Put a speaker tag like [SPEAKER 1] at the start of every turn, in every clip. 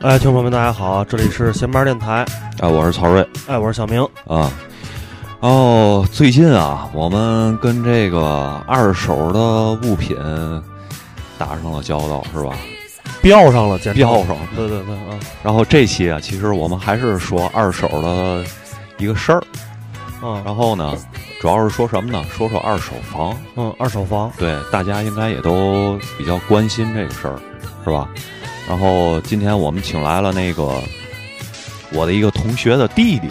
[SPEAKER 1] 哎，听众朋友们，大家好，这里是闲班电台，
[SPEAKER 2] 啊，我是曹睿
[SPEAKER 1] 哎，我是小明，
[SPEAKER 2] 啊。哦，最近啊，我们跟这个二手的物品打上了交道，是吧？
[SPEAKER 1] 标上了，简直
[SPEAKER 2] 标上了。
[SPEAKER 1] 对对对啊，
[SPEAKER 2] 然后这期啊，其实我们还是说二手的一个事儿。
[SPEAKER 1] 嗯
[SPEAKER 2] 然后呢，主要是说什么呢？说说二手房。
[SPEAKER 1] 嗯，二手房，
[SPEAKER 2] 对，大家应该也都比较关心这个事儿，是吧？然后今天我们请来了那个我的一个同学的弟弟，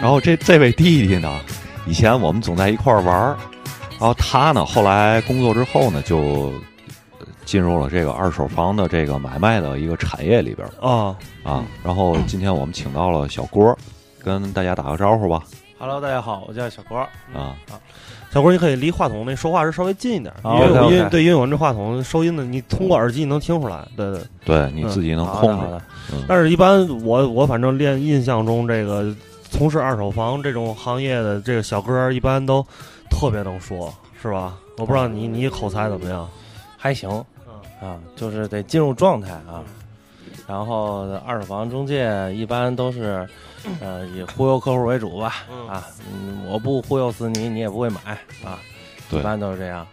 [SPEAKER 2] 然后这这位弟弟呢，以前我们总在一块儿玩儿，然后他呢后来工作之后呢，就呃进入了这个二手房的这个买卖的一个产业里边儿
[SPEAKER 1] 啊
[SPEAKER 2] 啊。然后今天我们请到了小郭，跟大家打个招呼吧。
[SPEAKER 3] Hello，大家好，我叫小郭。
[SPEAKER 1] 嗯
[SPEAKER 2] 啊，
[SPEAKER 1] 小郭，你可以离话筒那说话时稍微近一点，因
[SPEAKER 3] 好
[SPEAKER 1] 为我
[SPEAKER 3] OK，OK
[SPEAKER 1] 因为对，因为我们这话筒收音的，你通过耳机你能听出来，对对，
[SPEAKER 2] 对，你
[SPEAKER 1] 嗯
[SPEAKER 2] 自己能
[SPEAKER 1] 好的
[SPEAKER 2] 控
[SPEAKER 1] 好
[SPEAKER 2] 制。
[SPEAKER 1] 的
[SPEAKER 2] 嗯
[SPEAKER 1] 但是，一般我我反正练印象中，这个从事二手房这种行业的这个小哥儿，一般都特别能说，是吧？我不知道你你口才怎么样？
[SPEAKER 3] 还行
[SPEAKER 1] 嗯
[SPEAKER 3] 啊，就是得进入状态啊。然后二手房中介一般都 是，呃，以忽悠客户为主吧。
[SPEAKER 1] 嗯
[SPEAKER 3] 啊，嗯我不忽悠死你，你也不会买啊。
[SPEAKER 2] 对
[SPEAKER 3] 一般都是这样。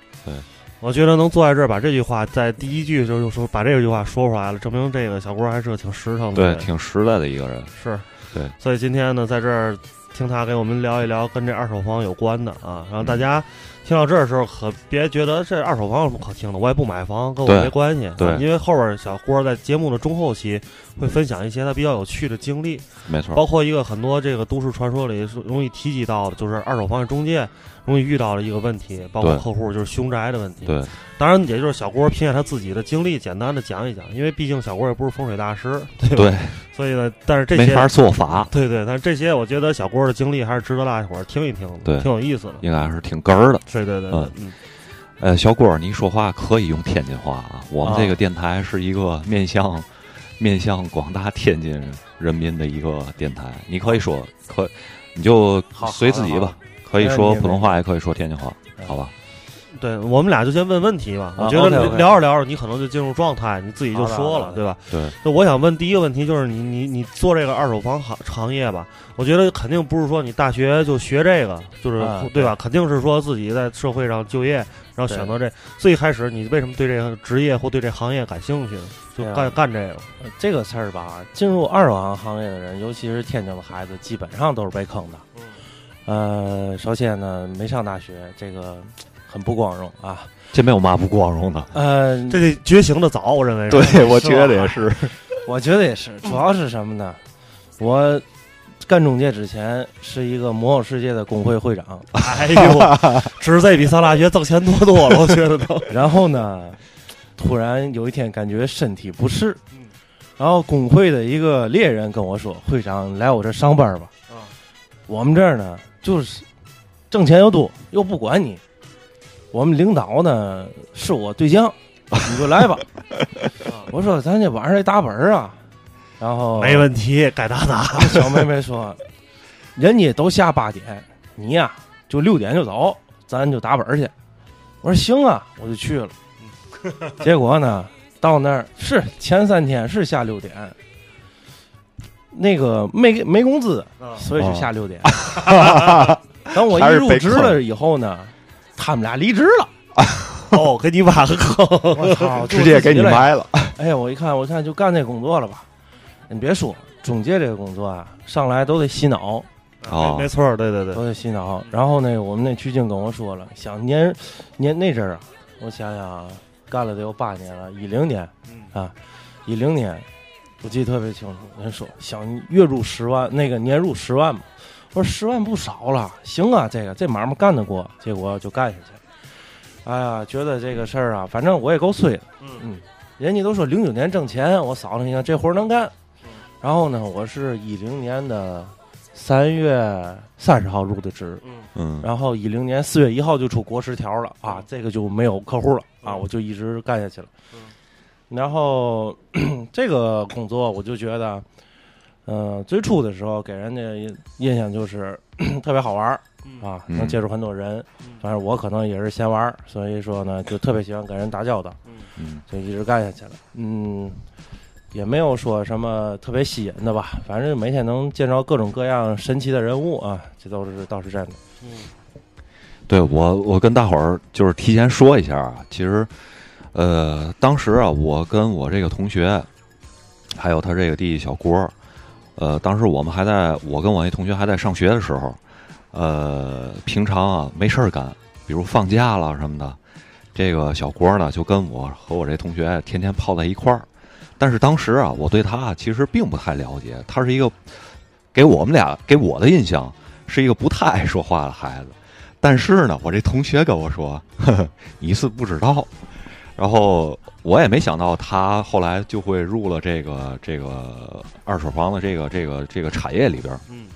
[SPEAKER 1] 我觉得能坐在这儿把这句话在第一句就是说把这句话说出来了，证明这个小郭还是个挺实诚的
[SPEAKER 2] 对，
[SPEAKER 1] 人。
[SPEAKER 2] 挺实在的一个人。
[SPEAKER 1] 是，
[SPEAKER 2] 对。
[SPEAKER 1] 所以今天呢，在这儿听他给我们聊一聊跟这二手房有关的啊。然后大
[SPEAKER 2] 嗯
[SPEAKER 1] 家听到这儿的时候，可别觉得这二手房有什么可听的，我也不买房，跟我
[SPEAKER 2] 对
[SPEAKER 1] 没关系。
[SPEAKER 2] 对
[SPEAKER 1] 啊因为后边小郭在节目的中后期会分享一些他比较有趣的经历，
[SPEAKER 2] 没错，
[SPEAKER 1] 包括一个很多这个都市传说里是容易提及到的，就是二手房的中介容易遇到的一个问题，包括
[SPEAKER 2] 对
[SPEAKER 1] 客户就是凶宅的问题。
[SPEAKER 2] 对，
[SPEAKER 1] 当然，也就是小郭凭借他自己的经历，简单的讲一讲，因为毕竟小郭也不是风水大 师，对吧？
[SPEAKER 2] 对
[SPEAKER 1] 所以呢，但是这
[SPEAKER 2] 没
[SPEAKER 1] 些
[SPEAKER 2] 法做法，
[SPEAKER 1] 对对，但是这些我觉得小郭的经历还是值得大家伙儿听一听的，
[SPEAKER 2] 对
[SPEAKER 1] 挺有意思的。
[SPEAKER 2] 应该是挺哏儿的。
[SPEAKER 1] 对对对，对嗯，
[SPEAKER 2] 呃，小果儿，你说话可以用天津话啊。我们
[SPEAKER 1] 啊
[SPEAKER 2] 这个电台是一个面向面向广大天津人民的一个电台，你可以说可，你就
[SPEAKER 3] 好
[SPEAKER 2] 随自己
[SPEAKER 3] 好的哎
[SPEAKER 2] 吧，可以
[SPEAKER 3] 没问
[SPEAKER 2] 说
[SPEAKER 3] 题
[SPEAKER 2] 普通
[SPEAKER 3] 没
[SPEAKER 2] 话，也可以说天津话，
[SPEAKER 3] 嗯
[SPEAKER 2] 好吧？
[SPEAKER 1] 对我们俩就先问问题吧。
[SPEAKER 3] 啊
[SPEAKER 1] 我觉得
[SPEAKER 3] OK，OK
[SPEAKER 1] 聊着聊着，你可能就进入状态，你自己就说了，
[SPEAKER 3] 好的好的
[SPEAKER 1] 对吧？
[SPEAKER 2] 对，
[SPEAKER 1] 那我想问第一个问题就是你你你做这个二手房行行业吧，我觉得肯定不是说你大学就学这个，就是、
[SPEAKER 3] 啊
[SPEAKER 1] 对吧？肯定是说自己在社会上就业，然后选择这。最开始你为什么对这个职业或对这行业感兴趣呢？就
[SPEAKER 3] 对啊
[SPEAKER 1] 干、干这个，
[SPEAKER 3] 呃这个事儿吧，进入二手房行业的人，尤其是天津的孩子，基本上都是被坑的。
[SPEAKER 1] 嗯
[SPEAKER 3] 呃，首先呢，没上大学，这个很不光荣啊。
[SPEAKER 2] 这没有嘛不光荣
[SPEAKER 1] 嗯
[SPEAKER 2] 的。
[SPEAKER 3] 呃，
[SPEAKER 1] 这得觉醒的早，我认为是。
[SPEAKER 2] 我
[SPEAKER 3] 是吧
[SPEAKER 2] 是。
[SPEAKER 3] 我觉得也是，主要是什么呢？我干中介之前是一个魔兽世界的工会会长，
[SPEAKER 1] 哎呦，侄子也比上大学挣钱多多了，我觉得 都。
[SPEAKER 3] 然后呢，突然有一天感觉身体不适
[SPEAKER 1] 嗯，
[SPEAKER 3] 然后工会的一个猎人跟我说：“会长，你来我这上班吧，
[SPEAKER 1] 哦
[SPEAKER 3] 我们这儿呢就是挣钱又多，又不管你。我们领导呢是我对象，你就来吧。
[SPEAKER 1] 啊”
[SPEAKER 3] 我说：“咱这晚上得打本儿啊。”然后
[SPEAKER 1] 没问题，该打打。
[SPEAKER 3] 小妹妹说：“人家都下八点，你呀、就六点就走，咱就打本儿去。”我说：“行啊，我 就去了。”结果呢，到那儿是前三天是下六点，那个没给没工资，所以就下六点。等我
[SPEAKER 2] 哦还
[SPEAKER 3] 一
[SPEAKER 2] 是
[SPEAKER 3] 入
[SPEAKER 2] 被
[SPEAKER 3] 职
[SPEAKER 2] 坑
[SPEAKER 3] 了以后呢，他们俩离职 了。
[SPEAKER 1] 哦，给你挖个坑。
[SPEAKER 3] 我操，就我自己来
[SPEAKER 2] 了。
[SPEAKER 3] 哎呀，我一看，我看就干这工作了吧。你别说，中介这个工作啊，上来都得洗脑。
[SPEAKER 2] 哦
[SPEAKER 1] 啊没没错，对对对，
[SPEAKER 3] 都得洗脑。然后呢，我们那区警跟我说了，想年年那阵儿啊，我想想啊，干了得有八年了，一零年
[SPEAKER 1] 嗯
[SPEAKER 3] 啊，一零年，我记得特别清楚。人说想月入十万，那个年入十万嘛，我说十万不少了，行啊，这个这买卖干得过，结果就干下去了。哎呀，觉得这个事儿啊，反正我也够衰的。
[SPEAKER 1] 嗯
[SPEAKER 3] 嗯，人家都说零九年挣钱，我嫂子一看这活儿能干。然后呢，我是一零年的三月三十号入的职，
[SPEAKER 1] 嗯
[SPEAKER 2] 嗯，
[SPEAKER 3] 然后一零年四月一号就出国十条了啊，这个就没有客户了啊，
[SPEAKER 1] 嗯
[SPEAKER 3] 我就一直干下去了。
[SPEAKER 1] 嗯
[SPEAKER 3] 然后 这个工作我就觉得，呃，最初的时候给人家印象就是 特别好玩儿啊，
[SPEAKER 2] 嗯
[SPEAKER 3] 能接触很多人。
[SPEAKER 1] 嗯
[SPEAKER 3] 反正我可能也是闲玩儿，所以说呢，就特别喜欢跟人打交道，
[SPEAKER 1] 嗯
[SPEAKER 2] 嗯
[SPEAKER 3] 就一直干下去了。嗯，也没有说什么特别吸引的吧，反正每天能见着各种各样神奇的人物啊，这都是倒是真的。
[SPEAKER 2] 对我，我跟大伙儿就是提前说一下啊，其实，呃，当时啊，我跟我这个同学，还有他这个弟弟小郭，呃，当时我们还在我跟我那同学还在上学的时候，呃，平常啊没事儿干，比如放假了什么的，这个小郭呢就跟我和我这同学天天泡在一块儿，但是当时啊，我对他其实并不太了解，他是一个给我们俩给我的印象是一个不太爱说话的孩子。但是呢，我这同学跟我说， 呵呵你是不知道。然后我也没想到他后来就会入了这个这个二手房的这个这个这个产业里边儿。
[SPEAKER 1] 嗯，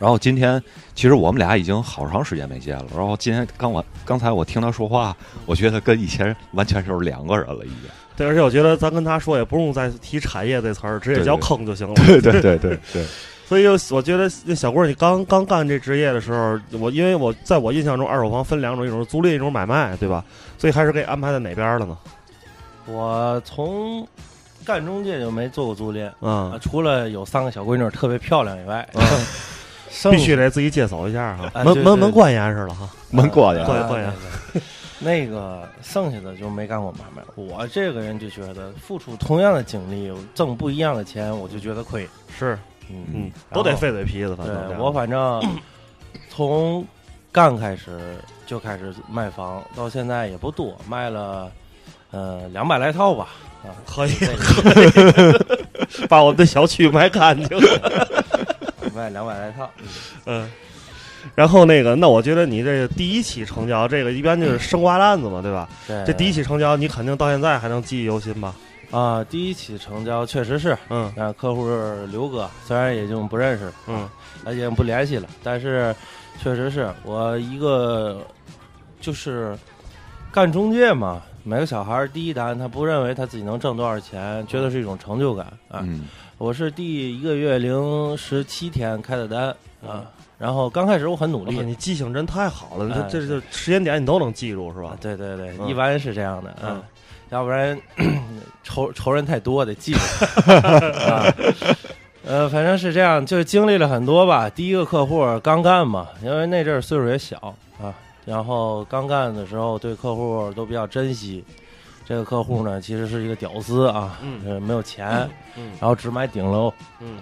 [SPEAKER 2] 然后今天其实我们俩已经好长时间没见了。然后今天刚我刚才我听他说话，我觉得跟以前完全就是两个人了，已经。
[SPEAKER 1] 对，而且我觉得咱跟他说也不用再提产业这词儿，直接
[SPEAKER 2] 对
[SPEAKER 1] 叫
[SPEAKER 2] 对
[SPEAKER 1] 坑就行了。
[SPEAKER 2] 对对对对对，
[SPEAKER 1] 所以就我觉得那小郭，你刚刚干这职业的时候，我因为我在我印象中，二手房分两种，一种是租赁，一种是买卖，对吧？所以还是给安排在哪边了呢？
[SPEAKER 3] 我从干中介就没做过租赁，啊
[SPEAKER 1] 嗯，
[SPEAKER 3] 除了有三个小闺女儿特别漂亮以外，
[SPEAKER 2] 嗯
[SPEAKER 3] 剩
[SPEAKER 1] 必须得自己接手一下哈，
[SPEAKER 3] 啊
[SPEAKER 1] 门
[SPEAKER 3] 对
[SPEAKER 1] 门
[SPEAKER 3] 对
[SPEAKER 1] 门关严实了哈。
[SPEAKER 2] 门过去
[SPEAKER 1] 对
[SPEAKER 2] 了。
[SPEAKER 3] 啊
[SPEAKER 1] 对呀
[SPEAKER 3] 对 那个剩下的就没干过买卖。我这个人就觉得，付出同样的精力，挣不一样的钱，我就觉得亏。
[SPEAKER 1] 是，
[SPEAKER 3] 嗯
[SPEAKER 1] 嗯，
[SPEAKER 3] 然
[SPEAKER 1] 都
[SPEAKER 3] 后
[SPEAKER 1] 得费嘴皮子，反正
[SPEAKER 3] 对
[SPEAKER 1] 两个
[SPEAKER 3] 我反正 从干开始就开始卖房，到现在也不多，卖了呃两百来套吧。啊，
[SPEAKER 1] 可以
[SPEAKER 3] 这个
[SPEAKER 1] 把我们的小区买干净。
[SPEAKER 3] 卖两百来套，
[SPEAKER 1] 嗯，然后那个，那我觉得你这个第一起成交，这个一般就是生瓜蛋子嘛，对吧？
[SPEAKER 3] 对
[SPEAKER 1] 这第一起成交，你肯定到现在还能记忆犹新吧？
[SPEAKER 3] 啊，第一起成交确实是，
[SPEAKER 1] 嗯
[SPEAKER 3] 那客户是刘哥虽然已经不认识了，啊
[SPEAKER 1] 嗯
[SPEAKER 3] 而且不联系了，但是确实是我一个就是干中介嘛，每个小孩儿第一单他不认为他自己能挣多少钱，觉得是一种成就感啊。
[SPEAKER 2] 嗯，
[SPEAKER 3] 我是第一个月零十七天开的单
[SPEAKER 1] 嗯
[SPEAKER 3] 啊，然后刚开始我很努
[SPEAKER 1] 我靠，
[SPEAKER 3] 力。
[SPEAKER 1] 哦你记性真太好了，
[SPEAKER 3] 哎
[SPEAKER 1] 这这这时间点你都能记住是
[SPEAKER 3] 啊
[SPEAKER 1] 吧？
[SPEAKER 3] 对对对，
[SPEAKER 1] 嗯
[SPEAKER 3] 一般是这样的，
[SPEAKER 1] 嗯
[SPEAKER 3] 啊，要不然 仇仇人太多得记住 啊。呃，反正是这样，就经历了很多吧。第一个客户刚干嘛，因为那阵儿岁数也小啊，然后刚干的时候对客户都比较珍惜。这个客户呢，其实是一个屌丝啊，
[SPEAKER 1] 嗯
[SPEAKER 3] 呃没有钱，
[SPEAKER 1] 嗯
[SPEAKER 3] 然后只买顶楼。
[SPEAKER 1] 嗯，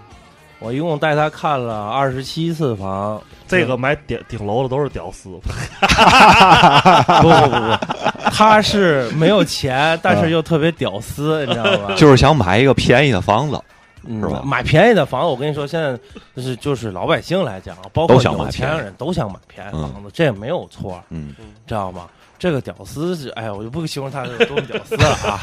[SPEAKER 3] 我一共带他看了二十七次 房，
[SPEAKER 1] 这个买顶顶楼的都是屌 丝，
[SPEAKER 3] 不不不不，他是没有钱，但是又特别屌丝，你知道吧？
[SPEAKER 2] 就是想买一个便宜的房子，
[SPEAKER 3] 嗯
[SPEAKER 2] 是吧
[SPEAKER 3] 买便宜的房子，我跟你说，现在就是就是老百姓来讲，啊包括
[SPEAKER 2] 都想买
[SPEAKER 3] 有钱人都想买便宜房子，这也没有错，
[SPEAKER 2] 嗯，
[SPEAKER 3] 知道吗？这个屌丝是，哎呀，我就不形容他有多么屌丝了 啊，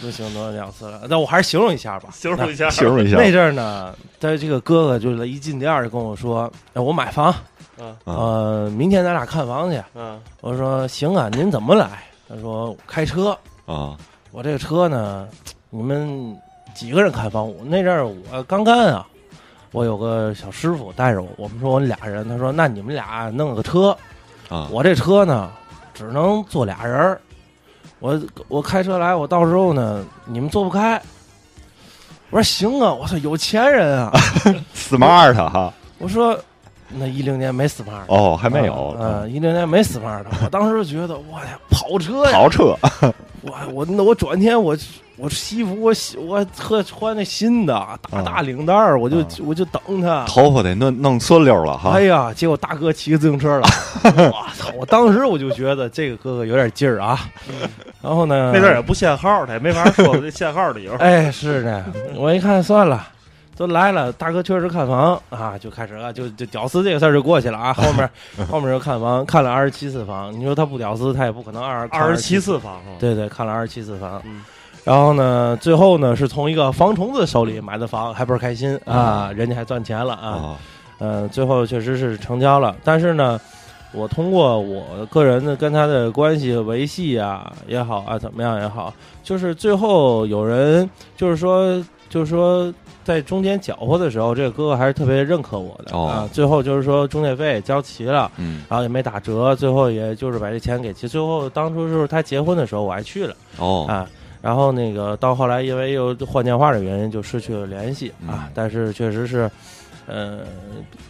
[SPEAKER 3] 不形容多么屌丝了。那我还是形容一下吧，
[SPEAKER 1] 形容一下。
[SPEAKER 2] 形容一下。
[SPEAKER 3] 那阵儿呢，他这个哥哥就是一进店儿就跟我说：“哎，我买房，
[SPEAKER 1] 嗯
[SPEAKER 2] 啊
[SPEAKER 3] 呃，明天咱俩看房去。
[SPEAKER 1] 嗯”
[SPEAKER 3] 我说：“行啊，您怎么来？”他说：“开车。
[SPEAKER 2] 啊，”
[SPEAKER 3] 我这个车呢，你们几个人看房？我那阵儿我刚干啊，我有个小师傅带着我，我们说我们俩人，他说：“那你们俩弄个车，
[SPEAKER 2] 啊
[SPEAKER 3] 我这车呢只能坐俩人儿。”我我开车来，我到时候呢，你们坐不开。我说行啊，我操，有钱人啊！
[SPEAKER 2] ，smart 哈，
[SPEAKER 3] 我说那一零年没 smart，的
[SPEAKER 2] 哦，还没有，
[SPEAKER 3] 嗯，一零年没 smart 的。我当时就觉得，我呀，跑车呀，
[SPEAKER 2] 豪车，
[SPEAKER 3] 我我那我转天我我西服我洗我特穿那新的大
[SPEAKER 2] 嗯
[SPEAKER 3] 大领带儿，我就
[SPEAKER 2] 嗯
[SPEAKER 3] 我就等他。
[SPEAKER 2] 头发得弄弄顺溜了哈
[SPEAKER 3] 哎。呀，结果大哥骑个自行车来，我操！我当时我就觉得这个哥哥有点劲儿啊。然后呢，
[SPEAKER 1] 嗯那阵儿也不限号，他也没法说 这限号理由。
[SPEAKER 3] 哎，是的，我一看算了，都来了，大哥确实看房啊，就开始了，就就屌丝这个事儿就过去了啊。后面后面就看房，看了二十七次房，你说他不屌丝，他也不可能二
[SPEAKER 1] 二十七，
[SPEAKER 3] 看
[SPEAKER 1] 次房是吧？
[SPEAKER 3] 对对，看了二十七次房。
[SPEAKER 1] 嗯
[SPEAKER 3] 然后呢，最后呢，是从一个房虫子手里买的房，还倍儿开心啊，人家还赚钱了啊。
[SPEAKER 2] 啊，
[SPEAKER 3] 嗯、最后确实是成交了，但是呢。我通过我个人的跟他的关系维系啊也好啊，怎么样也好，就是最后有人就是说就是说在中间搅和的时候，这个哥哥还是特别认可我的、
[SPEAKER 2] 哦
[SPEAKER 3] 啊。最后就是说中介费交齐了，
[SPEAKER 2] 嗯，
[SPEAKER 3] 然后也没打折，最后也就是把这钱给齐。最后当初就是他结婚的时候我还去了
[SPEAKER 2] 哦，
[SPEAKER 3] 啊，然后那个到后来，因为又换电话的原因，就失去了联系啊。
[SPEAKER 2] 嗯
[SPEAKER 3] 但是确实是，呃，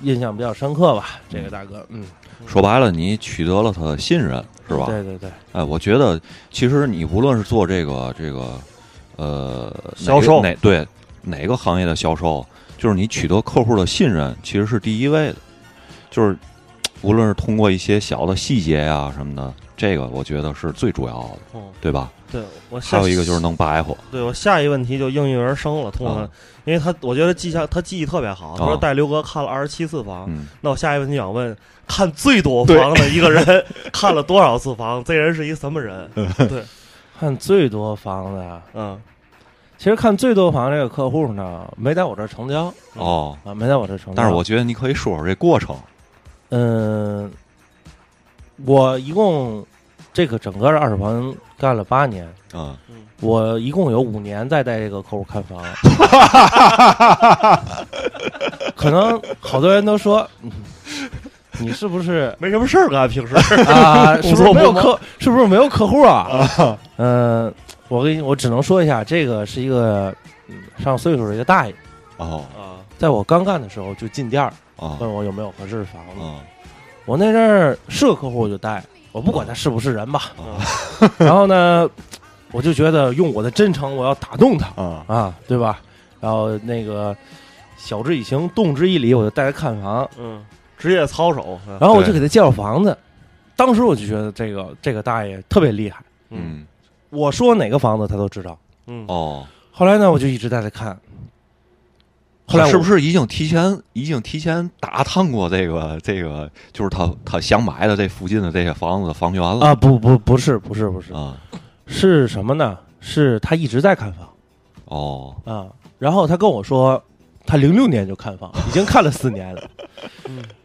[SPEAKER 3] 印象比较深刻吧。这个大哥，嗯，
[SPEAKER 2] 说白了，你取得了他的信任，是吧？
[SPEAKER 3] 对对对，
[SPEAKER 2] 哎，我觉得其实你无论是做这个这个呃
[SPEAKER 1] 销售
[SPEAKER 2] 哪个哪对哪个行业的销售，就是你取得客户的信任，其实是第一位的。就是嘖无论是通过一些小的细节呀、什么的，这个我觉得是最主要的，
[SPEAKER 1] 嗯，
[SPEAKER 2] 对吧？
[SPEAKER 1] 对我下
[SPEAKER 2] 还有一个就是能白活，
[SPEAKER 1] 对我下一问题就应运而生了，通过他，
[SPEAKER 2] 啊
[SPEAKER 1] 因为他我觉得记下他记忆特别好，他说
[SPEAKER 2] 啊
[SPEAKER 1] 带刘哥看了二十七次房，
[SPEAKER 2] 嗯，
[SPEAKER 1] 那我下一个问题想问，看最多房的一个人看了多少次房？这人是一什么人？
[SPEAKER 3] 嗯
[SPEAKER 1] 对，
[SPEAKER 3] 看最多房子啊，
[SPEAKER 1] 嗯，
[SPEAKER 3] 其实看最多房这个客户呢，没在我这儿成交
[SPEAKER 2] 哦，
[SPEAKER 3] 啊，没在我这儿成交。
[SPEAKER 2] 但是我觉得你可以说说这过程，
[SPEAKER 3] 嗯，我一共这个整个的二手房干了八年，
[SPEAKER 2] 嗯，
[SPEAKER 3] 我一共有五年在带这个客户看 房。可能好多人都说， 嗯你是不 是
[SPEAKER 1] 没什么事儿干，平时
[SPEAKER 3] 啊？是不是
[SPEAKER 1] 不
[SPEAKER 3] 没有
[SPEAKER 1] 忙
[SPEAKER 3] 客？是不是没有客户啊？嗯、我跟你，我只能说一下，这个是一个嗯上岁数的一个大爷，
[SPEAKER 2] 哦，
[SPEAKER 1] 啊，
[SPEAKER 3] 在我刚干的时候就进店儿
[SPEAKER 2] 哦，
[SPEAKER 3] 问我有没有合适的房子。
[SPEAKER 2] 哦，
[SPEAKER 3] 我那阵儿是个客户我就带，我不管他是不是人 吧。
[SPEAKER 2] 哦
[SPEAKER 1] 嗯
[SPEAKER 3] 然后呢，我就觉得用我的真诚，我要打动他
[SPEAKER 2] 啊，
[SPEAKER 3] 啊，对吧？然后那个晓之以情，动之以理，我就带他看房，
[SPEAKER 2] 啊
[SPEAKER 1] 嗯，职业操守，啊
[SPEAKER 3] 然后我就给他介绍房子。当时我就觉得这个这个大爷特别厉害，
[SPEAKER 1] 嗯
[SPEAKER 2] 嗯，
[SPEAKER 3] 我说哪个房子他都知道。
[SPEAKER 1] 嗯，
[SPEAKER 2] 哦，
[SPEAKER 3] 后来呢，我就一直带他看。后来我
[SPEAKER 2] 是不是已经提前已经提前打探过这个这个，就是他他想买的这附近的这些房子的房源了
[SPEAKER 3] 啊？不不不是不是不是
[SPEAKER 2] 啊？
[SPEAKER 3] 是什么呢？是他一直在看房。
[SPEAKER 2] 哦，
[SPEAKER 3] 啊，然后他跟我说，他零六年就看房，已经看了四 年了。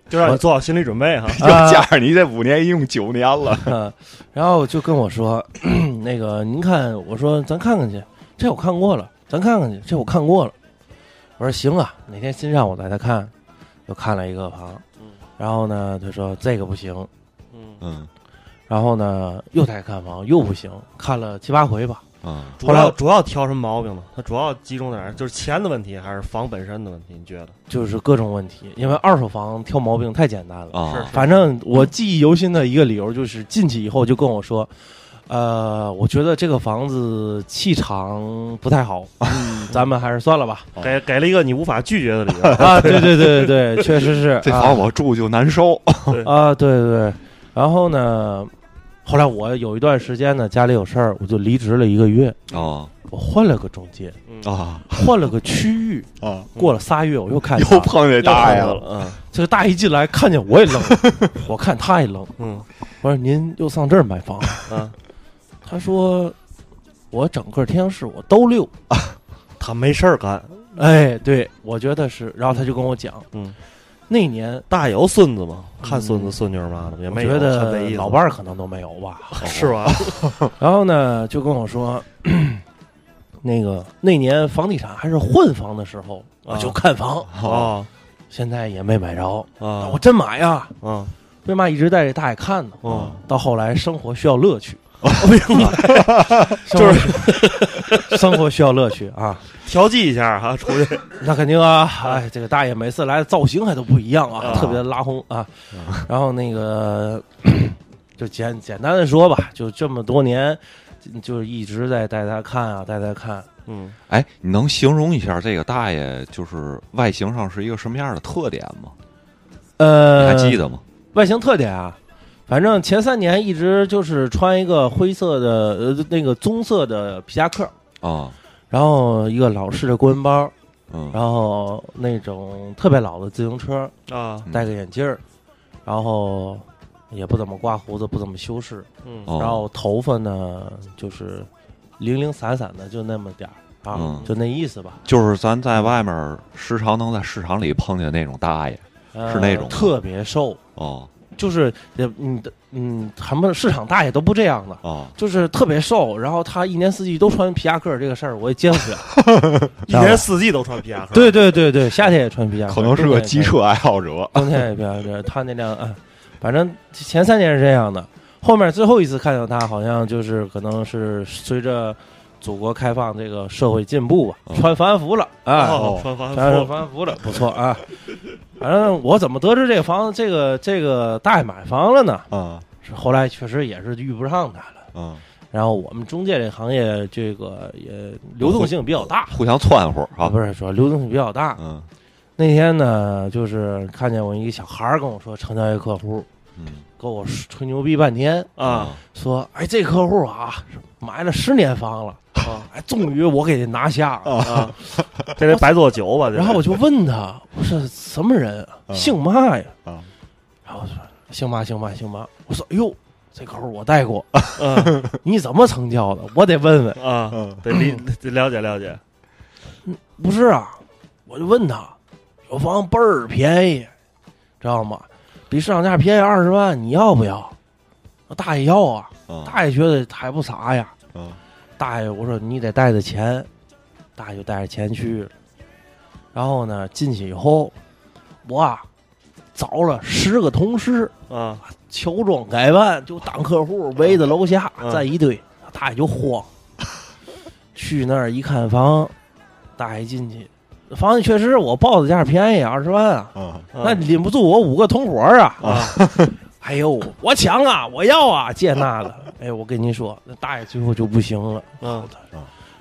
[SPEAKER 1] 就让你做好心理准备哈。
[SPEAKER 3] 啊
[SPEAKER 2] 上你这五年一共九年了，
[SPEAKER 3] 嗯， 然后就跟我说， 那个您看，我说咱看看去，这我看过了，咱看看去，这我看过了。我说行啊，哪天新上我带他看，就看了一个房
[SPEAKER 1] 嗯。
[SPEAKER 3] 然后呢，他说这个不行，
[SPEAKER 1] 嗯，
[SPEAKER 2] 嗯
[SPEAKER 3] 然后呢又带他看房又不行，看了七八回吧。
[SPEAKER 2] 嗯，
[SPEAKER 1] 主
[SPEAKER 3] 后来
[SPEAKER 1] 要主要挑什么毛病呢？他主要集中在哪儿？就是钱的问题，还是房本身的问题？你觉得？
[SPEAKER 3] 就是各种问题，因为二手房挑毛病太简单了。
[SPEAKER 2] 啊，
[SPEAKER 1] 是
[SPEAKER 3] 反正我记忆犹新的一个理由就是进去以后就跟我说，呃，我觉得这个房子气场不太好，嗯，咱们还是算了吧。
[SPEAKER 1] 给啊给了一个你无法拒绝的理 由。
[SPEAKER 3] 啊，对对对对 对，确实是
[SPEAKER 2] 这房我住就难受，
[SPEAKER 3] 啊，对对对。然后呢，后来我有一段时间呢，家里有事儿，我就离职了一个月，
[SPEAKER 2] 哦
[SPEAKER 3] 我换了个中介，
[SPEAKER 1] 嗯，
[SPEAKER 2] 啊
[SPEAKER 3] 换了个区域，
[SPEAKER 2] 啊，
[SPEAKER 3] 过了仨月我又看
[SPEAKER 2] 又碰这
[SPEAKER 1] 又看
[SPEAKER 2] 大爷
[SPEAKER 1] 到
[SPEAKER 2] 了，
[SPEAKER 1] 了，
[SPEAKER 3] 嗯这个大一进来看见我也愣了， 我看他也愣了。
[SPEAKER 1] 嗯
[SPEAKER 3] 我说您又上这儿买房了？
[SPEAKER 1] 嗯 啊，
[SPEAKER 3] 他说我整个天津市我都溜。
[SPEAKER 1] 他没事儿干，
[SPEAKER 3] 哎，对，我觉得是。然后他就跟我讲，
[SPEAKER 1] 嗯，
[SPEAKER 3] 那年
[SPEAKER 1] 大有孙子吗？看孙子
[SPEAKER 3] 嗯
[SPEAKER 1] 孙女儿嘛的，也
[SPEAKER 3] 我
[SPEAKER 1] 没
[SPEAKER 3] 觉
[SPEAKER 1] 有看
[SPEAKER 3] 得
[SPEAKER 1] 这意思
[SPEAKER 3] 老伴儿可能都没有吧。
[SPEAKER 1] 是吧？
[SPEAKER 3] 然后呢，就跟我说， 那个那年房地产还是混房的时候，我就看房，
[SPEAKER 2] 哦
[SPEAKER 1] 啊
[SPEAKER 3] 现在也没买着。
[SPEAKER 1] 啊
[SPEAKER 3] 我真买呀，
[SPEAKER 1] 啊
[SPEAKER 3] 为嘛一直带着大爷看呢？
[SPEAKER 1] 嗯
[SPEAKER 3] 到后来生活需要乐趣。
[SPEAKER 1] 哦
[SPEAKER 3] 就是 生活需要乐趣啊，
[SPEAKER 1] 调剂一下哈，出 去
[SPEAKER 3] 那肯定啊！哎，这个大爷每次来的造型还都不一样啊，
[SPEAKER 1] 啊
[SPEAKER 3] 特别拉轰啊。然后那个就简简单的说吧，就这么多年，就一直在带他看啊，带他看。
[SPEAKER 1] 嗯，
[SPEAKER 2] 哎，你能形容一下这个大爷就是外形上是一个什么样的特点吗？你
[SPEAKER 3] 呃，
[SPEAKER 2] 还记得吗？
[SPEAKER 3] 外形特点啊？反正前三年一直就是穿一个灰色的呃那个棕色的皮夹克，
[SPEAKER 2] 啊，
[SPEAKER 3] 然后一个老式的公文包，
[SPEAKER 2] 嗯
[SPEAKER 3] 然后那种特别老的自行车，
[SPEAKER 1] 啊，
[SPEAKER 2] 嗯
[SPEAKER 3] 戴个眼镜儿，然后也不怎么刮胡子，不怎么修饰，
[SPEAKER 1] 嗯
[SPEAKER 2] 哦
[SPEAKER 3] 然后头发呢就是零零散散的，就那么点儿啊，
[SPEAKER 2] 嗯
[SPEAKER 3] 就那意思吧。
[SPEAKER 2] 就是咱在外面时常能在市场里碰见那种大爷
[SPEAKER 3] 呃、
[SPEAKER 2] 是那种吗
[SPEAKER 3] 特别瘦，
[SPEAKER 2] 哦
[SPEAKER 3] 就是也嗯的嗯，他们市场大爷都不这样的。
[SPEAKER 2] 哦
[SPEAKER 3] 就是特别瘦，然后他一年四季都穿皮夹克，这个事儿我也 接受不了。
[SPEAKER 1] 一年四季都穿皮夹克，
[SPEAKER 3] 对对对对，夏天也穿皮夹克，
[SPEAKER 2] 可能是
[SPEAKER 3] 冬天
[SPEAKER 2] 个
[SPEAKER 3] 也穿
[SPEAKER 2] 机车爱好者。
[SPEAKER 3] 冬天也比较热，他那辆啊，反正前三年是这样的，后面最后一次看到他好像就是可能是随着祖国开放这个社会进步吧，
[SPEAKER 2] 嗯
[SPEAKER 3] 穿帆服了啊，
[SPEAKER 1] 哦，穿帆
[SPEAKER 3] 穿上
[SPEAKER 1] 服，
[SPEAKER 3] 帆服了，不错啊。反正我怎么得知这个房子，这个这个大爷买房了呢？
[SPEAKER 2] 啊
[SPEAKER 3] 是后来确实也是遇不上他了。
[SPEAKER 2] 啊，
[SPEAKER 3] 然后我们中介这行业，这个也流动性比较大
[SPEAKER 2] 互相撺乎
[SPEAKER 3] 啊，
[SPEAKER 2] 啊，
[SPEAKER 3] 不是说流动性比较大。
[SPEAKER 2] 嗯
[SPEAKER 3] 那天呢，就是看见我一个小孩儿跟我说，成交一客户，
[SPEAKER 2] 嗯
[SPEAKER 3] 跟我吹牛逼半天，
[SPEAKER 1] 啊，
[SPEAKER 3] 说：“哎，这客户啊，买了十年房了，
[SPEAKER 1] 啊
[SPEAKER 3] 哎，终于我给他拿下了。
[SPEAKER 1] 啊，这得白做酒吧？这
[SPEAKER 3] 然后我就问他：“我说什么人啊？
[SPEAKER 2] 啊
[SPEAKER 3] 姓嘛呀
[SPEAKER 2] 啊，？”
[SPEAKER 3] 然后我说：“姓嘛，姓嘛，姓嘛。”我说：“哎呦，这客户我带过，
[SPEAKER 1] 嗯
[SPEAKER 3] 你怎么成交的？我得问问。
[SPEAKER 1] 啊，
[SPEAKER 2] 嗯
[SPEAKER 1] 得理得了解了解，”
[SPEAKER 3] 不是啊，我就问他，有房倍儿便宜，知道吗？比市场价便宜二十万，你要不要？我大爷要啊，
[SPEAKER 2] 啊
[SPEAKER 3] 大爷觉得还不傻呀。
[SPEAKER 2] 啊
[SPEAKER 3] 大爷，我说你得带着钱，大爷就带着钱去了。然后呢，进去以后，我啊找了十个同事，
[SPEAKER 1] 啊
[SPEAKER 3] 乔装改扮，就当客户围着楼下
[SPEAKER 1] 嗯
[SPEAKER 3] 站一堆，大爷就慌。去那儿一看房，大爷进去，房子确实我报的价便宜二十万啊，
[SPEAKER 2] 啊
[SPEAKER 1] 啊
[SPEAKER 4] 嗯
[SPEAKER 3] 那领不住我五个同伙儿啊。
[SPEAKER 1] 啊
[SPEAKER 2] 嗯
[SPEAKER 3] 哎呦，我抢啊，我要啊，这那的。 哎，我跟你说，那大爷最后就不行了。
[SPEAKER 1] 嗯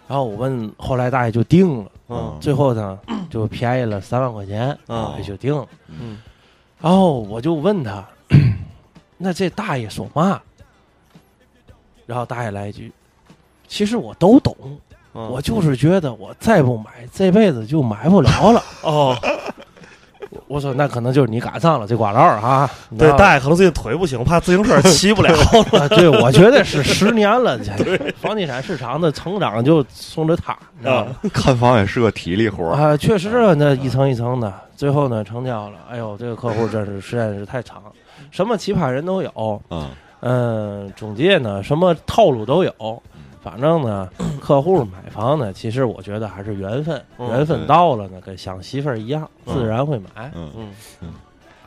[SPEAKER 3] 然后我问，后来大爷就定了，
[SPEAKER 1] 嗯
[SPEAKER 2] 啊
[SPEAKER 3] 最后呢就便宜了三万块钱，啊
[SPEAKER 1] 嗯
[SPEAKER 2] 哎
[SPEAKER 3] 也就定了。
[SPEAKER 1] 嗯
[SPEAKER 3] 然后我就问他， 那这大爷说嘛？然后大爷来一句：“其实我都懂，
[SPEAKER 1] 嗯，
[SPEAKER 3] 我就是觉得我再不买，这辈子就买不了了。
[SPEAKER 1] 哦，
[SPEAKER 3] 我” 我说：“那可能就是你赶上了这瓜唠儿啊。你 知
[SPEAKER 1] 对
[SPEAKER 3] 道，吧
[SPEAKER 1] 大爷可能最近腿不行，怕自行车骑不了
[SPEAKER 3] 啊， 对，我觉得是十年了， 这房地产市场的成长就冲着他，你知道吗？
[SPEAKER 1] 啊
[SPEAKER 2] 看房也是个体力活儿
[SPEAKER 3] 啊，确实啊，那一层一层的，最后呢成交了。哎呦，这个客户真是实在是太长，什么奇葩人都有，
[SPEAKER 2] 啊
[SPEAKER 3] 嗯，中介呢什么套路都有，反正呢，客户买房呢，其实我觉得还是缘分，
[SPEAKER 1] 嗯
[SPEAKER 3] 缘分
[SPEAKER 2] 对
[SPEAKER 3] 到了呢，跟想媳妇儿一样，
[SPEAKER 2] 嗯
[SPEAKER 3] 自然会买。
[SPEAKER 2] 嗯。
[SPEAKER 1] 嗯，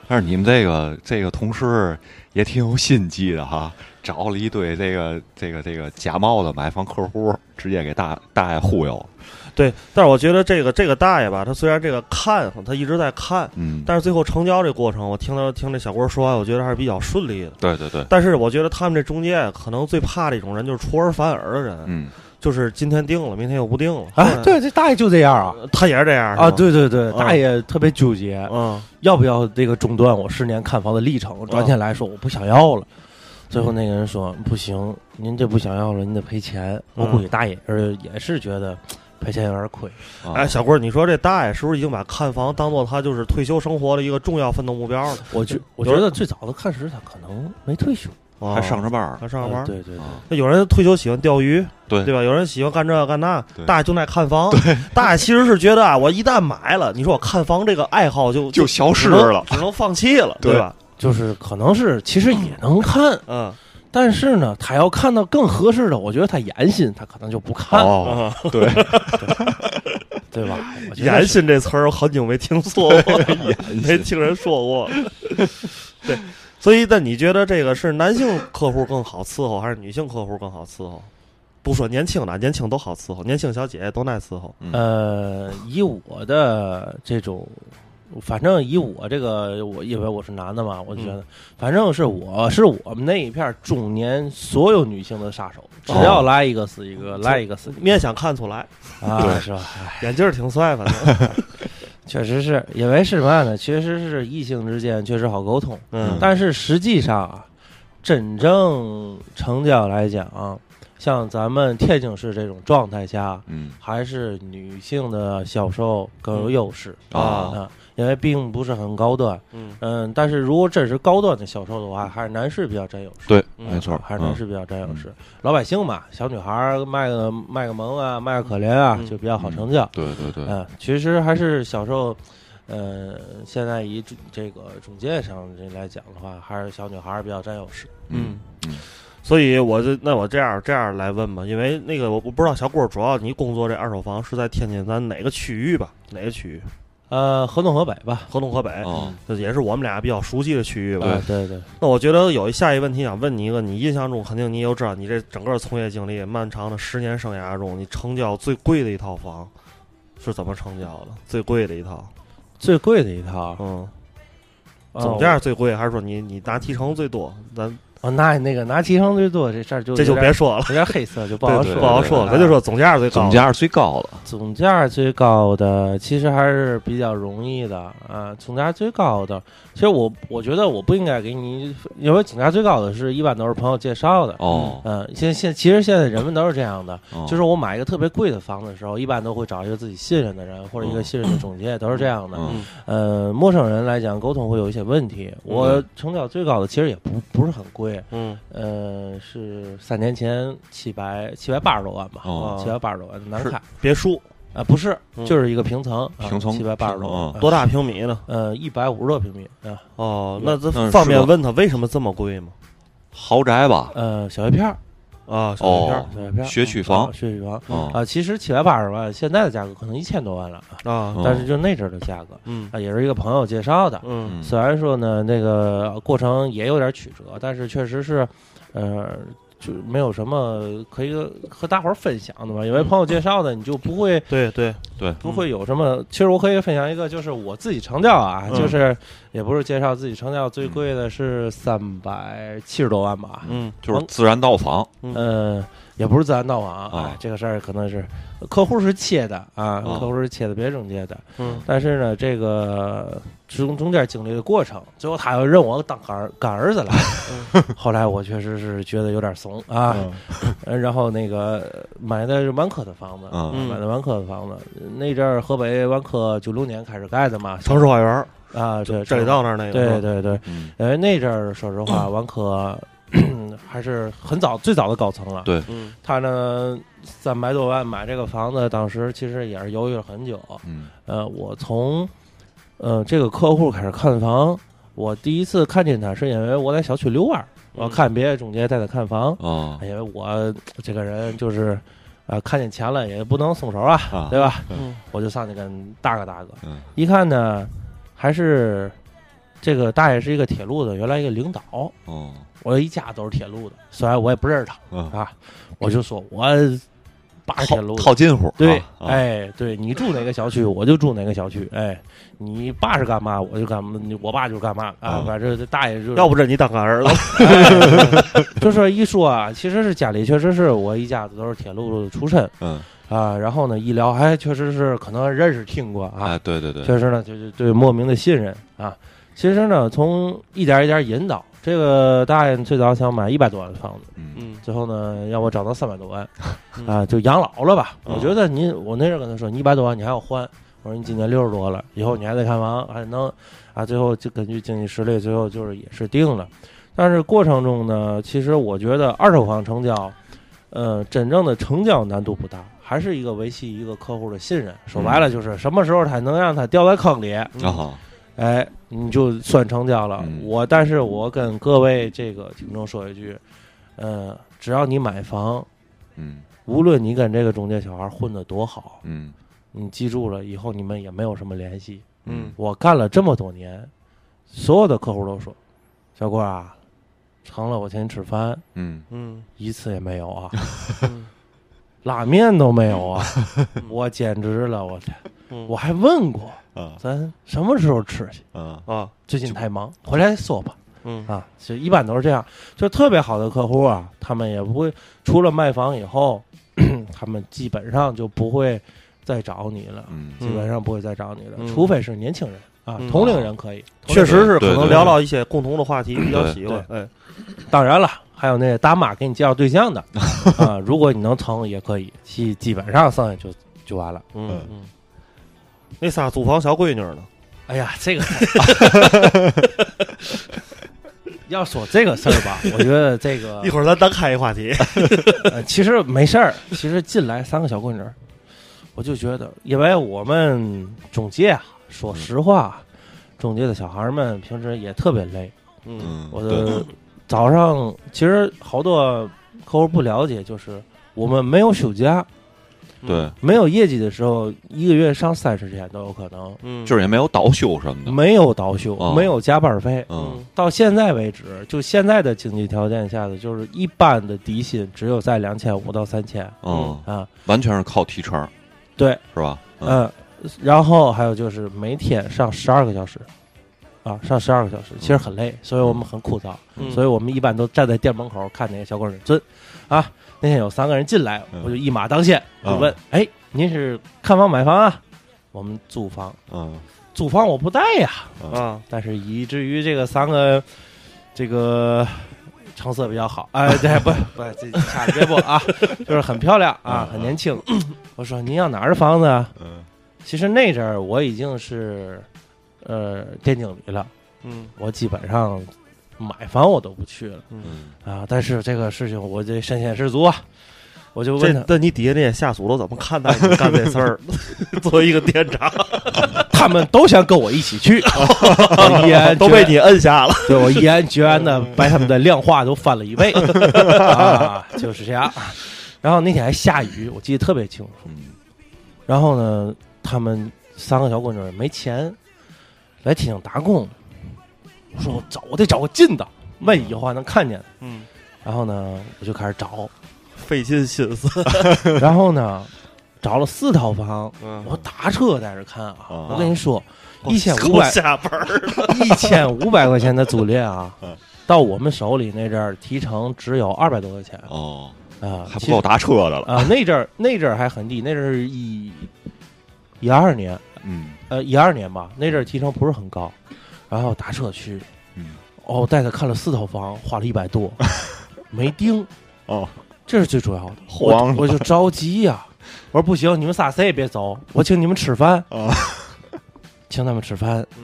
[SPEAKER 2] 但是你们这个这个同事也挺有心机的哈，找了一堆这个这个这个假冒的买房客户，直接给大大爷忽悠。
[SPEAKER 1] 对。但是我觉得这个这个大爷吧，他虽然这个看他一直在看，
[SPEAKER 2] 嗯，
[SPEAKER 1] 但是最后成交这过程，我听他听这小郭说啊完，我觉得还是比较顺利的。
[SPEAKER 2] 对对对，
[SPEAKER 1] 但是我觉得他们这中介可能最怕的一种人就是出尔反尔的人，
[SPEAKER 2] 嗯
[SPEAKER 1] 就是今天定了，明天又不定了。
[SPEAKER 3] 啊，对，这大爷就这样啊。
[SPEAKER 1] 嗯呃，他也是这样
[SPEAKER 3] 啊，，对对对，
[SPEAKER 1] 嗯
[SPEAKER 3] 大爷特别纠结，
[SPEAKER 1] 是吧嗯
[SPEAKER 3] 要不要这个中断我十年看房的历
[SPEAKER 1] 哦
[SPEAKER 3] 程？转天来说我不想要了。最后那个人说不行，您这不想要了，您得赔钱。
[SPEAKER 1] 嗯
[SPEAKER 3] 我估计大爷是也是觉得赔钱有点亏。
[SPEAKER 2] 啊
[SPEAKER 1] 哎，小郭，你说这大爷是不是已经把看房当做他就是退休生活的一个重要奋斗目标了？
[SPEAKER 3] 我觉我觉得最早的开始他可能没退休，
[SPEAKER 1] 啊
[SPEAKER 2] 还上着班儿
[SPEAKER 1] 还上班
[SPEAKER 3] 呃
[SPEAKER 1] 儿？
[SPEAKER 3] 对对对，
[SPEAKER 2] 啊，
[SPEAKER 1] 那有人退休喜欢钓鱼，
[SPEAKER 2] 对
[SPEAKER 1] 对吧？有人喜欢干这干那
[SPEAKER 2] 对，
[SPEAKER 1] 大爷就爱看房。 大爷其实是觉得啊，我一旦买了，你说我看房这个爱好就
[SPEAKER 2] 就消
[SPEAKER 1] 只
[SPEAKER 2] 失
[SPEAKER 1] 能
[SPEAKER 2] 了。
[SPEAKER 1] 只能放弃了，
[SPEAKER 2] 对
[SPEAKER 1] 对吧？
[SPEAKER 3] 就是可能是其实也能看，
[SPEAKER 1] 嗯，
[SPEAKER 3] 但是呢，他要看到更合适的，我觉得他严心，他可能就不看，
[SPEAKER 1] 啊
[SPEAKER 2] 哦，对，
[SPEAKER 3] 对吧？我觉得
[SPEAKER 1] 严
[SPEAKER 3] 是
[SPEAKER 1] 心这词儿我很久没 听说过，没听人说过。对，所以那你觉得这个是男性客户更好伺候，还是女性客户更好伺候？不说年轻的，年轻都好伺候，年轻小姐姐都耐伺候。
[SPEAKER 2] 嗯
[SPEAKER 3] 呃，以我的这种，反正以我这个，我因为我是男的嘛，我就
[SPEAKER 2] 嗯
[SPEAKER 3] 觉得，反正是我是我们那一片中年所有女性的杀手，只
[SPEAKER 2] 哦
[SPEAKER 3] 要来一个死一个，来一个死一
[SPEAKER 1] 面相看出来，
[SPEAKER 3] 个啊，
[SPEAKER 2] 对
[SPEAKER 3] 是吧？哎
[SPEAKER 1] 眼镜儿挺帅，反正
[SPEAKER 3] 确实是因为是什么样呢？确实是异性之间确实好沟通，
[SPEAKER 1] 嗯
[SPEAKER 3] 但是实际上啊，真正成交来讲、像咱们天津市这种状态下，
[SPEAKER 2] 嗯
[SPEAKER 3] 还是女性的销售更有
[SPEAKER 1] 嗯
[SPEAKER 3] 优势。
[SPEAKER 2] 啊
[SPEAKER 3] 啊，因为并不是很高端，
[SPEAKER 1] 嗯
[SPEAKER 3] 嗯，但是如果真是高端的销售的话，还是男士比较占优势，啊
[SPEAKER 2] 对，
[SPEAKER 1] 嗯
[SPEAKER 2] 没错儿，
[SPEAKER 3] 还是男
[SPEAKER 2] 嗯
[SPEAKER 3] 士比较占优势。老百姓嘛，小女孩儿卖个卖个萌啊，卖个可怜啊，
[SPEAKER 1] 嗯
[SPEAKER 3] 就比较好成交。
[SPEAKER 2] 对对对，
[SPEAKER 3] 嗯，其实还是销售，呃，现在以这这个中介上这来讲的话，还是小女孩儿比较占优势。
[SPEAKER 2] 嗯嗯
[SPEAKER 1] 所以我就那我这样这样来问吧，因为那个我我不知道小郭主要你工作这二手房是在天津咱哪个区域吧？哪个区域？
[SPEAKER 3] 呃，河东河北吧，
[SPEAKER 1] 河东河北，
[SPEAKER 2] 哦，
[SPEAKER 1] 这也是我们俩比较熟悉的区域吧。
[SPEAKER 3] 啊对对，
[SPEAKER 1] 那我觉得有一下一问题想问你一个，你印象中肯定你也知道，你这整个从业经历漫长的十年生涯中，你成交最贵的一套房是怎么成交的？最贵的一套，
[SPEAKER 3] 最贵的一套
[SPEAKER 1] 嗯，
[SPEAKER 2] 啊
[SPEAKER 3] 呃
[SPEAKER 1] 总价最贵，还是说你你拿提成最多？咱
[SPEAKER 3] 哦，那那个拿提成最多这事儿就
[SPEAKER 1] 这就
[SPEAKER 3] 有点
[SPEAKER 1] 别说了，
[SPEAKER 3] 有点黑色，就不
[SPEAKER 1] 不
[SPEAKER 3] 好
[SPEAKER 2] 对
[SPEAKER 3] 说，
[SPEAKER 1] 不好说了，咱就说总价最高
[SPEAKER 2] 啊总
[SPEAKER 1] 的。
[SPEAKER 2] 价是最高的，
[SPEAKER 3] 总价最高的其实还是比较容易的啊，总价最高的，其实我我觉得我不应该给你，因为总价最高的是一般都是朋友介绍的。
[SPEAKER 2] 哦，
[SPEAKER 3] 嗯，现现其实现在人们都是这样的，
[SPEAKER 2] 哦
[SPEAKER 3] 就是我买一个特别贵的房子的时候，一般都会找一个自己信任的人或者一个
[SPEAKER 2] 嗯
[SPEAKER 3] 信任的中介，都是这样的。
[SPEAKER 2] 嗯
[SPEAKER 3] 呃，陌生人来讲沟通会有一些问题。我成交最高的其实也不不是很贵，
[SPEAKER 1] 嗯，
[SPEAKER 3] 呃，是三年前七百七百八十多万吧，
[SPEAKER 2] 哦
[SPEAKER 3] 七百八十多万南
[SPEAKER 1] 是
[SPEAKER 3] 开。
[SPEAKER 1] 别墅
[SPEAKER 3] 啊，不是，
[SPEAKER 1] 嗯
[SPEAKER 3] 就是一个平层，啊
[SPEAKER 2] 平层啊
[SPEAKER 3] 七百八十多
[SPEAKER 2] 平，
[SPEAKER 1] 多？大平米呢？
[SPEAKER 3] 呃，一百五十多平米啊，
[SPEAKER 1] 哦，那这
[SPEAKER 2] 那嗯是
[SPEAKER 1] 方便问他为什么这么贵吗？
[SPEAKER 2] 豪宅吧，
[SPEAKER 3] 呃，小叶片儿，
[SPEAKER 1] 啊，小照片儿
[SPEAKER 2] 哦
[SPEAKER 3] 小叶片儿，
[SPEAKER 2] 学区房
[SPEAKER 3] 啊学区房
[SPEAKER 2] 哦
[SPEAKER 3] 啊，其实七百八十万现在的价格可能一千多万了，啊
[SPEAKER 1] 啊，
[SPEAKER 2] 哦
[SPEAKER 3] 但是就那阵儿的价格
[SPEAKER 1] 嗯
[SPEAKER 3] 啊，也是一个朋友介绍的。
[SPEAKER 1] 嗯
[SPEAKER 2] 嗯
[SPEAKER 3] 虽然说呢，那个过程也有点曲折，但是确实是，呃。就没有什么可以和大伙儿分享的嘛，因为朋友介绍的，你就不会
[SPEAKER 1] 对对，
[SPEAKER 2] 对，
[SPEAKER 3] 不会有什么。其实我可以分享一个，就是我自己成交啊，
[SPEAKER 1] 嗯
[SPEAKER 3] 就是也不是介绍自己成交最贵的是三百七十多万吧，
[SPEAKER 1] 嗯
[SPEAKER 2] 就是自然到访，
[SPEAKER 3] 嗯、也不是自然到网
[SPEAKER 2] 啊
[SPEAKER 3] 哎，这个事儿可能是客户是切的啊，
[SPEAKER 2] 啊
[SPEAKER 3] 客户是切的，别的中介的。
[SPEAKER 1] 嗯
[SPEAKER 3] 但是呢，这个中中间经历的过程，最后他又认我当干儿干儿子了。 后来我确实是觉得有点怂啊， 呃然后那个买的是万科的房子，啊
[SPEAKER 2] 嗯
[SPEAKER 1] 嗯
[SPEAKER 3] 买的万科的房子，那阵儿河北万科九六年开始盖的嘛，
[SPEAKER 1] 城市花园儿，
[SPEAKER 3] 啊，对，
[SPEAKER 1] 这里到那儿那个，
[SPEAKER 3] 对对对，
[SPEAKER 2] 嗯，
[SPEAKER 3] 呃，那阵儿说实话，万科 还是很早最早的高层了。
[SPEAKER 2] 对
[SPEAKER 1] 嗯
[SPEAKER 3] 他呢，三百多万买这个房子，当时其实也是犹豫了很久。
[SPEAKER 2] 嗯，
[SPEAKER 3] 呃，我从呃这个客户开始看房，我第一次看见他是因为我在小区遛弯儿，
[SPEAKER 1] 嗯
[SPEAKER 3] 我要看别的中介带他看房，
[SPEAKER 2] 哦，
[SPEAKER 3] 因为我这个人就是。啊，看见钱了也不能松手啊，
[SPEAKER 2] 啊
[SPEAKER 3] 对吧？
[SPEAKER 1] 嗯
[SPEAKER 3] 我就上去跟大哥大哥，
[SPEAKER 2] 嗯
[SPEAKER 3] 一看呢，还是这个大爷是一个铁路的，原来一个领导，
[SPEAKER 2] 哦，
[SPEAKER 3] 我一家都是铁路的，虽然我也不认识他，
[SPEAKER 2] 嗯
[SPEAKER 3] 啊我就说我爸是铁
[SPEAKER 2] 套
[SPEAKER 3] 路的，
[SPEAKER 2] 套近乎，
[SPEAKER 3] 对，
[SPEAKER 2] 啊，啊
[SPEAKER 3] 哎，对你住哪个小区，我就住哪个小区，哎，你爸是干嘛，我就干嘛，你我爸就干嘛啊
[SPEAKER 2] 啊，
[SPEAKER 3] 反正这大爷就是，
[SPEAKER 1] 要不这你当干儿子，
[SPEAKER 3] 就是一说啊，其实是家里确实是我一家子都是铁路出身
[SPEAKER 2] 嗯，
[SPEAKER 3] 啊，然后呢一聊，哎，确实是可能认识听过啊，
[SPEAKER 2] 哎，对对对，
[SPEAKER 3] 确实呢，就是对莫名的信任啊。其实呢，从一点一点引导，这个大爷最早想买一百多万的房子，
[SPEAKER 2] 嗯
[SPEAKER 1] 嗯
[SPEAKER 3] 最后呢让我涨到三百多万，
[SPEAKER 1] 嗯
[SPEAKER 3] 啊，就养老了吧。
[SPEAKER 2] 嗯
[SPEAKER 3] 我觉得您，我那阵儿跟他说，你一百多万你还要还，我说你今年六十多了，以后你还得看房，还能啊。最后就根据经济实力，最后就是也是定了。但是过程中呢，其实我觉得二手房成交，呃，真正的成交难度不大，还是一个维系一个客户的信任。说白
[SPEAKER 1] 嗯
[SPEAKER 3] 了就是什么时候才能让他掉在坑里，
[SPEAKER 2] 啊，
[SPEAKER 3] 哎，你就算成交了。
[SPEAKER 2] 嗯
[SPEAKER 3] 我，但是我跟各位这个听众说一句，呃，只要你买房，
[SPEAKER 2] 嗯
[SPEAKER 3] 无论你跟这个中介小孩混得多好，
[SPEAKER 2] 嗯
[SPEAKER 3] 你记住了，以后你们也没有什么联系。
[SPEAKER 1] 嗯
[SPEAKER 3] 我干了这么多年，所有的客户都说，小郭啊，成了我请你吃饭
[SPEAKER 2] 嗯
[SPEAKER 1] 嗯
[SPEAKER 3] 一次也没有啊，
[SPEAKER 1] 嗯
[SPEAKER 3] 拉面都没有啊，我简直了，我天！
[SPEAKER 1] 嗯
[SPEAKER 3] 我还问过
[SPEAKER 2] 啊
[SPEAKER 3] 咱什么时候吃去，
[SPEAKER 2] 啊，
[SPEAKER 1] 啊
[SPEAKER 3] 最近太忙，回来说吧。
[SPEAKER 1] 嗯
[SPEAKER 3] 啊，就一般都是这样，就特别好的客户啊，他们也不会除了卖房以后， 他们基本上就不会再找你了，
[SPEAKER 2] 嗯
[SPEAKER 3] 基本上不会再找你了，
[SPEAKER 1] 嗯
[SPEAKER 3] 除非是年轻人啊，
[SPEAKER 1] 嗯
[SPEAKER 3] 同龄人可以。同龄
[SPEAKER 1] 确
[SPEAKER 3] 人
[SPEAKER 1] 实是
[SPEAKER 2] 对
[SPEAKER 1] 可能
[SPEAKER 2] 对
[SPEAKER 1] 聊到一些共同的话题，比较喜欢。哎，
[SPEAKER 3] 当然了，还有那大妈给你介绍对象的啊，如果你能成也可以，基基本上剩下就就完了。
[SPEAKER 1] 嗯嗯，那仨租房小闺女呢？
[SPEAKER 3] 哎呀，这个 要说这个事儿吧，我觉得这个
[SPEAKER 1] 一会儿咱单开一话题。
[SPEAKER 3] 呃，其实没事儿，其实进来三个小棍子儿，我就觉得，因为我们中介啊，说
[SPEAKER 2] 嗯
[SPEAKER 3] 实话，中介的小孩儿们平时也特别累。
[SPEAKER 1] 嗯
[SPEAKER 2] 嗯，
[SPEAKER 3] 我
[SPEAKER 2] 对
[SPEAKER 3] 的早上其实好多客户不了解，就是我们没有休假，
[SPEAKER 2] 嗯对，
[SPEAKER 3] 没有业绩的时候，一个月上三十天都有可能，
[SPEAKER 1] 嗯，
[SPEAKER 2] 就是也没有倒休什么的，
[SPEAKER 3] 没有倒休，
[SPEAKER 2] 嗯哦
[SPEAKER 3] 没有加班费。
[SPEAKER 2] 嗯，
[SPEAKER 3] 到现在为止，就现在的经济条件下的，就是一般的底薪只有在两千五到三千
[SPEAKER 2] 嗯，
[SPEAKER 3] 啊，
[SPEAKER 2] 完全是靠提成，
[SPEAKER 3] 对，
[SPEAKER 2] 是吧？嗯，
[SPEAKER 3] 嗯，然后还有就是每天上十二个小时，啊，上十二个小时，
[SPEAKER 2] 嗯
[SPEAKER 3] 其实很累，所以我们很枯燥，
[SPEAKER 1] 嗯
[SPEAKER 3] 所以我们一般都站在店门口看那个小工人尊，啊，那天有三个人进来，
[SPEAKER 2] 嗯
[SPEAKER 3] 我就一马当先，我
[SPEAKER 2] 嗯
[SPEAKER 3] 就问，哎，您是看房买房啊？我们租房，
[SPEAKER 2] 嗯，
[SPEAKER 3] 租房我不带呀，
[SPEAKER 1] 啊，
[SPEAKER 3] 但是以至于这个三个这个成色比较好，哎，对，不不，这掐了别播 啊，就是很漂亮啊，很年轻。
[SPEAKER 1] 嗯
[SPEAKER 3] 我说您要哪儿的房子啊？
[SPEAKER 2] 嗯，
[SPEAKER 3] 其实那阵儿我已经是呃店经理了，
[SPEAKER 1] 嗯
[SPEAKER 3] 我基本上买房我都不去了
[SPEAKER 2] 嗯，
[SPEAKER 3] 啊。但是这个事情我这身先士卒啊，我就
[SPEAKER 1] 这
[SPEAKER 3] 问他，
[SPEAKER 1] 那你底下那些下属都怎么看待你干这事 儿？作为一个店长，
[SPEAKER 3] 他们都想跟我一起 去，我毅然
[SPEAKER 1] 都
[SPEAKER 3] 决
[SPEAKER 1] 被你嗯摁下了。
[SPEAKER 3] 对我毅然决然的把他们的量化都翻了一 倍啊，就是这样。然后那天还下雨，我记得特别清楚。
[SPEAKER 2] 嗯，
[SPEAKER 3] 然后呢，他们三个小姑娘没钱来天津打工，我说我找我得找个近的，万一以后还能看见。
[SPEAKER 1] 嗯，
[SPEAKER 3] 然后呢，我就开始 找，
[SPEAKER 1] 费尽心思。
[SPEAKER 3] 然后呢，找了四套房，
[SPEAKER 1] 嗯，
[SPEAKER 3] 我打车在这看啊。
[SPEAKER 2] 啊
[SPEAKER 3] 我跟你说，一千五
[SPEAKER 1] 够
[SPEAKER 3] 百
[SPEAKER 1] 下本儿了。
[SPEAKER 3] 一千五百块钱的租赁啊
[SPEAKER 2] 嗯，
[SPEAKER 3] 到我们手里那阵儿提成只有二百多块钱啊、
[SPEAKER 2] 哦，还不
[SPEAKER 3] 其实
[SPEAKER 2] 够打车的了，
[SPEAKER 3] 啊、那阵儿那阵儿还很低，那阵儿是一一二年，
[SPEAKER 2] 嗯，
[SPEAKER 3] 呃一二年吧，那阵儿提成不是很高，然后打车去，
[SPEAKER 2] 嗯，
[SPEAKER 3] 哦带他看了四套房，花了一百 多，没钉，
[SPEAKER 2] 哦，
[SPEAKER 3] 这是最主要的，
[SPEAKER 2] 慌
[SPEAKER 3] 我
[SPEAKER 2] 了
[SPEAKER 3] 我就着急呀、我说不行，你们仨谁也别走，我请你们吃饭，
[SPEAKER 2] 啊，
[SPEAKER 3] 请他们吃饭，
[SPEAKER 1] 嗯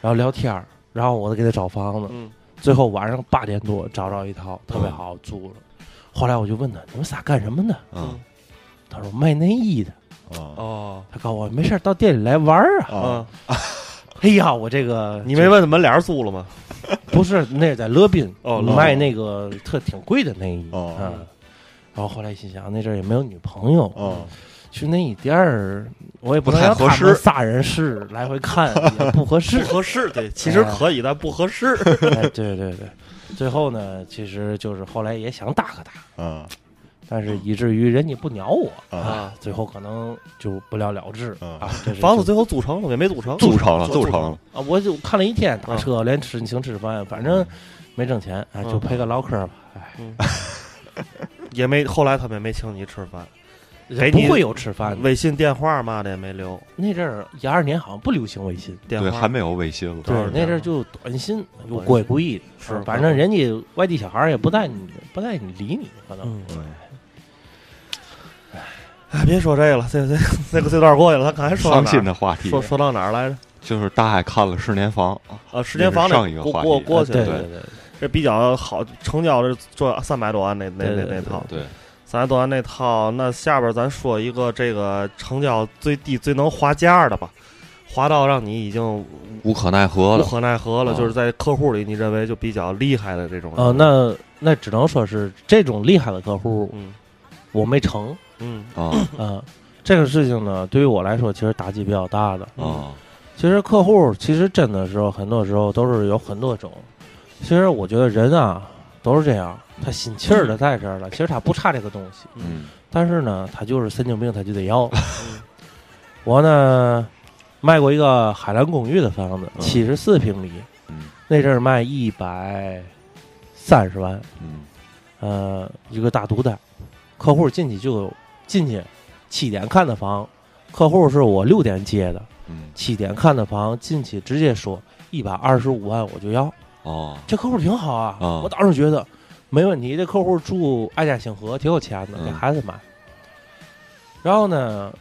[SPEAKER 3] 然后聊天儿，然后我再给他找房子。
[SPEAKER 1] 嗯
[SPEAKER 3] 最后晚上八点多找着一套特别好租了。后来我就问他：“你们仨干什么呢
[SPEAKER 2] 嗯，？”
[SPEAKER 3] 他说：“卖内衣的。
[SPEAKER 2] 啊，
[SPEAKER 1] 哦”
[SPEAKER 3] 他告诉我：“没事儿，到店里来玩儿啊。
[SPEAKER 2] 啊，”
[SPEAKER 3] 哎呀，我这个
[SPEAKER 1] 你没问你们俩人租了吗？
[SPEAKER 3] 不是那是在乐宾
[SPEAKER 1] 哦乐
[SPEAKER 2] 宾
[SPEAKER 3] 卖那个特挺贵的内衣
[SPEAKER 2] 哦
[SPEAKER 3] 啊。然后后来心想，那阵儿也没有女朋友，
[SPEAKER 2] 哦，
[SPEAKER 3] 去内衣店儿我也不能
[SPEAKER 2] 不太
[SPEAKER 3] 让他
[SPEAKER 2] 合适
[SPEAKER 3] 们仨人试来回看，也不合
[SPEAKER 1] 不
[SPEAKER 3] 适。
[SPEAKER 1] 合适，对，其实可以，但不合适。
[SPEAKER 3] 哎，对对对，最后呢，其实就是后来也想打个打，
[SPEAKER 2] 嗯，
[SPEAKER 3] 但是以至于人家不鸟我
[SPEAKER 1] 啊，
[SPEAKER 3] 最后可能就不了了之
[SPEAKER 2] 嗯
[SPEAKER 3] 啊。这是
[SPEAKER 1] 房子
[SPEAKER 3] 就
[SPEAKER 1] 最后租成了也没租成，
[SPEAKER 2] 租成了，
[SPEAKER 1] 租
[SPEAKER 2] 租成了，
[SPEAKER 3] 啊，我就看了一天打车，连吃请吃饭，反
[SPEAKER 2] 嗯
[SPEAKER 3] 正没挣钱，哎，
[SPEAKER 1] 嗯
[SPEAKER 3] 就陪个唠嗑吧。哎，
[SPEAKER 1] 也没。后来他们也没请你吃饭，给你
[SPEAKER 3] 不会有吃饭的。
[SPEAKER 1] 微信电话嘛的也没留，
[SPEAKER 3] 那阵儿一二年好像不流行微信，
[SPEAKER 1] 电
[SPEAKER 2] 对，
[SPEAKER 1] 话
[SPEAKER 2] 还没有啊微信了，
[SPEAKER 1] 对
[SPEAKER 3] 那阵儿就短信，有
[SPEAKER 1] 短信
[SPEAKER 3] 故意故意的，
[SPEAKER 1] 是
[SPEAKER 3] 啊反正人家外地小孩儿也不带你，不带你理你，可能
[SPEAKER 1] 嗯，哎，别说这个了，这这这个这段过去了。咱刚才说到
[SPEAKER 2] 伤
[SPEAKER 1] 哪
[SPEAKER 2] 心
[SPEAKER 1] 儿？
[SPEAKER 2] 的话题
[SPEAKER 1] 说说到哪儿来着？
[SPEAKER 2] 就是大爱看了十年房，
[SPEAKER 1] 啊，时间房
[SPEAKER 2] 上一
[SPEAKER 1] 那
[SPEAKER 2] 个
[SPEAKER 1] 过
[SPEAKER 2] 话
[SPEAKER 1] 过
[SPEAKER 2] 题
[SPEAKER 1] 过去
[SPEAKER 3] 对
[SPEAKER 1] 了，
[SPEAKER 3] 对对，
[SPEAKER 1] 这比较好成交的做三百多万那那那
[SPEAKER 3] 对对
[SPEAKER 1] 那套，
[SPEAKER 2] 对，
[SPEAKER 1] 三百多万那套。那下边咱说一个这个成交最低最能划价的吧，划到让你已经
[SPEAKER 2] 无可奈何
[SPEAKER 1] 无
[SPEAKER 2] 了，
[SPEAKER 1] 可奈何了，
[SPEAKER 2] 啊
[SPEAKER 1] 就是在客户里你认为就比较厉害的这种人。
[SPEAKER 3] 哦，那那只能说是这种厉害的客户，
[SPEAKER 1] 嗯
[SPEAKER 3] 我 没成。
[SPEAKER 1] 嗯
[SPEAKER 2] 啊
[SPEAKER 3] 嗯，这个事情呢，对于我来说其实打击比较大的。
[SPEAKER 1] 哦
[SPEAKER 2] 啊，
[SPEAKER 3] 其实客户其实真的时候，很多时候都是有很多种。其实我觉得人啊都是这样，他心气
[SPEAKER 1] 嗯
[SPEAKER 3] 儿的在这儿了，其实他不差这个东西，
[SPEAKER 2] 嗯
[SPEAKER 3] 但是呢，他就是神经病，他就得要。我呢卖过一个海蓝公寓的房子，
[SPEAKER 2] 嗯
[SPEAKER 3] 七十四平米，
[SPEAKER 2] 嗯
[SPEAKER 3] 那阵儿卖一百三十万，
[SPEAKER 2] 嗯
[SPEAKER 3] 呃，一个大独单，客户进去就有进去，七点看的房，客户是我六点接的，
[SPEAKER 2] 嗯，
[SPEAKER 3] 七点看的房进去直接说一百二十五万我就要，
[SPEAKER 2] 哦，
[SPEAKER 3] 这客户挺好啊，
[SPEAKER 2] 啊
[SPEAKER 3] 我当时觉得没问题，这客户住爱家星河挺有钱的，
[SPEAKER 2] 嗯
[SPEAKER 3] 给孩子买。然后呢，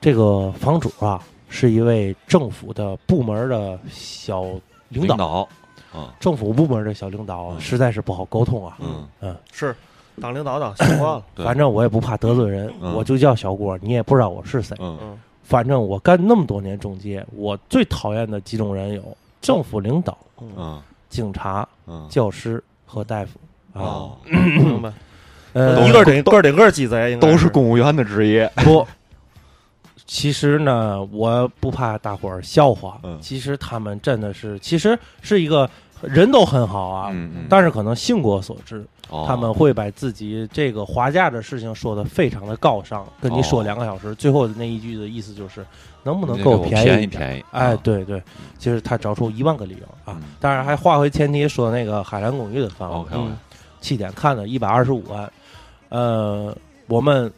[SPEAKER 3] 这个房主啊是一位政府的部门的小领
[SPEAKER 2] 领
[SPEAKER 3] 导，
[SPEAKER 2] 导，啊，
[SPEAKER 3] 政府部门的小领导
[SPEAKER 2] 嗯
[SPEAKER 3] 实在是不好沟通啊，
[SPEAKER 2] 嗯，
[SPEAKER 1] 是当领导当习惯了，
[SPEAKER 2] 对
[SPEAKER 3] 反正我也不怕得罪人，
[SPEAKER 2] 嗯
[SPEAKER 3] 我就叫小郭，你也不知道我是谁。
[SPEAKER 2] 嗯
[SPEAKER 1] 嗯
[SPEAKER 3] 反正我干那么多年中介，我最讨厌的几种人有政府领导、
[SPEAKER 1] 嗯
[SPEAKER 2] 嗯
[SPEAKER 3] 警察、
[SPEAKER 2] 嗯，
[SPEAKER 3] 教师和大夫啊。
[SPEAKER 2] 哦，
[SPEAKER 1] 明白。
[SPEAKER 3] 呃，
[SPEAKER 1] 一个顶个顶个鸡贼，应该
[SPEAKER 2] 都是公务员的职业。
[SPEAKER 3] 不，其实呢，我不怕大伙儿笑话。
[SPEAKER 2] 嗯
[SPEAKER 3] 其实他们真的是，其实是一个人都很好啊，
[SPEAKER 2] 嗯嗯
[SPEAKER 3] 但是可能性国所致，
[SPEAKER 2] 哦
[SPEAKER 3] 他们会把自己这个划价的事情说的非常的高尚，跟你说
[SPEAKER 2] 哦
[SPEAKER 3] 两个小时，最后的那一句的意思就是能不能
[SPEAKER 2] 你
[SPEAKER 3] 给
[SPEAKER 2] 给
[SPEAKER 3] 我
[SPEAKER 2] 我
[SPEAKER 3] 便
[SPEAKER 2] 便
[SPEAKER 3] 宜
[SPEAKER 2] 宜
[SPEAKER 3] 一点
[SPEAKER 2] 便宜
[SPEAKER 3] 哎，
[SPEAKER 2] 啊
[SPEAKER 3] 对对，其实他找出一万个理由啊
[SPEAKER 2] 嗯，
[SPEAKER 3] 当然还划回前提说那个海蓝公寓的范围。
[SPEAKER 2] OK
[SPEAKER 1] 嗯
[SPEAKER 3] 七点看的一百二十五万，呃，我们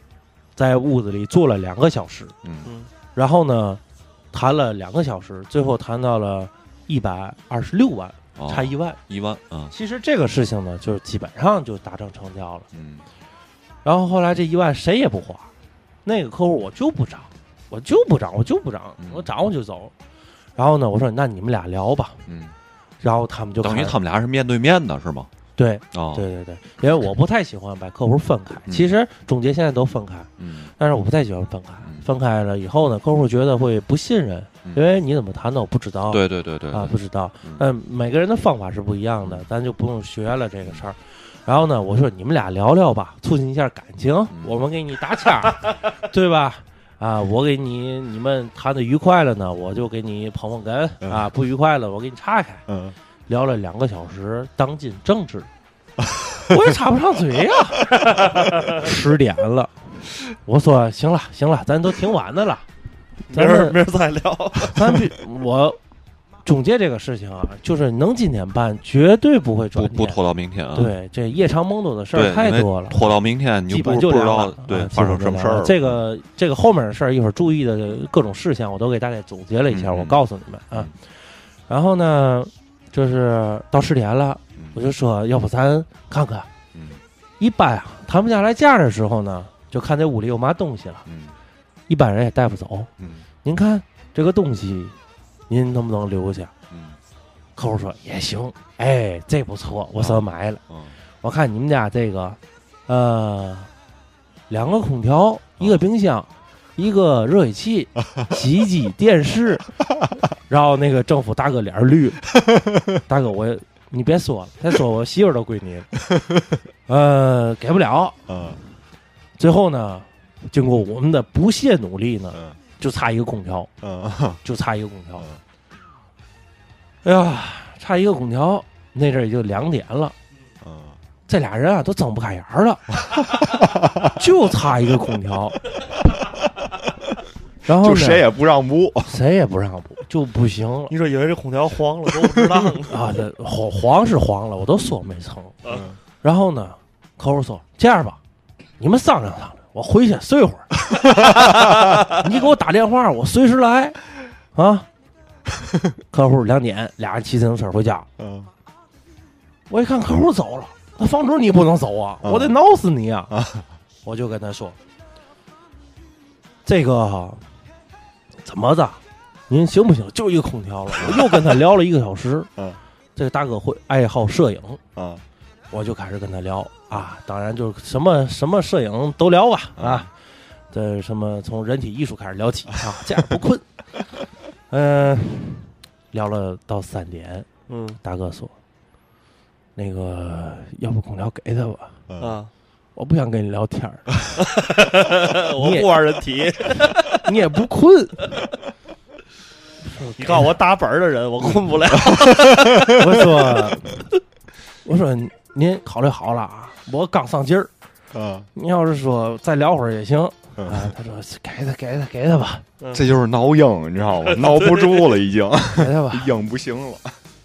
[SPEAKER 3] 在屋子里坐了两个小时，
[SPEAKER 2] 嗯
[SPEAKER 1] 嗯
[SPEAKER 3] 然后呢，谈了两个小时，最后谈到了一百二十六万，
[SPEAKER 2] 哦
[SPEAKER 3] 差一万。
[SPEAKER 2] 一万啊
[SPEAKER 3] 其实这个事情呢，就是基本上就达成成交了。
[SPEAKER 2] 嗯
[SPEAKER 3] 然后后来这一万谁也不花，那个客户我就不涨，我就不涨，我就不涨
[SPEAKER 2] 嗯，
[SPEAKER 3] 我涨我就走。然后呢，我说那你们俩聊吧，
[SPEAKER 2] 嗯，
[SPEAKER 3] 然后他们就
[SPEAKER 2] 等于
[SPEAKER 3] 开始
[SPEAKER 2] 他们俩是面对面的是吗？
[SPEAKER 3] 对
[SPEAKER 2] 哦，
[SPEAKER 3] 对对对，因为我不太喜欢把客户分开，
[SPEAKER 2] 嗯
[SPEAKER 3] 其实中介现在都分开，
[SPEAKER 2] 嗯，
[SPEAKER 3] 但是我不太喜欢分开
[SPEAKER 2] 嗯。
[SPEAKER 3] 分开了以后呢，客户觉得会不信任，
[SPEAKER 2] 嗯
[SPEAKER 3] 因为你怎么谈的我不知道，
[SPEAKER 2] 对对对对
[SPEAKER 3] 啊，
[SPEAKER 2] 对
[SPEAKER 3] 不知道。
[SPEAKER 2] 嗯
[SPEAKER 3] 嗯，每个人的方法是不一样的，咱就不用学了这个事儿。然后呢，我说你们俩聊聊吧，促进一下感情，
[SPEAKER 2] 嗯
[SPEAKER 3] 我们给你打卡， 对吧？啊，我给你你们谈的愉快了呢，我就给你捧捧哏
[SPEAKER 2] 嗯
[SPEAKER 3] 啊；不愉快了，我给你岔开。
[SPEAKER 2] 嗯
[SPEAKER 3] 聊了两个小时当今政治， 我也插不上嘴呀、 十点了，我说行了行了，咱都挺晚的了，
[SPEAKER 1] 明
[SPEAKER 3] 咱
[SPEAKER 1] 儿
[SPEAKER 3] 们
[SPEAKER 1] 明儿再聊。
[SPEAKER 3] 咱比我总结这个事情啊，就是能今天办，绝对不会
[SPEAKER 2] 不
[SPEAKER 3] 转
[SPEAKER 2] 不
[SPEAKER 3] 天
[SPEAKER 2] 拖到明天啊，
[SPEAKER 3] 对，这夜长梦多的事
[SPEAKER 2] 对
[SPEAKER 3] 儿太
[SPEAKER 2] 因为
[SPEAKER 3] 多了。
[SPEAKER 2] 拖到明天你
[SPEAKER 3] 基
[SPEAKER 2] 就不
[SPEAKER 3] 本
[SPEAKER 2] 不
[SPEAKER 3] 就
[SPEAKER 2] 知
[SPEAKER 3] 凉
[SPEAKER 2] 道
[SPEAKER 3] 了，
[SPEAKER 2] 对
[SPEAKER 3] 啊
[SPEAKER 2] 发生什么事儿了，
[SPEAKER 3] 这个这个后面的事儿，一会儿注意的各种事项，我都给大概总结了一下，
[SPEAKER 2] 嗯嗯
[SPEAKER 3] 我告诉你们啊
[SPEAKER 2] 嗯。
[SPEAKER 3] 然后呢，就是到十点了，
[SPEAKER 2] 嗯
[SPEAKER 3] 我就说，要不咱看看。
[SPEAKER 2] 嗯
[SPEAKER 3] 一般啊，谈不下来价的时候呢，就看这屋里有嘛东西了，
[SPEAKER 2] 嗯
[SPEAKER 3] 一般人也带不走。
[SPEAKER 2] 嗯
[SPEAKER 3] 您看这个东西，您能不能留下？
[SPEAKER 2] 嗯
[SPEAKER 3] 客户说也行，哎，这不错，我算买了。
[SPEAKER 2] 嗯
[SPEAKER 3] 我看你们家这个，呃，两个空调，一个冰箱，一个热水器，洗衣机、电视，然后那个政府大哥脸儿绿，大哥我你别说了，再说我媳妇儿都归你 了，呃，给不了。
[SPEAKER 2] 嗯
[SPEAKER 3] 最后呢，经过我们的不懈努力呢，
[SPEAKER 2] 嗯
[SPEAKER 3] 就差一个空调，
[SPEAKER 2] 嗯
[SPEAKER 3] 就差一个空调。哎呀，差一个空调，那阵儿也就两点了。
[SPEAKER 2] 嗯，
[SPEAKER 3] 这俩人啊都睁不开眼儿 了，就差一个空调。然后
[SPEAKER 2] 就
[SPEAKER 3] 呢，
[SPEAKER 2] 谁也不让步，
[SPEAKER 3] 谁也不让步，就不行了
[SPEAKER 1] 你说以为这空调黄了都不知道呢？
[SPEAKER 3] 啊！这黄黄是黄了，我都说没成。
[SPEAKER 1] 嗯
[SPEAKER 3] 然后呢，客户说这样吧，你们商量商量，我回去睡会儿。 你给我打电话，我随时来啊。客户两点，俩人骑自行车回家。
[SPEAKER 2] 嗯
[SPEAKER 3] 我一看客户走了，那房主你不能走啊，
[SPEAKER 2] 嗯
[SPEAKER 3] 我得挠死你啊！我就跟他说，这个哈怎么的，您行不行？就一个空调了， 我又跟他聊了一个小 时。
[SPEAKER 2] 嗯，
[SPEAKER 3] 这个大哥会爱好摄影，
[SPEAKER 2] 嗯
[SPEAKER 3] 我就开始跟他聊啊，当然就是什么什么摄影都聊吧啊，这什么从人体艺术开始聊起啊，这样不困。 嗯、聊了到三点，
[SPEAKER 1] 嗯
[SPEAKER 3] 大哥说：“那个，要不空调给他吧，
[SPEAKER 2] 嗯
[SPEAKER 1] 啊，
[SPEAKER 3] 我不想跟你聊天儿，
[SPEAKER 1] 我不玩人体，
[SPEAKER 3] 你也不困。
[SPEAKER 1] 你告诉我打本儿的人，我困不了。
[SPEAKER 3] 我说， 我说您考虑好了啊，我刚上劲儿，
[SPEAKER 2] 嗯，
[SPEAKER 3] 您要是说再聊会儿也行
[SPEAKER 2] 嗯
[SPEAKER 3] 啊。”他说：“给他，给他，给他吧，
[SPEAKER 2] 这就是挠硬，你知道吗？挠不住了，已经
[SPEAKER 3] 给他吧。”
[SPEAKER 2] 硬不行了。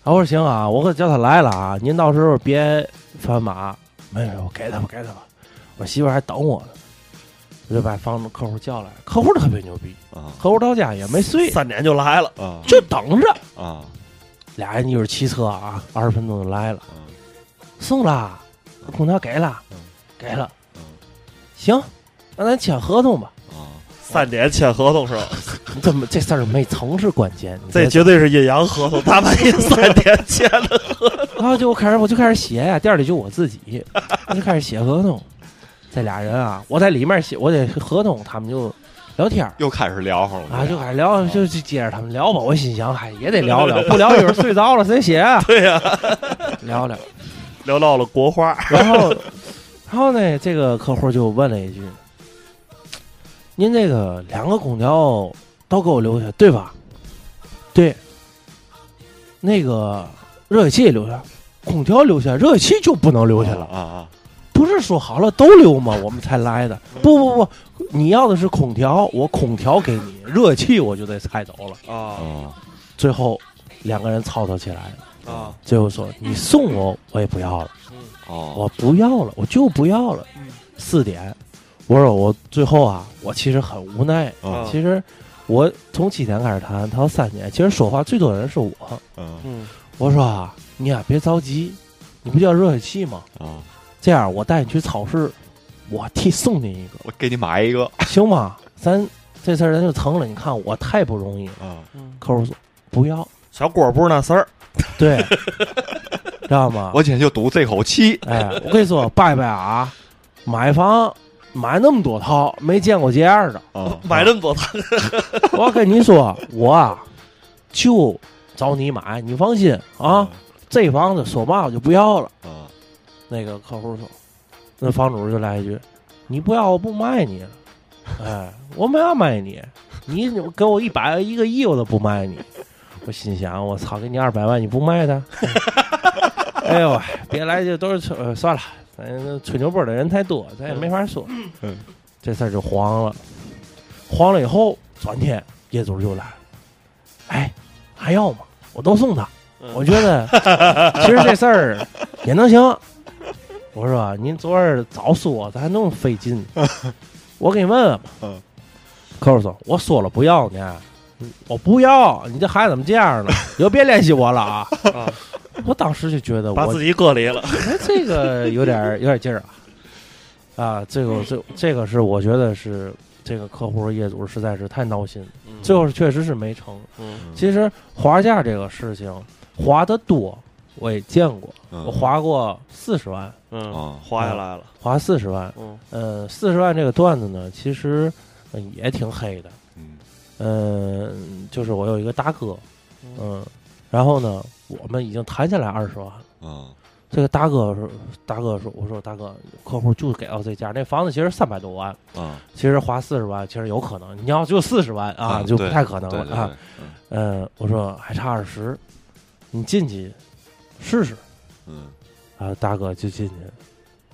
[SPEAKER 3] 啊，我说行啊，我可叫他来了啊，您到时候别翻马。没有，我给他吧，给他吧。我媳妇儿还等我呢，我就把房主客户叫来，客户特别牛逼，
[SPEAKER 2] 啊
[SPEAKER 3] 客户到家也没睡，
[SPEAKER 1] 三点就来了，
[SPEAKER 2] 啊
[SPEAKER 3] 就等着。
[SPEAKER 2] 啊
[SPEAKER 3] 俩人一会儿骑车啊，二十分钟就来了，
[SPEAKER 2] 啊！
[SPEAKER 3] 送啦，空调给了
[SPEAKER 2] 嗯，
[SPEAKER 3] 给了
[SPEAKER 2] 嗯，
[SPEAKER 3] 行，那咱签合同吧。
[SPEAKER 2] 啊，
[SPEAKER 1] 三点签合同是吧？
[SPEAKER 3] 你怎么这事儿没成是关键？你
[SPEAKER 1] 这
[SPEAKER 3] 别
[SPEAKER 1] 绝对是阴阳合同，大半夜三点签 的。
[SPEAKER 3] 啊，就我开始我就开始写呀、店里就我自己，我就开始写合同。这俩人啊，我在里面写，我得合同，他们就聊天儿
[SPEAKER 2] 又开始聊上了
[SPEAKER 3] 啊，就开始聊，就就接着他们聊吧。我心想，嗨，哎也得聊聊，不聊一会儿睡着了谁写啊？
[SPEAKER 1] 对呀、
[SPEAKER 3] 聊聊，
[SPEAKER 1] 聊到了国画，
[SPEAKER 3] 然后。然后呢，这个客户就问了一句：“您这个两个空调都给我留下，对吧？”“对。”“那个热水器留下，空调留下，热水器就不能留下了。
[SPEAKER 2] 啊啊，
[SPEAKER 3] 不是说好了都留吗？我们才来的。不不不，你要的是空调，我空调给你，热水器我就得拆走了。
[SPEAKER 2] 啊
[SPEAKER 1] 啊
[SPEAKER 2] 哦
[SPEAKER 3] 最后两个人吵吵起来了。
[SPEAKER 1] 啊，
[SPEAKER 3] 最后说：“你送我，我也不要了。”
[SPEAKER 2] 哦
[SPEAKER 3] 我不要了，我就不要了。四点，我说我最后啊，我其实很无奈。
[SPEAKER 4] 嗯
[SPEAKER 1] 啊
[SPEAKER 3] 其实我从七点开始谈，谈到三点，其实说话最多的人是我。
[SPEAKER 2] 嗯
[SPEAKER 1] 嗯
[SPEAKER 3] 我说啊，你呀、别着急，你不叫热水器吗？
[SPEAKER 2] 啊，
[SPEAKER 3] 这样，我带你去超市，我替送 你一个，
[SPEAKER 2] 我给你买一个
[SPEAKER 3] 行吗？咱这事儿咱就成了。你看我太不容易了。
[SPEAKER 2] 啊
[SPEAKER 1] 嗯，
[SPEAKER 3] 客户说不要，
[SPEAKER 1] 小郭不是那事儿，
[SPEAKER 3] 对，知道吗？
[SPEAKER 2] 我今天就赌这口气。
[SPEAKER 3] 哎，我跟你说， 拜拜啊，买房买那么多套，没见过这样的。
[SPEAKER 2] 啊，
[SPEAKER 1] 买这么多他
[SPEAKER 3] 我跟你说，我啊就找你买，你放心
[SPEAKER 2] 嗯
[SPEAKER 3] 啊。这房子说嘛我就不要了。
[SPEAKER 2] 啊
[SPEAKER 3] 那个客户说，那房主就来一句：“你不要，我不卖你了。”哎，我没要卖你，你给我一百一个亿我都不卖你。我心想，我操，给你二百万你不卖它？ 哎呦喂，别来这都是吹、呃算了，咱吹牛逼的人太多，咱也没法说。
[SPEAKER 2] 嗯
[SPEAKER 3] 这事儿就黄了，黄了以后，转天业主就来了，哎，还要吗？我都送他。 我觉得其实这事儿也能行。我说啊您昨儿早说，咱还那么费 劲，我给你问问吧。
[SPEAKER 2] 嗯
[SPEAKER 3] 客户说，我说了不要你，啊我不要，你这孩子怎么 这样呢？以后别联系我了啊！
[SPEAKER 1] 啊，
[SPEAKER 3] 我当时就觉得
[SPEAKER 1] 把
[SPEAKER 3] 我
[SPEAKER 1] 自己隔离了。
[SPEAKER 3] 哎，这个有点儿有点劲儿啊！啊，这个这这个是我觉得是这个客户业主实在是太闹心，最后是确实是没成。
[SPEAKER 1] 嗯
[SPEAKER 3] 其实划价这个事情，划的多我也见过，
[SPEAKER 2] 嗯
[SPEAKER 3] 我划过四十万，
[SPEAKER 1] 嗯
[SPEAKER 2] 啊，
[SPEAKER 1] 花下来了，
[SPEAKER 3] 划四十万。
[SPEAKER 1] 嗯
[SPEAKER 3] 呃，四十万这个段子呢，其实呃也挺黑的。
[SPEAKER 2] 嗯
[SPEAKER 3] 嗯、就是我有一个大哥，
[SPEAKER 1] 嗯
[SPEAKER 3] 嗯、然后呢，我们已经谈下来二十万了。
[SPEAKER 2] 啊
[SPEAKER 3] 这个大哥说，大哥说，我说大哥，客户就给到这价，那房子其实三百多万，
[SPEAKER 2] 啊
[SPEAKER 3] 其实花四十万其实有可能，你要就四十万啊，
[SPEAKER 2] 啊
[SPEAKER 3] 就不
[SPEAKER 2] 对
[SPEAKER 3] 太可能
[SPEAKER 2] 对
[SPEAKER 3] 了
[SPEAKER 2] 对
[SPEAKER 3] 啊。
[SPEAKER 2] 对，嗯
[SPEAKER 3] 嗯，我说还差二十，你进去试试
[SPEAKER 2] 嗯
[SPEAKER 3] 啊。大哥就进去，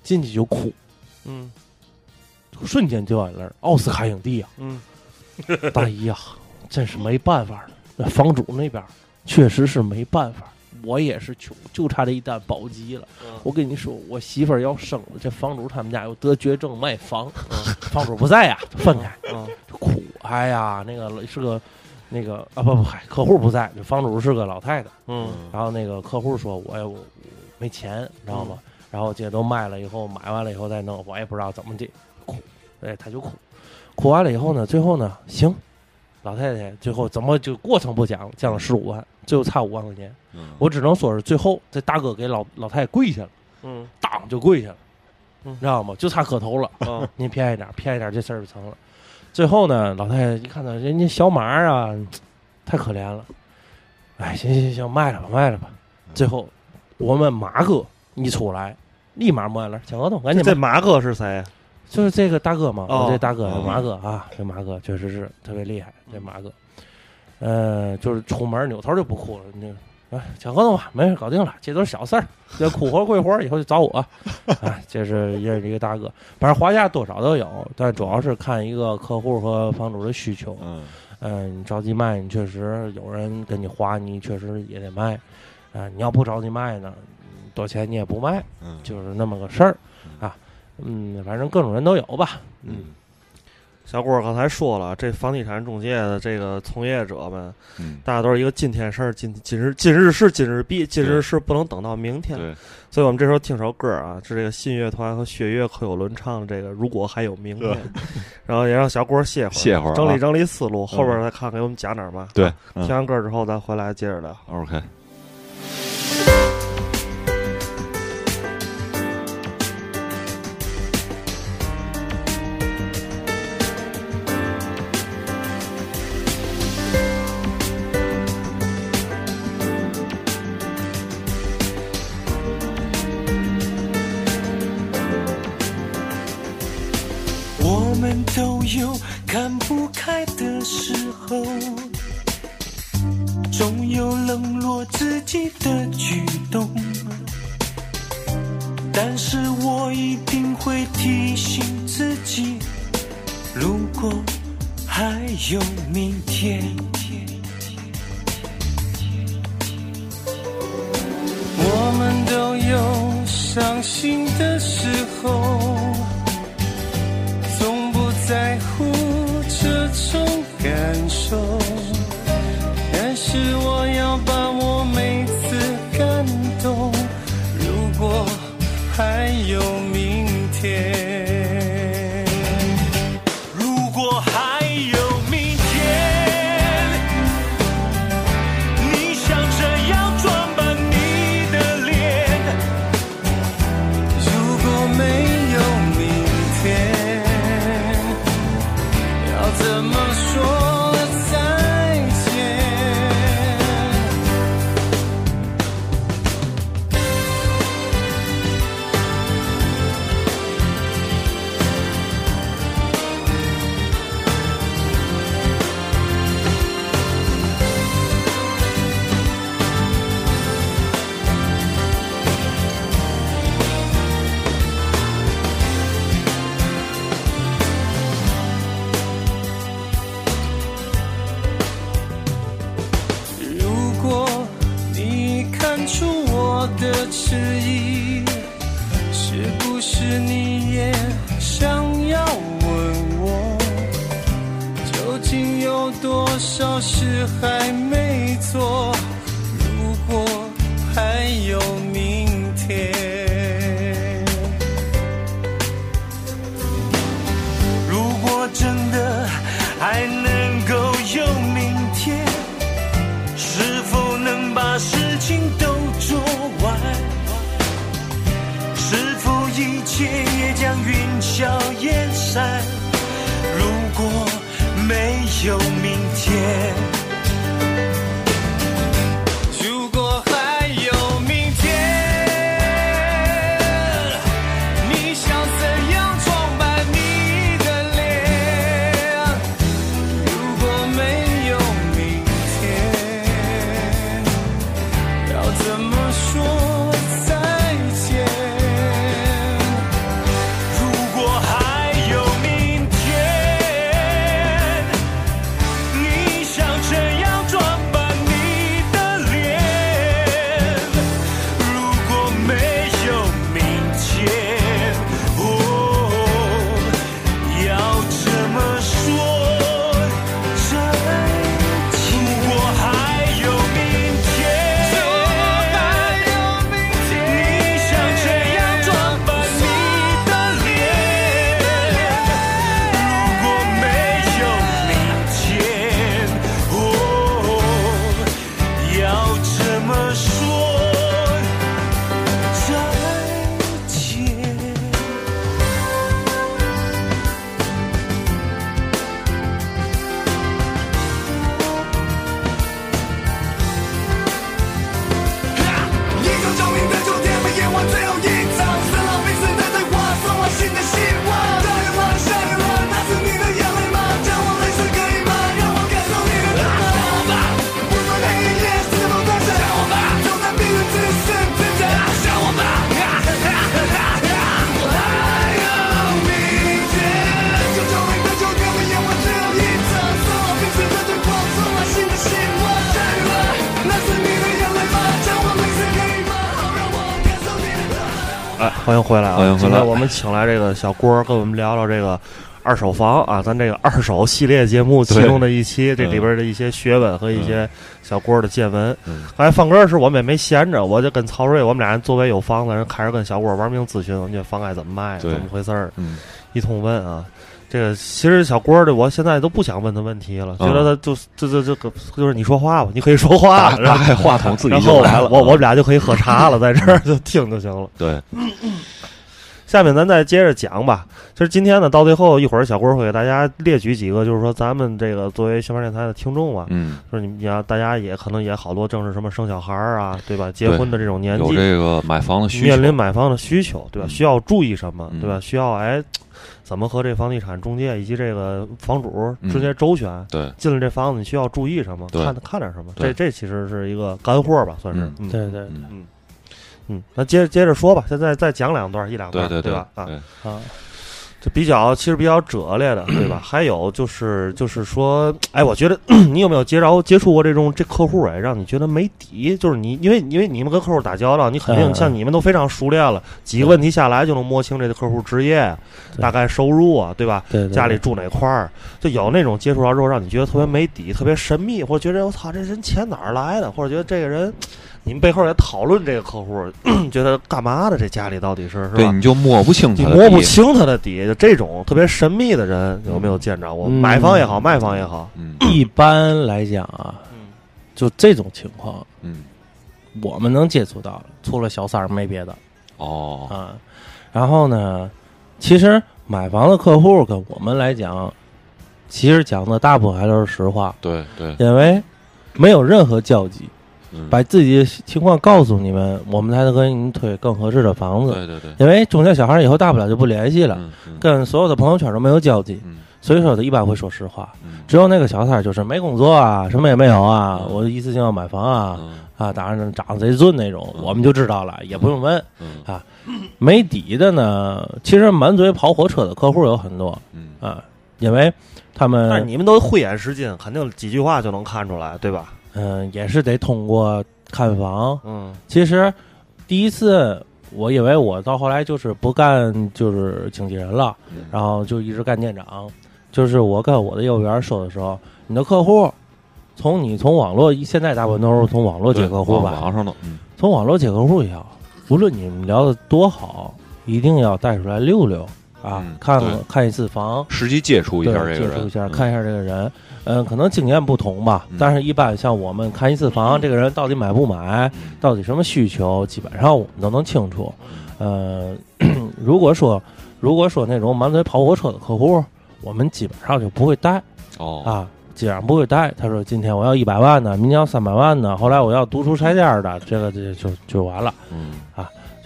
[SPEAKER 3] 进去就哭，
[SPEAKER 1] 嗯
[SPEAKER 3] 瞬间掉眼泪儿，奥斯卡影 帝啊！
[SPEAKER 1] 嗯
[SPEAKER 3] 大姨呀、真是没办法了。那房主那边儿确实是没办法，我也是穷，就差这一单保级了。我跟你说，我媳妇儿要生了，这房主他们家又得绝症卖房，嗯房主不在啊呀、就分开
[SPEAKER 1] 嗯
[SPEAKER 3] 就哭。哎呀，那个是个那个啊，不不，嗨客户不在，这房主是个老太太。
[SPEAKER 1] 嗯
[SPEAKER 3] 然后那个客户说：“我也我没钱，你知道吗？”然后这都卖了以后，买完了以后再弄，我也不知道怎么的，哭，哎，他就哭，哭完了以后呢，最后呢，行，老太太最后怎么就过程不讲，降了十五万，最后差五万块钱，
[SPEAKER 2] 嗯
[SPEAKER 3] 我只能说是最后这大哥给老老太太跪下了，
[SPEAKER 1] 嗯
[SPEAKER 3] 当就跪下了，
[SPEAKER 1] 嗯
[SPEAKER 3] 你知道吗？就差磕头了。
[SPEAKER 1] 啊
[SPEAKER 3] 您便宜点儿，便宜点儿，这事儿就成了。最后呢，老太太一看到人家小马儿啊，太可怜了，哎，行行行，卖了吧，卖了吧。最后我们马哥一出来，立马抹眼泪儿，签合同，赶紧
[SPEAKER 1] 这
[SPEAKER 3] 吧。
[SPEAKER 1] 马哥是谁？啊
[SPEAKER 3] 就是这个大哥嘛，
[SPEAKER 1] 哦
[SPEAKER 3] 我这大哥
[SPEAKER 2] 哦
[SPEAKER 3] 马哥啊，这马哥确实是特别厉害，这马哥，呃，就是出门扭头就不哭了，你就哎，签合同吧，没事，搞定了，这都是小事儿，这哭活贵活，以后就找我。哎，这是也是一个大哥，反正花价多少都有，但主要是看一个客户和房主的需求。
[SPEAKER 2] 嗯
[SPEAKER 3] 嗯、你着急卖，你确实有人跟你花，你确实也得卖。啊、你要不着急卖呢，多钱你也不卖，
[SPEAKER 2] 嗯
[SPEAKER 3] 就是那么个事儿啊。嗯，反正各种人都有吧。
[SPEAKER 2] 嗯
[SPEAKER 1] 小郭刚才说了，这房地产中介的这个从业者们，
[SPEAKER 2] 嗯，
[SPEAKER 1] 大家都是一个今天事儿，今今日今日事今日毕，今日事不能等到明天。
[SPEAKER 2] 对，
[SPEAKER 1] 所以我们这时候听首歌啊，是这个信乐团和血月克有伦唱的这个《如果还有明天》， 然后也让小郭歇会儿，嗯
[SPEAKER 2] 歇会儿啊
[SPEAKER 1] 整理整理思路，后边再看给我们讲点儿嘛。啊
[SPEAKER 2] 对，嗯
[SPEAKER 1] 听完歌之后，咱回来接着聊。
[SPEAKER 2] OK，
[SPEAKER 4] 如都有看不开的时候，总有冷落自己的举动。但是我一定会提醒自己，如果还有明天。我们都有伤心的时候，从不在乎这种感受。但是我要把握每次感动，如果还有明天，如果还有明天。你笑着要装扮你的脸，如果没有明天，要怎么说再见？如果你看出我的迟疑，是不是你也想要问我，究竟有多少事还没做？如果还有明天，如果真的还能够有明天。是否能把事情都做完？是否一切也将云消烟散？如果没有明天。如果还有明天，你想怎样装扮你的脸？如果没有明天，要怎么说再见？如果还有明天，你想怎样装扮你的脸？如果没有明天，哦，要怎么说再见？如果还有明天，如果还有明天，你想怎样装扮你的脸？如果没有明天，哦，要怎么说？再见。
[SPEAKER 5] 一个照明的秋天，被演完最后一场，死老彼此的对话，送我新的希望。下雨了，下雨了，那是你的眼泪吗？将我泪水可以吗？让我感受你的疼爱。让我吧，无论黑夜是否短暂，让我吧，走在命运之线之前，让我吧。我还有明天。一个照明的秋天，被演完最后一场，死老彼此的对话，送我新的希望。下雨了，那是你的眼泪吗？将我泪水可以吗？好让我感受你的疼爱。
[SPEAKER 1] 哎，欢迎回来啊！
[SPEAKER 2] 欢迎回来
[SPEAKER 1] 今天我们请来这个小郭儿，跟我们聊聊这个二手房啊，咱这个二手系列节目其中的一期，这里边的一些学问和一些小郭儿的见闻。
[SPEAKER 2] 嗯
[SPEAKER 1] 刚才放歌时，我们也没闲着，我就跟曹睿，我们俩人作为有房的人，开始跟小郭儿玩命咨询，我们这房该怎么卖，啊怎
[SPEAKER 2] 对
[SPEAKER 1] 么回事儿，
[SPEAKER 2] 嗯，
[SPEAKER 1] 一通问啊。这个其实小郭儿的，我现在都不想问他问题
[SPEAKER 2] 嗯
[SPEAKER 1] 了，觉得他就这这这个就是你说话吧，你可以说话
[SPEAKER 2] 打
[SPEAKER 1] 了，然
[SPEAKER 2] 打
[SPEAKER 1] 后
[SPEAKER 2] 开话筒自己
[SPEAKER 1] 然
[SPEAKER 2] 就
[SPEAKER 1] 后
[SPEAKER 2] 来了。
[SPEAKER 1] 我我们俩就可以喝茶了，在这儿就听就行了。
[SPEAKER 2] 对
[SPEAKER 1] 下面咱再接着讲吧。就是今天呢，到最后一会儿，小郭会给大家列举几个，就是说咱们这个作为新闻电台的听众啊，
[SPEAKER 2] 嗯，
[SPEAKER 1] 就是你要大家也可能也好多正是什么生小孩儿啊，对吧？结婚的这种年
[SPEAKER 2] 嗯有
[SPEAKER 1] 纪，
[SPEAKER 2] 这个买房的需求
[SPEAKER 1] 面，临买房的需求，对吧？
[SPEAKER 2] 嗯
[SPEAKER 1] 需要注意什么，
[SPEAKER 2] 嗯
[SPEAKER 1] 对吧？需要哎，怎么和这房地产中介以及这个房主之间周旋？
[SPEAKER 2] 对，
[SPEAKER 1] 进了这房子，你需要注意什么？
[SPEAKER 2] 对
[SPEAKER 1] 看看点什么？这
[SPEAKER 2] 对
[SPEAKER 1] 这其实是一个干货吧，算是。
[SPEAKER 2] 嗯
[SPEAKER 1] 嗯
[SPEAKER 3] 对对
[SPEAKER 2] 嗯，
[SPEAKER 1] 嗯，那接着接着说吧，现在再讲两段一两
[SPEAKER 2] 对
[SPEAKER 1] 段，
[SPEAKER 2] 对
[SPEAKER 1] 吧？啊，
[SPEAKER 2] 对，
[SPEAKER 3] 啊，
[SPEAKER 1] 这比较其实比较折裂 的，对吧？还有就是就是说，哎，我觉得 你有没有接着接触过这种这客户哎，让你觉得没底？就是你因为因为你们跟客户打交道，你肯定
[SPEAKER 3] 嗯
[SPEAKER 1] 像你们都非常熟练了，几个问题下来就能摸清这个客户职业、
[SPEAKER 3] 对
[SPEAKER 1] 大概收入啊，对吧？
[SPEAKER 3] 对对
[SPEAKER 1] 家里住哪块儿，就有那种接触到之后让你觉得特别没底、特别神秘，或者觉得我操这人钱哪儿来的，或者觉得这个人，你们背后也讨论这个客户， 觉得干嘛的？这家里到底是是
[SPEAKER 2] 对，
[SPEAKER 1] 吧？
[SPEAKER 2] 你就摸不清
[SPEAKER 1] 你
[SPEAKER 2] 他的
[SPEAKER 1] 摸
[SPEAKER 2] 底
[SPEAKER 1] 不清他的底，就这种特别神秘的人有没有见着过？
[SPEAKER 3] 嗯
[SPEAKER 1] 买方也好，卖方也好，
[SPEAKER 2] 嗯
[SPEAKER 3] 一般来讲啊，就这种情况，
[SPEAKER 2] 嗯，
[SPEAKER 3] 我们能接触到的，除了小三儿没别的
[SPEAKER 2] 哦，
[SPEAKER 3] 啊。然后呢，其实买房的客户跟我们来讲，其实讲的大部分还都是实话，
[SPEAKER 2] 对对，
[SPEAKER 3] 因为没有任何交集，
[SPEAKER 2] 嗯，
[SPEAKER 3] 把自己的情况告诉你们，我们才能给你们推更合适的房子。
[SPEAKER 2] 对对对，
[SPEAKER 3] 因为中间小孩以后大不了就不联系了，
[SPEAKER 2] 嗯嗯
[SPEAKER 3] 跟所有的朋友圈都没有交集，
[SPEAKER 2] 嗯
[SPEAKER 3] 所以说他一般会说实话。
[SPEAKER 2] 嗯
[SPEAKER 3] 只有那个小三儿就是没工作啊，什么也没有啊，
[SPEAKER 2] 嗯
[SPEAKER 3] 我一次性要买房啊
[SPEAKER 2] 嗯
[SPEAKER 3] 啊，当然长得贼俊那种，
[SPEAKER 2] 嗯
[SPEAKER 3] 我们就知道了，也不用问。
[SPEAKER 2] 嗯
[SPEAKER 3] 没底的呢，其实满嘴跑火车的客户有很多
[SPEAKER 2] 嗯
[SPEAKER 3] 啊，因为他
[SPEAKER 1] 但是
[SPEAKER 3] 们
[SPEAKER 1] 你们都慧眼识金，肯定几句话就能看出来，对吧？
[SPEAKER 3] 嗯、也是得通过看房。
[SPEAKER 1] 嗯
[SPEAKER 3] 其实第一次我以为我到后来就是不干就是经纪人了，
[SPEAKER 2] 嗯
[SPEAKER 3] 然后就一直干店长。就是我跟我的业务员说的时候，你的客户从你从网络，现在大部分都是从网络接
[SPEAKER 2] 对
[SPEAKER 3] 客户
[SPEAKER 2] 网
[SPEAKER 3] 吧，
[SPEAKER 2] 网上的，嗯
[SPEAKER 3] 从网络接客户也好，无论你们聊的多好，一定要带出来溜溜啊，
[SPEAKER 2] 嗯
[SPEAKER 3] 看
[SPEAKER 2] 对
[SPEAKER 3] 看一次房，
[SPEAKER 2] 实际接触一
[SPEAKER 3] 对
[SPEAKER 2] 下，这个
[SPEAKER 3] 接触
[SPEAKER 2] 人，
[SPEAKER 3] 一下，
[SPEAKER 2] 嗯
[SPEAKER 3] 看一下这个人。嗯，可能经验不同吧，
[SPEAKER 2] 嗯
[SPEAKER 3] 但是一般像我们看一次房，这个人到底买不买，到底什么需求，基本上我们都能清楚。呃， 如果说如果说那种满嘴跑火车的客户，我们基本上就不会带
[SPEAKER 2] 哦，
[SPEAKER 3] 啊，基本上不会带。他说今天我要一百万的，明天要三百万的，后来我要独出拆迁的，这个这就就完了，
[SPEAKER 2] 嗯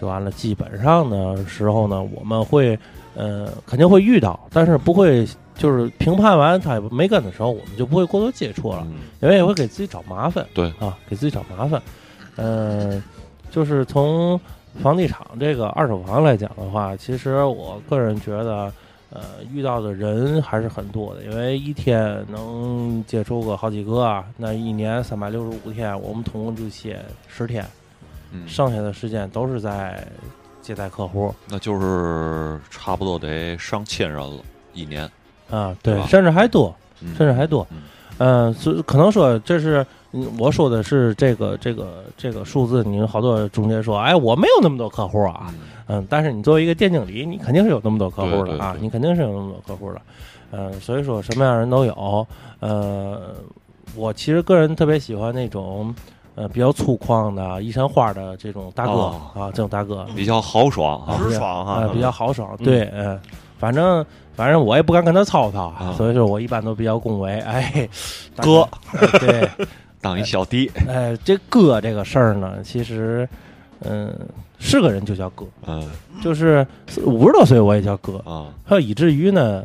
[SPEAKER 3] 就完了。基本上的时候呢，我们会呃肯定会遇到，但是不会就是评判完他没跟的时候，我们就不会过多接触了。
[SPEAKER 2] 嗯
[SPEAKER 3] 因为也会哎给自己找麻烦，
[SPEAKER 2] 对
[SPEAKER 3] 啊，给自己找麻烦。嗯，就是从房地产这个二手房来讲的话，其实我个人觉得，呃，遇到的人还是很多的，因为一天能接触个好几个啊，那一年三百六十五天，我们总共就歇十天，
[SPEAKER 2] 嗯，
[SPEAKER 3] 剩下的时间都是在接待客户
[SPEAKER 2] 那就是差不多得上千人了，一年，
[SPEAKER 3] 啊，对
[SPEAKER 2] 对，吧
[SPEAKER 3] 甚至还多，
[SPEAKER 2] 嗯
[SPEAKER 3] 甚至还多
[SPEAKER 2] 嗯。
[SPEAKER 3] 嗯，所以可能说这是嗯我说的是这个这个这个数字，你好多中介说，哎，我没有那么多客户啊，
[SPEAKER 2] 嗯
[SPEAKER 3] 嗯，但是你作为一个店经理，你肯定是有那么多客户
[SPEAKER 2] 对
[SPEAKER 3] 的
[SPEAKER 2] 对
[SPEAKER 3] 啊
[SPEAKER 2] 对，
[SPEAKER 3] 你肯定是有那么多客户的，嗯，所以说什么样的人都有，呃，我其实个人特别喜欢那种。呃，比较粗犷的，一身花的这种大哥、
[SPEAKER 2] 哦
[SPEAKER 3] 啊，这种大哥，
[SPEAKER 2] 比较豪爽
[SPEAKER 3] 啊
[SPEAKER 2] 啊，
[SPEAKER 1] 直爽哈
[SPEAKER 3] 呃，比较豪爽。
[SPEAKER 1] 嗯
[SPEAKER 3] 对，嗯，反正反正我也不敢跟他操他，
[SPEAKER 2] 啊
[SPEAKER 3] 所以说我一般都比较恭维。哎，大
[SPEAKER 1] 哥，
[SPEAKER 3] 哥，对，
[SPEAKER 2] 当一小弟，
[SPEAKER 3] 哎，这哥这个事儿呢，其实，嗯、是个人就叫哥，
[SPEAKER 2] 嗯
[SPEAKER 3] 就是五十多岁我也叫哥，
[SPEAKER 2] 啊，
[SPEAKER 3] 还有以至于呢，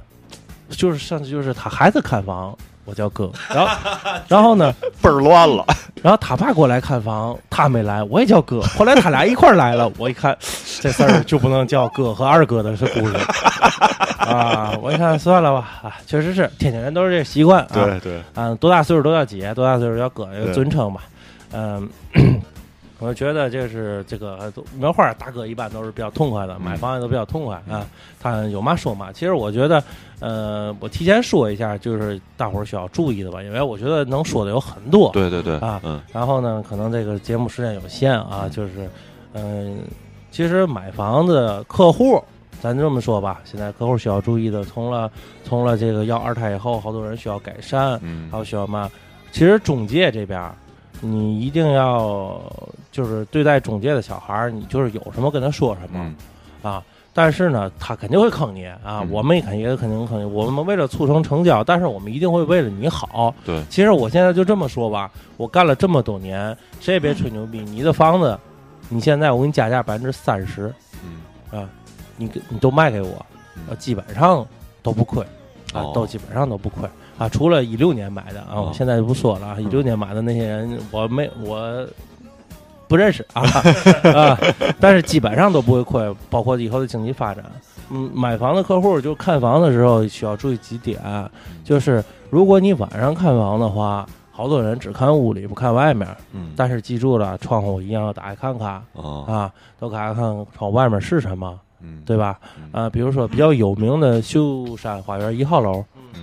[SPEAKER 3] 就是上次就是他孩子看房，我叫哥，然后然后呢，
[SPEAKER 1] 倍儿乱了，
[SPEAKER 3] 然后他爸过来看房，他没来，我也 叫哥。后来他俩一块儿来了，我一看这事儿就不能叫哥和二哥的是 故事啊！我一看算了吧，啊，确实是天津人都是这习惯啊。
[SPEAKER 2] 对，
[SPEAKER 3] 啊，多大岁数都叫姐，多大岁数都叫哥，有
[SPEAKER 1] 对
[SPEAKER 3] 尊称吧。嗯， 我觉得这是这个描画大哥一般都是比较痛快的，
[SPEAKER 2] 嗯
[SPEAKER 3] 买房也都比较痛快
[SPEAKER 2] 嗯
[SPEAKER 3] 啊。他有嘛说嘛。其实我觉得，呃，我提前说一下，就是大伙儿需要注意的吧，因为我觉得能说的有很多。
[SPEAKER 2] 对对对，
[SPEAKER 3] 啊
[SPEAKER 2] 嗯
[SPEAKER 3] 然后呢，可能这个节目时间有限啊，就是，嗯、其实买房子客户，咱这么说吧，现在客户需要注意的，从了从了这个要二胎以后，好多人需要改善，
[SPEAKER 2] 嗯
[SPEAKER 3] 还，有需要嘛。其实中介这边儿，你一定要就是对待中介的小孩儿，你就是有什么跟他说什么、
[SPEAKER 2] 嗯
[SPEAKER 3] 啊。但是呢，他肯定会坑你啊，
[SPEAKER 2] 嗯
[SPEAKER 3] 我们也肯也肯定坑你。我们为了促成成交，但是我们一定会为了你好。
[SPEAKER 2] 对，
[SPEAKER 3] 其实我现在就这么说吧，我干了这么多年，谁也别吹牛逼，你的房子，你现在我给你加价百分之三十，
[SPEAKER 2] 嗯，
[SPEAKER 3] 你给你都卖给我，呃，基本上都不亏啊
[SPEAKER 2] 哦，
[SPEAKER 3] 都基本上都不亏啊，除了一六年买的啊，
[SPEAKER 2] 哦
[SPEAKER 3] 我现在就不说了啊，一六年买的那些人，我没我不认识 啊啊，但是基本上都不会亏，包括以后的经济发展。嗯，买房的客户就看房的时候需要注意几点，
[SPEAKER 2] 嗯
[SPEAKER 3] 就是如果你晚上看房的话，好多人只看屋里不看外面，
[SPEAKER 2] 嗯，
[SPEAKER 3] 但是记住了，窗户一样要打开看看
[SPEAKER 2] 啊，
[SPEAKER 3] 啊，都看看窗户外面是什么。
[SPEAKER 2] 嗯，
[SPEAKER 3] 对吧？啊、比如说比较有名的秀山花园一号楼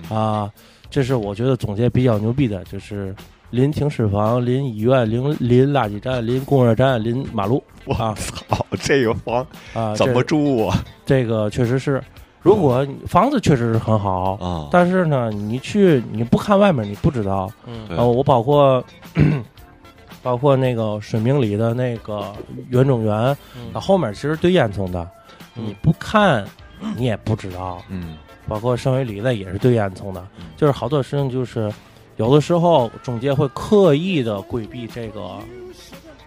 [SPEAKER 3] 啊、
[SPEAKER 2] 嗯
[SPEAKER 3] 这是我觉得总结比较牛逼的，就是临停尸房、临医院、临临垃圾站、临供热站、临马路啊
[SPEAKER 2] 操，这个房
[SPEAKER 3] 啊，
[SPEAKER 2] 怎么住啊？
[SPEAKER 3] 这？这个确实是，如果你房子确实是很好，
[SPEAKER 2] 啊，
[SPEAKER 3] 但是呢，你去你不看外面，你不知道。
[SPEAKER 1] 嗯
[SPEAKER 2] 对
[SPEAKER 3] 呃，我包括包括那个水明里的那个园中园，它后面其实堆烟囱的，你不看你也不知道。
[SPEAKER 2] 嗯，
[SPEAKER 3] 包括生育里的也是堆烟囱的，就是好多事情就是有的时候中介会刻意的规避这个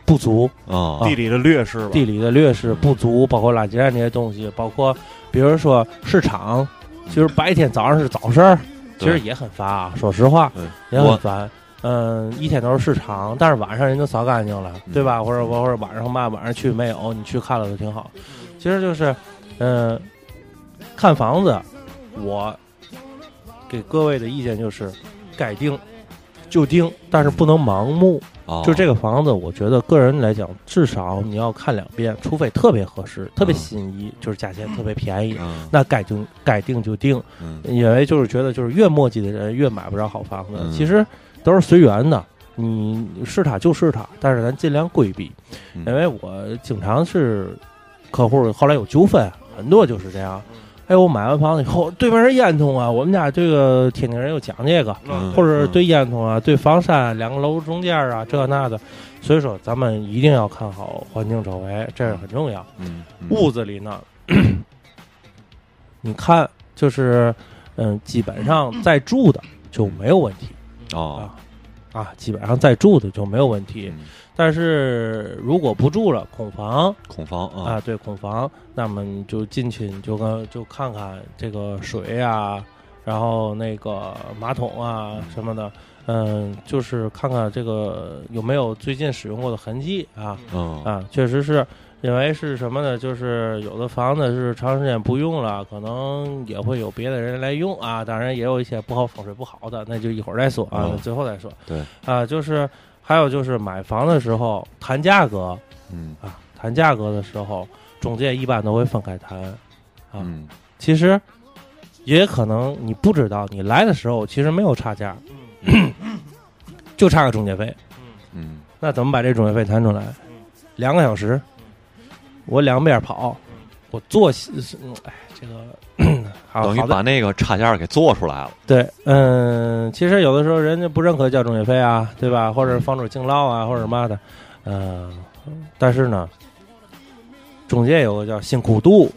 [SPEAKER 3] 不足，
[SPEAKER 2] 啊，
[SPEAKER 1] 地理的劣势吧，
[SPEAKER 3] 地理的劣势不足，包括垃圾站这些东西，包括比如说市场，其实白天早上是早市儿，其实
[SPEAKER 2] 嗯对
[SPEAKER 3] 也很烦啊，说实话
[SPEAKER 2] 对
[SPEAKER 3] 也很
[SPEAKER 2] 我
[SPEAKER 3] 烦。嗯，一天都是市场，但是晚上人都扫干净了，
[SPEAKER 2] 嗯
[SPEAKER 3] 对吧？或者或者晚上嘛，晚上去没有，你去看了就挺好。其实就是，嗯、看房子，我给各位的意见就是，该定就定，但是不能盲目。
[SPEAKER 2] 啊
[SPEAKER 3] 就这个房子，我觉得个人来讲，至少你要看两遍，除非特别合适、特别心仪，就是价钱特别便宜，
[SPEAKER 2] 嗯
[SPEAKER 3] 那该定该定就定。
[SPEAKER 2] 嗯
[SPEAKER 3] 因为就是觉得，就是越墨迹的人越买不着好房子，
[SPEAKER 2] 嗯
[SPEAKER 3] 其实都是随缘的。你是它就是它，但是咱尽量规避，
[SPEAKER 2] 嗯
[SPEAKER 3] 因为我经常是客户后来有纠纷，很多就是这样。
[SPEAKER 2] 嗯
[SPEAKER 3] 哎，我买完房子以后，对面是烟囱啊，我们家这个天津人又讲这个，
[SPEAKER 2] 嗯
[SPEAKER 3] 或者是对烟囱啊、对房山两个楼中间啊，这那的。所以说，咱们一定要看好环境周围，这是很重要。
[SPEAKER 2] 嗯嗯
[SPEAKER 3] 屋子里呢，你看就是，嗯，基本上在住的就没有问题
[SPEAKER 2] 啊，
[SPEAKER 3] 啊，基本上在住的就没有问题。
[SPEAKER 2] 嗯
[SPEAKER 3] 但是如果不住了，恐房
[SPEAKER 2] 恐房
[SPEAKER 3] 啊，
[SPEAKER 2] 啊，
[SPEAKER 3] 对恐房，那么你就进去，你就跟就看看这个水啊，然后那个马桶啊什么的，嗯，就是看看这个有没有最近使用过的痕迹啊
[SPEAKER 2] 嗯
[SPEAKER 3] 啊，确实是。因为是什么呢？就是有的房子是长时间不用了，可能也会有别的人来用啊。当然也有一些不好风水不好的，那就一会儿再说啊，
[SPEAKER 2] 嗯
[SPEAKER 3] 最后再说。
[SPEAKER 2] 对
[SPEAKER 3] 啊，就是还有就是买房的时候谈价格，
[SPEAKER 2] 嗯
[SPEAKER 3] 啊，谈价格的时候，中介一般都会分开谈。啊
[SPEAKER 2] 嗯
[SPEAKER 3] 其实也可能你不知道，你来的时候其实没有差价，就差个中介费。
[SPEAKER 2] 嗯
[SPEAKER 3] 那怎么把这中介费谈出来？两个小时，我两边跑，我做西，嗯哎，这个 好
[SPEAKER 2] 等于
[SPEAKER 3] 啊好的
[SPEAKER 2] 把那个差价给做出来了，
[SPEAKER 3] 对，嗯，其实有的时候人家不认可叫中介费啊，对吧？或者是房主敬唠啊，或者什么的，嗯、但是呢，中介有个叫辛苦度，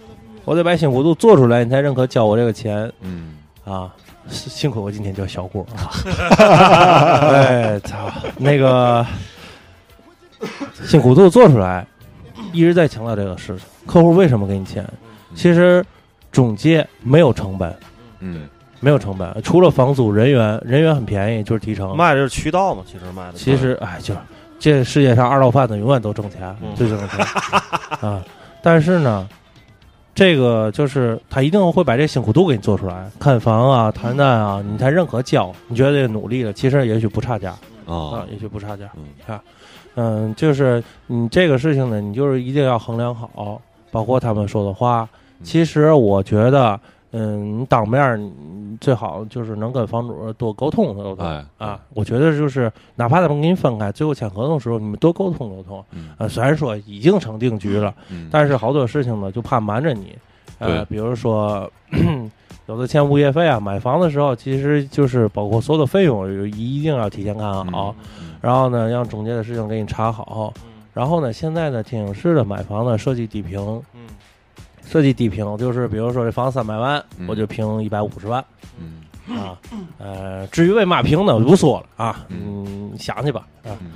[SPEAKER 3] 我得把辛苦度做出来，你才认可交我这个钱
[SPEAKER 2] 嗯
[SPEAKER 3] 啊。是幸亏我今天叫小郭， 哎操，那个辛苦度做出来，一直在强调这个事情。客户为什么给你钱？其实中介没有成本，
[SPEAKER 2] 嗯
[SPEAKER 3] 没有成本，除了房租、人员，人员很便宜，就是提成。
[SPEAKER 1] 卖的就是渠道嘛，其实卖的
[SPEAKER 3] 其实哎，就是这世界上二道贩子永远都挣钱，
[SPEAKER 1] 嗯
[SPEAKER 3] 最挣钱啊。但是呢，这个就是他一定会把这辛苦度给你做出来，看房啊、谈谈啊，你才认可交。你觉得这努力了，其实也许不差价啊
[SPEAKER 2] 啊，
[SPEAKER 3] 也许不差价
[SPEAKER 2] 嗯
[SPEAKER 3] 啊。嗯，就是你这个事情呢，你就是一定要衡量好，包括他们说的话。
[SPEAKER 2] 嗯
[SPEAKER 3] 其实我觉得，嗯，你当面儿你最好就是能跟房主多沟通沟通。
[SPEAKER 2] 哎
[SPEAKER 3] 啊，我觉得就是哪怕他们给你分开，最后签合同的时候，你们多沟通沟通。
[SPEAKER 2] 嗯
[SPEAKER 3] 啊，虽然说已经成定局了，
[SPEAKER 2] 嗯
[SPEAKER 3] 但是好多事情呢，就怕瞒着你。
[SPEAKER 2] 对，
[SPEAKER 3] 呃比如说， 有的签物业费啊，买房的时候，其实就是包括所有的费用，一定要提前看好。
[SPEAKER 2] 嗯
[SPEAKER 3] 然后呢，让中介的事情给你查好。然后呢，现在呢，天影市的买房呢，设计地平，
[SPEAKER 1] 嗯
[SPEAKER 3] 设计低平，就是比如说这房三百万，
[SPEAKER 2] 嗯
[SPEAKER 3] 我就评一百五十万
[SPEAKER 2] 嗯
[SPEAKER 3] 啊。呃，至于为嘛评呢，我就不说了啊，嗯，想去吧啊
[SPEAKER 2] 嗯。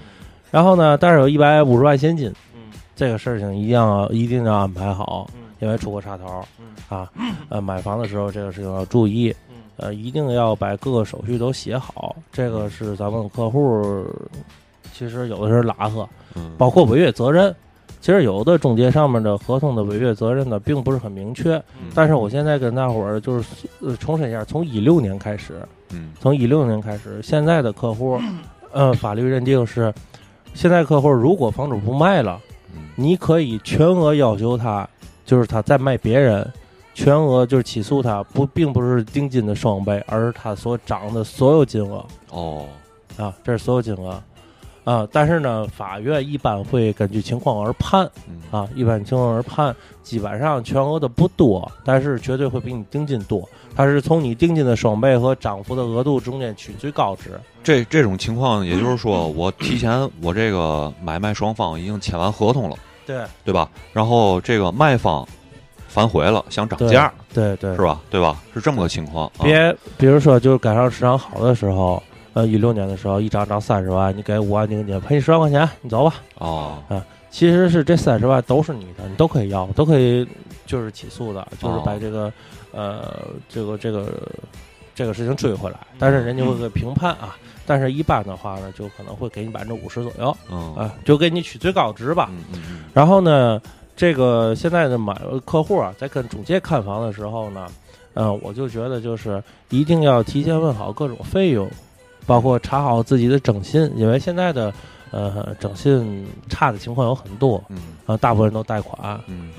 [SPEAKER 3] 然后呢，但是有一百五十万现金，
[SPEAKER 1] 嗯
[SPEAKER 3] 这个事情一定要一定要安排好，
[SPEAKER 1] 嗯
[SPEAKER 3] 因为出过岔头
[SPEAKER 1] 嗯
[SPEAKER 3] 啊。呃，买房的时候这个事情要注意，
[SPEAKER 1] 嗯
[SPEAKER 3] 呃，一定要把各个手续都写好，这个是咱们客户其实有的呃是拉黑，
[SPEAKER 2] 嗯，
[SPEAKER 3] 包括违约责任。其实有的中介上面的合同的违约责任呢，并不是很明确。
[SPEAKER 1] 嗯
[SPEAKER 3] 但是我现在跟大伙儿就是、呃、重申一下，从一六年开始，
[SPEAKER 2] 嗯
[SPEAKER 3] 从一六年开始，现在的客户，呃，法律认定是，现在客户如果房主不卖了，
[SPEAKER 2] 嗯
[SPEAKER 3] 你可以全额要求他，就是他再卖别人，全额就是起诉他，不，并不是定金的双倍，而是他所涨的所有金额
[SPEAKER 2] 哦，
[SPEAKER 3] 啊，这是所有金额啊。但是呢，法院一般会根据情况而判
[SPEAKER 2] 嗯
[SPEAKER 3] 啊，一般情况而判，基本上全额的不多，但是绝对会比你定金多。它是从你定金的双倍和涨幅的额度中间取最高值。
[SPEAKER 2] 这这种情况，也就是说，我提前我这个买卖双方已经签完合同了，
[SPEAKER 3] 对
[SPEAKER 2] 对吧？然后这个卖方反悔了，想涨
[SPEAKER 3] 对
[SPEAKER 2] 价，
[SPEAKER 3] 对对
[SPEAKER 2] 是，吧？对吧？是这么个情况。啊
[SPEAKER 3] 别，比如说，就是赶上市场好的时候，呃，一六年的时候，一涨涨三十万，你给五万定金，赔你十万块钱，你走吧。
[SPEAKER 2] 哦，
[SPEAKER 3] 其实是这三十万都是你的，你都可以要，都可以就是起诉的，就是
[SPEAKER 2] 哦
[SPEAKER 3] 把这个、呃这个这个这个事情追回来。
[SPEAKER 2] 嗯
[SPEAKER 3] 但是人家会给评判啊，但是一般的话呢，就可能会给你百分之五十左右
[SPEAKER 2] 嗯
[SPEAKER 3] 啊，就给你取最高值吧。
[SPEAKER 2] 嗯嗯
[SPEAKER 3] 然后呢，这个现在的买客户啊，在跟中介看房的时候呢，呃，我就觉得就是一定要提前问好各种费用，包括查好自己的征信，因为现在的呃征信差的情况有很多，
[SPEAKER 2] 嗯
[SPEAKER 3] 啊、大部分人都贷款。
[SPEAKER 2] 嗯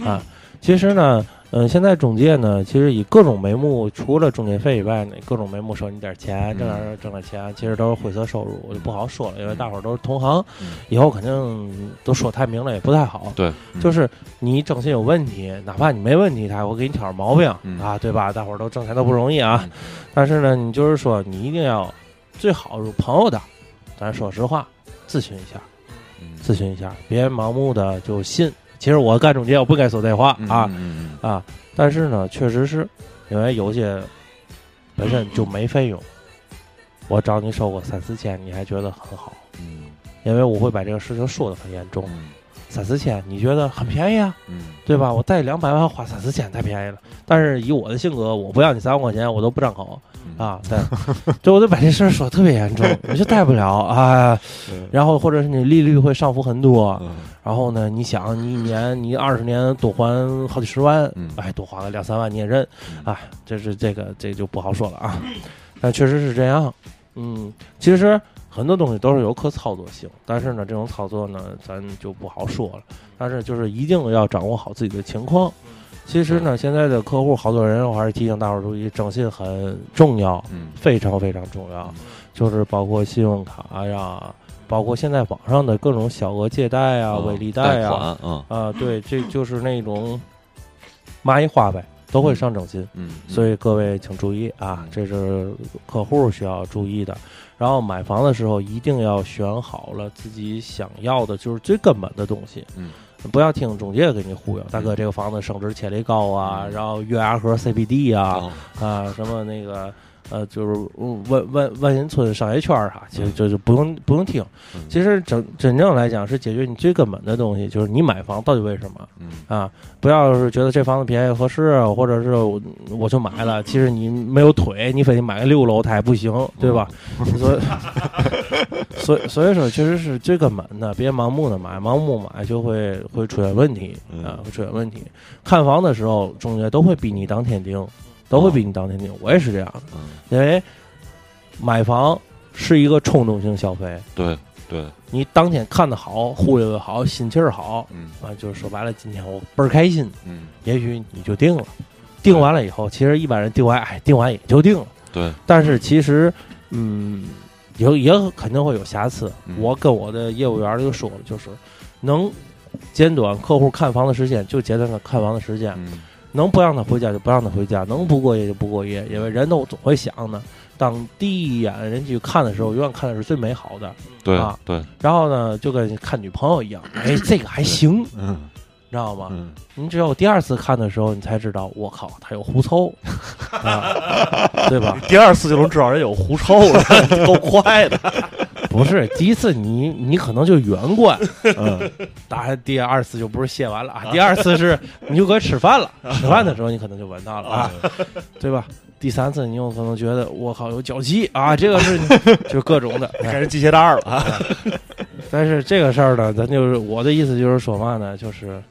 [SPEAKER 3] 其实呢，嗯、现在中介呢，其实以各种眉目，除了中介费以外呢，各种眉目收你点钱，挣
[SPEAKER 2] 嗯
[SPEAKER 3] 点挣点钱，其实都是灰色收入，我就不好说了，因为大伙儿都是同行
[SPEAKER 2] 嗯，
[SPEAKER 3] 以后肯定都说太明了也不太好。
[SPEAKER 2] 对，
[SPEAKER 3] 就是是你整些有问题，哪怕你没问题，他也会给你挑毛病、
[SPEAKER 2] 嗯
[SPEAKER 3] 啊，对吧？大伙儿都挣钱都不容易啊，
[SPEAKER 2] 嗯
[SPEAKER 3] 但是呢，你就是说你一定要最好是朋友的，咱说实话，咨询一下，
[SPEAKER 2] 嗯
[SPEAKER 3] 咨询一下，别盲目的就信。其实我干中介，我不该说这话、啊，
[SPEAKER 2] 嗯
[SPEAKER 3] 啊，但是呢，确实是因为有些本身就没费用，我找你收个三四千，你还觉得很好，
[SPEAKER 2] 嗯
[SPEAKER 3] 因为我会把这个事情说的很严重，
[SPEAKER 2] 嗯
[SPEAKER 3] 三四千你觉得很便宜啊？
[SPEAKER 2] 嗯
[SPEAKER 3] 对吧？我贷两百万花三四千太便宜了，但是以我的性格，我不要你三万块钱，我都不张口
[SPEAKER 2] 嗯
[SPEAKER 3] 啊。对， 就我就把这事儿说得特别严重，我就贷不了啊。然后或者是你利率会上浮很多，
[SPEAKER 2] 嗯
[SPEAKER 3] 然后呢，你想你一年你二十年多还好几十万
[SPEAKER 2] 嗯，
[SPEAKER 3] 哎，多花个两三万你也认
[SPEAKER 2] 嗯
[SPEAKER 3] 啊。这是这个这就不好说了啊，但确实是这样。嗯，其实很多东西都是有可操作性，但是呢，这种操作呢，咱就不好说了。但是就是一定要掌握好自己的情况。
[SPEAKER 2] 嗯
[SPEAKER 3] 其实呢，现在的客户好多人，我还是提醒大伙儿注意，征信很重要，
[SPEAKER 2] 嗯
[SPEAKER 3] 非常非常重要。就是包括信用卡呀，包括现在网上的各种小额借贷啊、
[SPEAKER 2] 嗯
[SPEAKER 3] 伪利贷
[SPEAKER 2] 贷
[SPEAKER 3] 啊，
[SPEAKER 2] 款，嗯
[SPEAKER 3] 啊，对，这就是那种蚂蚁花呗，都会上征信，
[SPEAKER 2] 嗯，
[SPEAKER 3] 所
[SPEAKER 2] 以
[SPEAKER 3] 以各位请注意啊
[SPEAKER 2] 嗯，
[SPEAKER 3] 这是客户需要注意的。然后买房的时候一定要选好了自己想要的，就是最根本的东西。
[SPEAKER 2] 嗯，
[SPEAKER 3] 不要听中介给你忽悠，大哥，这个房子升值潜力高啊，
[SPEAKER 2] 嗯
[SPEAKER 3] 然后月牙河 CBD 啊，
[SPEAKER 2] 哦
[SPEAKER 3] 啊，什么那个。呃，就是嗯万万万新村商业圈儿哈，其实就就不用不用听。
[SPEAKER 2] 嗯
[SPEAKER 3] 其实真真正来讲，是解决你最根本的东西，就是你买房到底为什么
[SPEAKER 2] 嗯
[SPEAKER 3] 啊？不要是觉得这房子便宜合适，或者是我我就买了，其实你没有腿，你非得买个六楼它也不行，对吧？所以所以 所以说，确实是最根本的，别盲目的买，盲目买就会会出现问题
[SPEAKER 2] 嗯
[SPEAKER 3] 啊，会出现问题。看房的时候，中介都会比你当天盯，都会比你当天盯。我也是这样的，
[SPEAKER 2] 嗯，
[SPEAKER 3] 因为买房是一个冲动性消费。
[SPEAKER 2] 对对，
[SPEAKER 3] 你当天看的好，忽悠的好，心气儿好，
[SPEAKER 2] 嗯
[SPEAKER 3] 啊，就是说白了，今天我倍儿开心，
[SPEAKER 2] 嗯
[SPEAKER 3] 也许你就定了。定完了以后，其实一般人定完，哎，定完也就定了。
[SPEAKER 2] 对，
[SPEAKER 3] 但是其实，嗯，有也肯定会有瑕疵。
[SPEAKER 2] 嗯
[SPEAKER 3] 我跟我的业务员儿就说了，就是能简短客户看房的时间，就简短的看房的时间，
[SPEAKER 2] 嗯
[SPEAKER 3] 能不让他回家就不让他回家，能不过夜就不过夜，因为人都总会想呢。当第一眼人去看的时候，永远看的是最美好的。
[SPEAKER 2] 对
[SPEAKER 3] 啊
[SPEAKER 2] 对，
[SPEAKER 3] 然后呢，就跟看女朋友一样，哎，这个还行，
[SPEAKER 2] 嗯
[SPEAKER 3] 知道吗？
[SPEAKER 2] 嗯，
[SPEAKER 3] 你只有第二次看的时候，你才知道，我靠，他有狐 臭，啊，对吧？
[SPEAKER 1] 第二次就能知道人有狐臭 了，够快的。
[SPEAKER 3] 不是第一次你你可能就圆 灌，
[SPEAKER 2] 嗯，
[SPEAKER 3] 当然第二次就不是卸完了啊，第二次是你就该吃 饭了，吃饭的时候你可能就闻到了啊，对吧？第三次你有可能觉得我靠有脚气啊，这个 是就各种的，哎
[SPEAKER 1] 开始系鞋带儿了啊！
[SPEAKER 3] 但是这个事儿呢，咱就是我的意思就是说嘛呢，就是，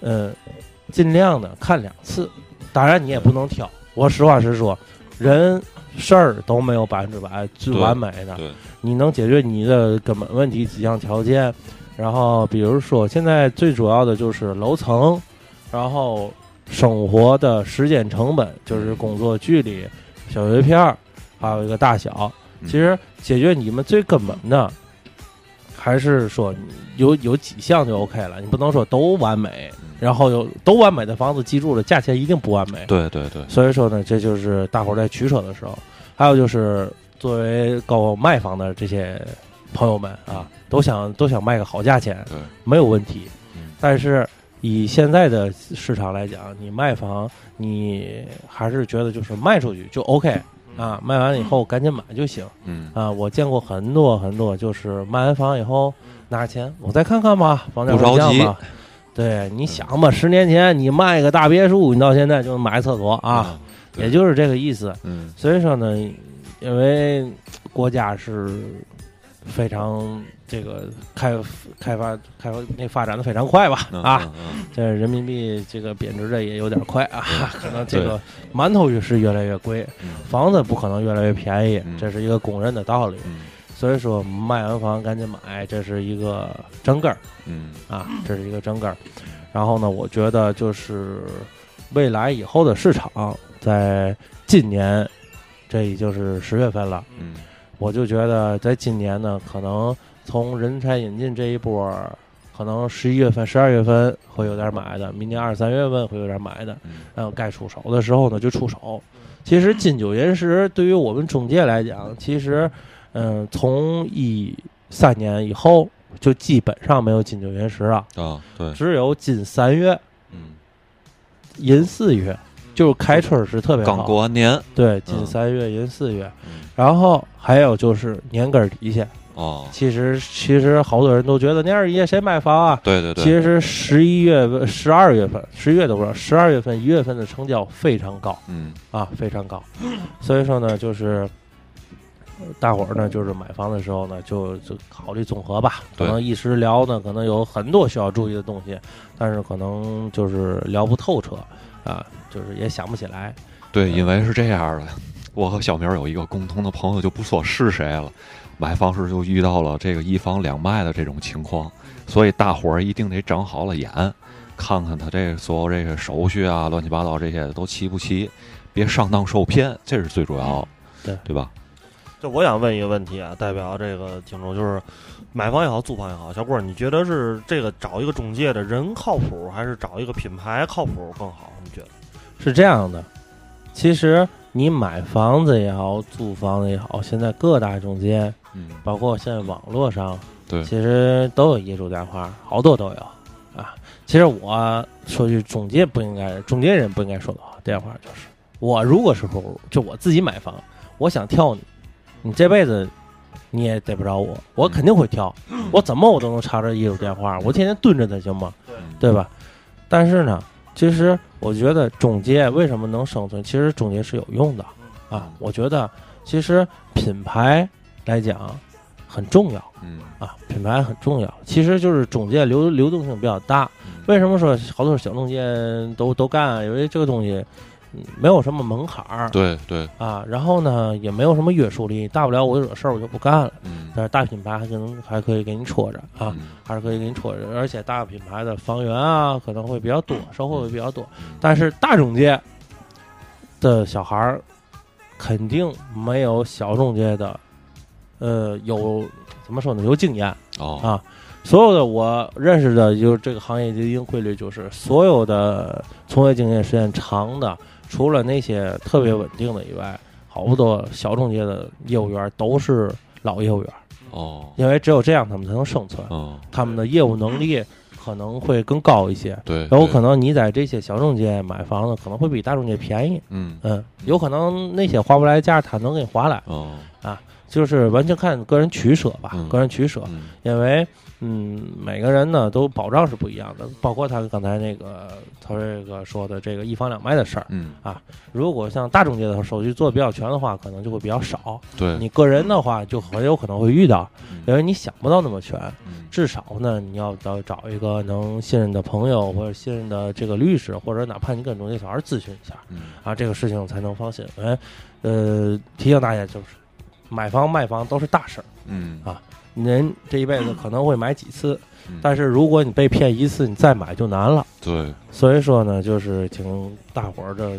[SPEAKER 3] 呃，尽量的看两次，当然你也不能挑。我实话实说，人事儿都没有百分之百最
[SPEAKER 2] 对
[SPEAKER 3] 完美的，
[SPEAKER 2] 对，
[SPEAKER 3] 你能解决你的根本问题几项条件，然后比如说现在最主要的就是楼层，然后生活的时间成本，就是工作距离、小碎片儿，还有一个大小。
[SPEAKER 2] 嗯
[SPEAKER 3] 其实解决你们最根本的，还是说你有有几项就 OK 了，你不能说都完美，然后有都完美的房子，记住了，价钱一定不完美。
[SPEAKER 2] 对对对，
[SPEAKER 3] 所以说呢，这就是大伙儿在取舍的时候。还有就是，作为搞卖房的这些朋友们啊，都想都想卖个好价钱，
[SPEAKER 2] 嗯对，
[SPEAKER 3] 没有问题
[SPEAKER 2] 嗯。
[SPEAKER 3] 但是以现在的市场来讲，你卖房，你还是觉得就是卖出去就 OK 啊，卖完了以后赶紧买就行
[SPEAKER 2] 嗯，
[SPEAKER 3] 啊。我见过很多很多，就是卖完房以后拿钱，我再看看吧，房价
[SPEAKER 2] 嗯不着
[SPEAKER 3] 怎么样
[SPEAKER 2] 急
[SPEAKER 3] 吧。对，你想吧，十年前你卖个大别墅，你到现在就买厕所啊，
[SPEAKER 2] 对
[SPEAKER 3] 也就是这个意思。
[SPEAKER 2] 嗯，
[SPEAKER 3] 所以说呢，因为国家是非常这个开开发开发那发展的非常快吧，
[SPEAKER 2] 嗯
[SPEAKER 3] 啊，，
[SPEAKER 2] 嗯
[SPEAKER 3] 这人民币这个贬值的也有点快啊， 可能这
[SPEAKER 2] 对
[SPEAKER 3] 个馒头也是越来越贵，
[SPEAKER 2] 嗯
[SPEAKER 3] 房子不可能越来越便宜，
[SPEAKER 2] 嗯
[SPEAKER 3] 这是一个公认的道理。
[SPEAKER 2] 嗯
[SPEAKER 3] 所以说，卖完房赶紧买，这是一个正根儿。
[SPEAKER 2] 嗯
[SPEAKER 3] 啊，这是一个真根儿。然后呢，我觉得就是未来以后的市场，在今年，这已经是十月份了，
[SPEAKER 2] 嗯
[SPEAKER 3] 我就觉得在今年呢，可能从人才引进这一波儿，可能十一月份、十二月份会有点买的，明年二三月份会有点买的，
[SPEAKER 2] 嗯
[SPEAKER 3] 然后该出手的时候呢就出手。其实金九银十对于我们中介来讲，其实，嗯、从一三年以后就基本上没有金九银十了，
[SPEAKER 2] 啊，对，
[SPEAKER 3] 只有金三月、
[SPEAKER 2] 嗯，
[SPEAKER 3] 银四月，就是开春是特别
[SPEAKER 2] 刚过
[SPEAKER 3] 好。
[SPEAKER 2] 完年，
[SPEAKER 3] 对，金
[SPEAKER 2] 嗯
[SPEAKER 3] 三月、银四月，
[SPEAKER 2] 嗯
[SPEAKER 3] 然后还有就是年根儿底下，
[SPEAKER 2] 哦，
[SPEAKER 3] 其实其实好多人都觉得年根儿底下谁买房啊？
[SPEAKER 2] 对对对，
[SPEAKER 3] 其实十一月份、十二月份、十一月都不知道，十二月份、一月份的成交非常高。
[SPEAKER 2] 嗯
[SPEAKER 3] 啊，非常高。所以说呢，就是呃大伙儿呢，就是买房的时候呢，就就考虑综合吧。可
[SPEAKER 2] 对
[SPEAKER 3] 能一时聊呢，可能有很多需要注意的东西，但是可能就是聊不透彻啊，就是也想不起来。
[SPEAKER 2] 对，因为是这样的，我和小明有一个共同的朋友，就不说是谁了，买房时就遇到了这个一房两卖的这种情况，
[SPEAKER 3] 嗯
[SPEAKER 2] 所以大伙儿一定得长好了眼，看看他这所有这个手续啊，乱七八糟这些都齐不齐，别上当受骗，这是最主要的，
[SPEAKER 3] 嗯对
[SPEAKER 2] 对吧？
[SPEAKER 1] 就我想问一个问题啊，代表这个听众，就是买房也好，租房也好，小郭儿，你觉得是这个找一个中介的人靠谱，还是找一个品牌靠谱更好？你觉得？
[SPEAKER 3] 是这样的，其实你买房子也好，租房子也好，现在各大中介，
[SPEAKER 2] 嗯，
[SPEAKER 3] 包括现在网络上，
[SPEAKER 2] 对
[SPEAKER 3] 其实都有业主电话，好多都有啊。其实我说句中介不应该，中介人不应该说的话，电话就是我如果是客户，就我自己买房，我想跳你，你这辈子你也逮不着我，我肯定会跳，我怎么我都能查着业主电话，我天天蹲着他行吗？
[SPEAKER 2] 嗯
[SPEAKER 3] 对吧？但是呢，其实我觉得中介为什么能生存？其实中介是有用的啊。我觉得其实品牌来讲很重要
[SPEAKER 2] 嗯？
[SPEAKER 3] 啊，品牌很重要。其实就是中介流流动性比较大。
[SPEAKER 2] 嗯，
[SPEAKER 3] 为什么说好多小中介都都干啊？因为这个东西嗯没有什么门槛儿
[SPEAKER 2] 对对，
[SPEAKER 3] 啊，然后呢也没有什么约束力，大不了我惹事儿我就不干了。
[SPEAKER 2] 嗯
[SPEAKER 3] 但是大品牌还可能还可以给你戳着啊。
[SPEAKER 2] 嗯
[SPEAKER 3] 还是可以给你戳着，而且大品牌的房源啊可能会比较多，收获会比较多
[SPEAKER 2] 嗯。
[SPEAKER 3] 但是大中介的小孩儿肯定没有小中介的，呃，有怎么说呢？有经验。
[SPEAKER 2] 哦
[SPEAKER 3] 啊，所有的我认识的，就是这个行业的一定规律，就是所有的从业经验时间长的，除了那些特别稳定的以外，好多小中介的业务员都是老业务员，
[SPEAKER 2] 哦，
[SPEAKER 3] 因为只有这样他们才能生存。
[SPEAKER 2] 嗯
[SPEAKER 3] 他们的业务能力可能会更高一些。
[SPEAKER 2] 对，
[SPEAKER 3] 有
[SPEAKER 2] 对
[SPEAKER 3] 可能你在这些小中介买房子，可能会比大中介便宜。
[SPEAKER 2] 嗯
[SPEAKER 3] 嗯，有可能那些划不来价，他能给你划来，
[SPEAKER 2] 哦
[SPEAKER 3] 就是完全看个人取舍吧，
[SPEAKER 2] 嗯
[SPEAKER 3] 个人取舍。
[SPEAKER 2] 嗯
[SPEAKER 3] 因为嗯，每个人呢都保障是不一样的，包括他刚才那个他这个说的这个一房两卖的事儿。
[SPEAKER 2] 嗯，
[SPEAKER 3] 如果像大中介的手续做的比较全的话，可能就会比较少。
[SPEAKER 2] 对，
[SPEAKER 3] 你个人的话，就很有可能会遇到，因
[SPEAKER 2] 嗯
[SPEAKER 3] 为你想不到那么全。
[SPEAKER 2] 嗯
[SPEAKER 3] 至少呢，你要找找一个能信任的朋友，或者信任的这个律师，或者哪怕你跟中介小孩咨询一下
[SPEAKER 2] 嗯
[SPEAKER 3] 啊，这个事情才能放心。哎，呃，提醒大家就是，买房卖房都是大事儿，
[SPEAKER 2] 嗯
[SPEAKER 3] 啊您这一辈子可能会买几次，
[SPEAKER 2] 嗯
[SPEAKER 3] 但是如果你被骗一次，你再买就难了。
[SPEAKER 2] 对，
[SPEAKER 3] 所以说呢，就是请大伙儿这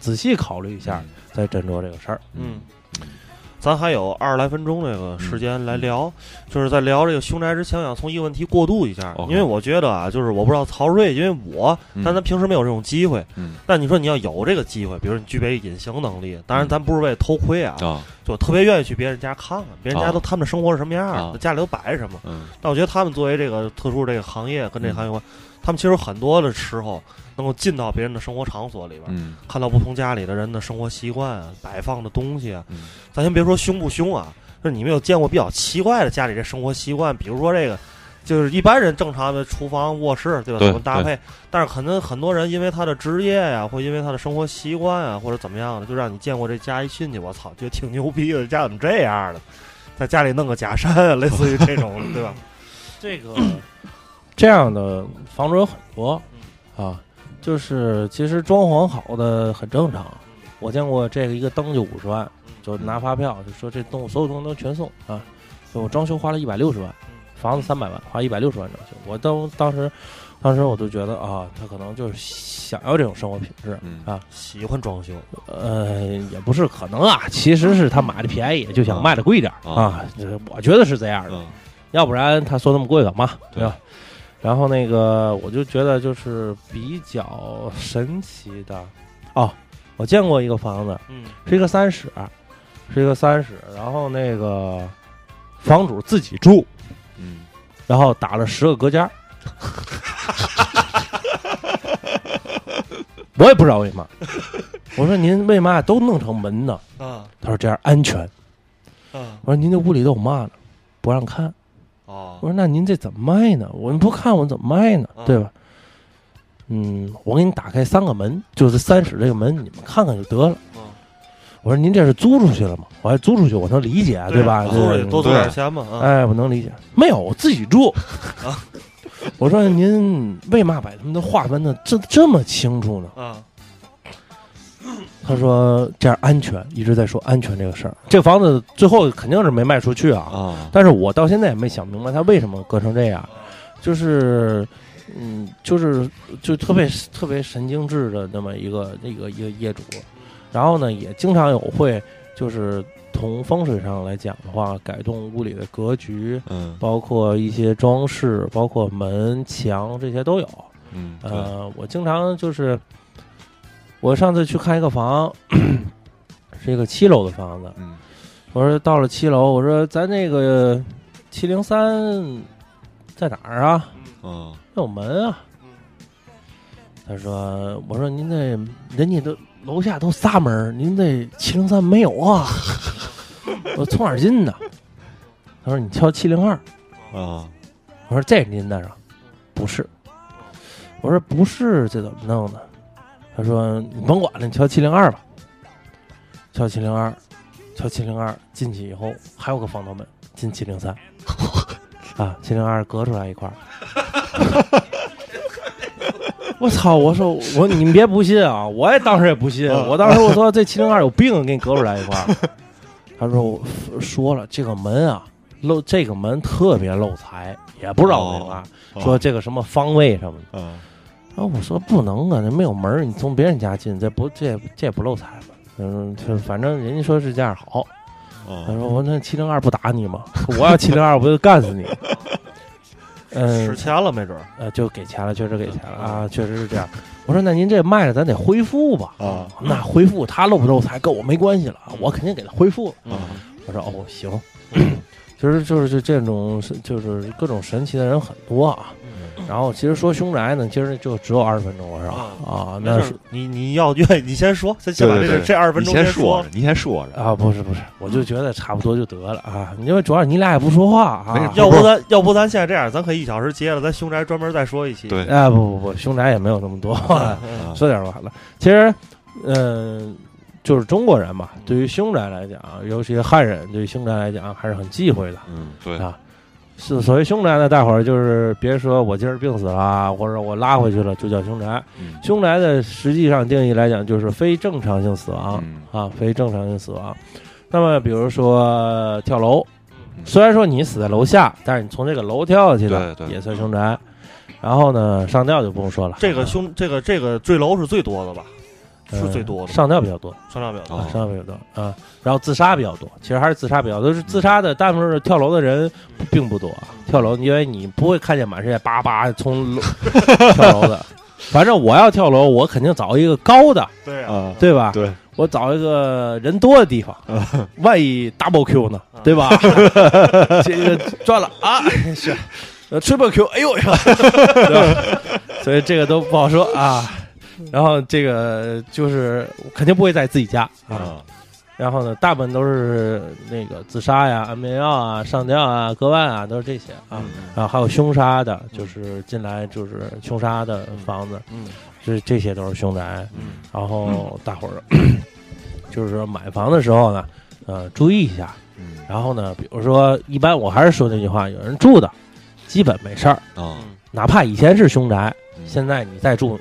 [SPEAKER 3] 仔细考虑一
[SPEAKER 2] 嗯
[SPEAKER 3] 下，再斟酌这个事儿。
[SPEAKER 1] 嗯，咱还有二十来分钟这个时间来聊，就是在聊这个凶宅之前，我想从一个问题过渡一下，
[SPEAKER 2] OK
[SPEAKER 1] 因为我觉得啊，就是我不知道曹睿，因为我，
[SPEAKER 2] 嗯
[SPEAKER 1] 但咱平时没有这种机会。
[SPEAKER 2] 嗯
[SPEAKER 1] 但你说你要有这个机会，比如你具备隐形能力，当然咱不是为了偷窥啊，
[SPEAKER 2] 嗯啊
[SPEAKER 1] 就我特别愿意去别人家看看，别人家
[SPEAKER 2] 啊
[SPEAKER 1] 都他们的生活是什么样
[SPEAKER 2] 啊
[SPEAKER 1] 儿，家里都摆着什么。
[SPEAKER 2] 嗯
[SPEAKER 1] 但我觉得他们作为这个特殊这个行业跟这个行业有关，他们其实有很多的时候能够进到别人的生活场所里边，
[SPEAKER 2] 嗯
[SPEAKER 1] 看到不同家里的人的生活习惯啊、摆放的东西啊。
[SPEAKER 2] 嗯
[SPEAKER 1] 咱先别说凶不凶啊，就是你们有见过比较奇怪的家里这生活习惯，比如说这个，就是一般人正常的厨房、卧室，对吧？
[SPEAKER 2] 对
[SPEAKER 1] 怎么搭配？但是可能很多人因为他的职业呀、或因为他的生活习惯啊，或者怎么样的，就让你见过这家一进去，我操，觉得挺牛逼的，家怎么这样的？在家里弄个假山啊，类似于这种的， 对吧？
[SPEAKER 3] 这个这样的房主有很多
[SPEAKER 2] 嗯
[SPEAKER 3] 啊，就是其实装潢好的很正常。我见过这个一个灯就五十万，
[SPEAKER 2] 嗯
[SPEAKER 3] 就拿发票就说这东西所有东西都全送啊，就我装修花了一百六十万，
[SPEAKER 2] 嗯
[SPEAKER 3] 房子三百万，花一百六十万装修。我当当时当时我就觉得啊，他可能就是想要这种生活品质。
[SPEAKER 2] 嗯
[SPEAKER 3] 啊
[SPEAKER 1] 喜欢装修，
[SPEAKER 3] 呃，也不是可能啊，其实是他买的便宜，就想卖的贵点儿
[SPEAKER 2] 啊
[SPEAKER 3] 啊。这我觉得是这样的，
[SPEAKER 2] 嗯
[SPEAKER 3] 要不然他说那么贵干嘛？
[SPEAKER 2] 对
[SPEAKER 3] 对吧？然后那个，我就觉得就是比较神奇的哦，我见过一个房子，
[SPEAKER 1] 嗯，
[SPEAKER 3] 是一个三室，是一个三室，然后那个房主自己住，
[SPEAKER 2] 嗯
[SPEAKER 3] 然后打了十个隔间儿。我也不知道为嘛，我说您为嘛都弄成门呢？
[SPEAKER 1] 啊
[SPEAKER 3] 他说这样安全。
[SPEAKER 1] 啊
[SPEAKER 3] 我说您这屋里都有嘛呢？不让看。
[SPEAKER 1] 哦
[SPEAKER 3] 我说那您这怎么卖呢？我们不看我怎么卖呢
[SPEAKER 1] 嗯？
[SPEAKER 3] 对吧？嗯，我给你打开三个门，就是三室这个门，你们看看就得了。
[SPEAKER 1] 嗯
[SPEAKER 3] 我说您这是租出去了吗？我还租出去，我能理解，
[SPEAKER 1] 对
[SPEAKER 3] 吧？
[SPEAKER 1] 啊租出去
[SPEAKER 3] 对
[SPEAKER 1] 多租点钱嘛，啊，
[SPEAKER 3] 哎，我能理解。没有，我自己住。
[SPEAKER 1] 啊
[SPEAKER 3] 我说您为嘛把他们的划分的这这么清楚呢？
[SPEAKER 1] 啊
[SPEAKER 3] 他说这样安全，一直在说安全这个事儿。这房子最后肯定是没卖出去啊，
[SPEAKER 2] 啊
[SPEAKER 3] 但是我到现在也没想明白他为什么割成这样，就是，嗯，就是就特别特别神经质的那么一个一个一个业主，然后呢也经常有会就是从风水上来讲的话，改动屋里的格局，
[SPEAKER 2] 嗯
[SPEAKER 3] 包括一些装饰，包括门墙这些都有。
[SPEAKER 2] 嗯对
[SPEAKER 3] 呃，我经常就是，我上次去看一个房， 是一个七楼的房子，
[SPEAKER 2] 嗯
[SPEAKER 3] 我说到了七楼，我说咱那个七零三在哪儿啊？
[SPEAKER 2] 嗯
[SPEAKER 3] 没有门啊。他说，我说您这人家都楼下都仨门儿，您这七零三没有啊？ 我说从哪儿进的？他说你敲七零二。
[SPEAKER 2] 啊
[SPEAKER 3] 我说这是您的是吧？不是。我说不是，这怎么弄的？他说你甭管了，你敲七零二吧。敲七零二，敲七零二，进去以后还有个防盗门，进 七零三。啊，七零二隔出来一块儿。 我操！我说我你们别不信啊！我也当时也不信，
[SPEAKER 2] 啊
[SPEAKER 3] 我当时我说这七零二有病，给你隔出来一 块儿。他说我说了这个门啊，漏这个门特别漏财，也不知道为嘛，
[SPEAKER 2] 哦
[SPEAKER 3] 说这个什么方位什么的。
[SPEAKER 2] 啊
[SPEAKER 3] 然后我说不能啊，那没有门儿，你从别人家进，这不这这也不漏财吗？嗯，就是反正人家说是这样好。他
[SPEAKER 2] 啊
[SPEAKER 3] 说我那七零二不打你吗？ 我要七零二，我就干死你。 嗯
[SPEAKER 1] 使，钱了没准儿，
[SPEAKER 3] 呃，就给钱了，确实给钱了
[SPEAKER 1] 嗯
[SPEAKER 3] 啊，确实是这样。我说那您这卖了，咱得恢复吧。
[SPEAKER 2] 啊
[SPEAKER 3] 那恢复他漏不漏财跟我没关系了，我肯定给他恢复了。
[SPEAKER 1] 嗯
[SPEAKER 3] 我说哦，行， 其实就是这这种是就是各种神奇的人很多啊。
[SPEAKER 1] 嗯
[SPEAKER 3] 然后其实说凶宅呢，其实就只有二十分钟，我说啊，那
[SPEAKER 1] 没事
[SPEAKER 3] 是
[SPEAKER 1] 儿，你你要愿意，你先说，先先把这
[SPEAKER 2] 呃对对
[SPEAKER 1] 个
[SPEAKER 2] 对
[SPEAKER 1] 这二十分
[SPEAKER 2] 你
[SPEAKER 1] 钟
[SPEAKER 2] 先
[SPEAKER 1] 说
[SPEAKER 2] 着，。你先说着。
[SPEAKER 3] 啊，不是不是，我
[SPEAKER 1] 嗯
[SPEAKER 3] 就觉得差不多就得了啊，因为主要你俩也不说话
[SPEAKER 2] 没事
[SPEAKER 3] 啊，
[SPEAKER 1] 要不咱要不咱现在这样，咱可以一小时接了，咱凶宅专门再说一期。
[SPEAKER 2] 对，
[SPEAKER 3] 哎不不不，凶宅也没有那么多，
[SPEAKER 2] 啊
[SPEAKER 3] 说点晚了。其实，嗯、就是中国人嘛，对于凶宅来讲，尤其是汉人对于凶宅来讲还是很忌讳的。
[SPEAKER 2] 嗯，对
[SPEAKER 3] 啊是所谓凶宅呢，大伙儿就是别说我今儿病死了啊，或者我拉回去了，就叫凶宅。
[SPEAKER 2] 嗯
[SPEAKER 3] 凶宅的实际上定义来讲，就是非正常性死亡、
[SPEAKER 2] 嗯
[SPEAKER 3] 啊，非正常性死亡。那么比如说跳楼，
[SPEAKER 2] 嗯
[SPEAKER 3] 虽然说你死在楼下，但是你从这个楼跳下去的
[SPEAKER 2] 对对
[SPEAKER 3] 也算凶宅。然后呢，上吊就不用说了，
[SPEAKER 1] 这个
[SPEAKER 3] 啊
[SPEAKER 1] 凶这个这个坠楼是最多的吧？是最多
[SPEAKER 3] 呃
[SPEAKER 1] 的，
[SPEAKER 3] 上吊比较多。
[SPEAKER 1] 上量表
[SPEAKER 2] 哦
[SPEAKER 3] 啊，伤亡比较多啊，然后自杀比较多，其实还是自杀比较多。就是自杀的大部分是跳楼的人并不多啊，跳楼因为你不会看见满世界叭叭从楼 跳楼的。反正我要跳楼，我肯定找一个高的，
[SPEAKER 1] 对啊，
[SPEAKER 2] 啊，
[SPEAKER 3] 对吧？
[SPEAKER 2] 对，
[SPEAKER 3] 我找一个人多的地方，万一 double Q 呢，对吧？这个赚了啊，是呃 triple Q，哎呦哎呦，对吧所以这个都不好说啊。然后这个就是肯定不会在自己家啊。
[SPEAKER 2] 啊，
[SPEAKER 3] 然后呢，大部分都是那个自杀呀、安眠药啊、上吊啊、割腕啊，都是这些啊。然后还有凶杀的，就是进来就是凶杀的房子，
[SPEAKER 1] 嗯
[SPEAKER 3] 这这些都是凶宅。
[SPEAKER 1] 嗯
[SPEAKER 3] 然后大伙儿、 就是说买房的时候呢，呃，注意一下。
[SPEAKER 2] 嗯
[SPEAKER 3] 然后呢，比如说，一般我还是说那句话，有人住的，基本没事儿。
[SPEAKER 2] 啊，
[SPEAKER 3] 哪怕以前是凶宅，
[SPEAKER 2] 嗯
[SPEAKER 3] 现在你再住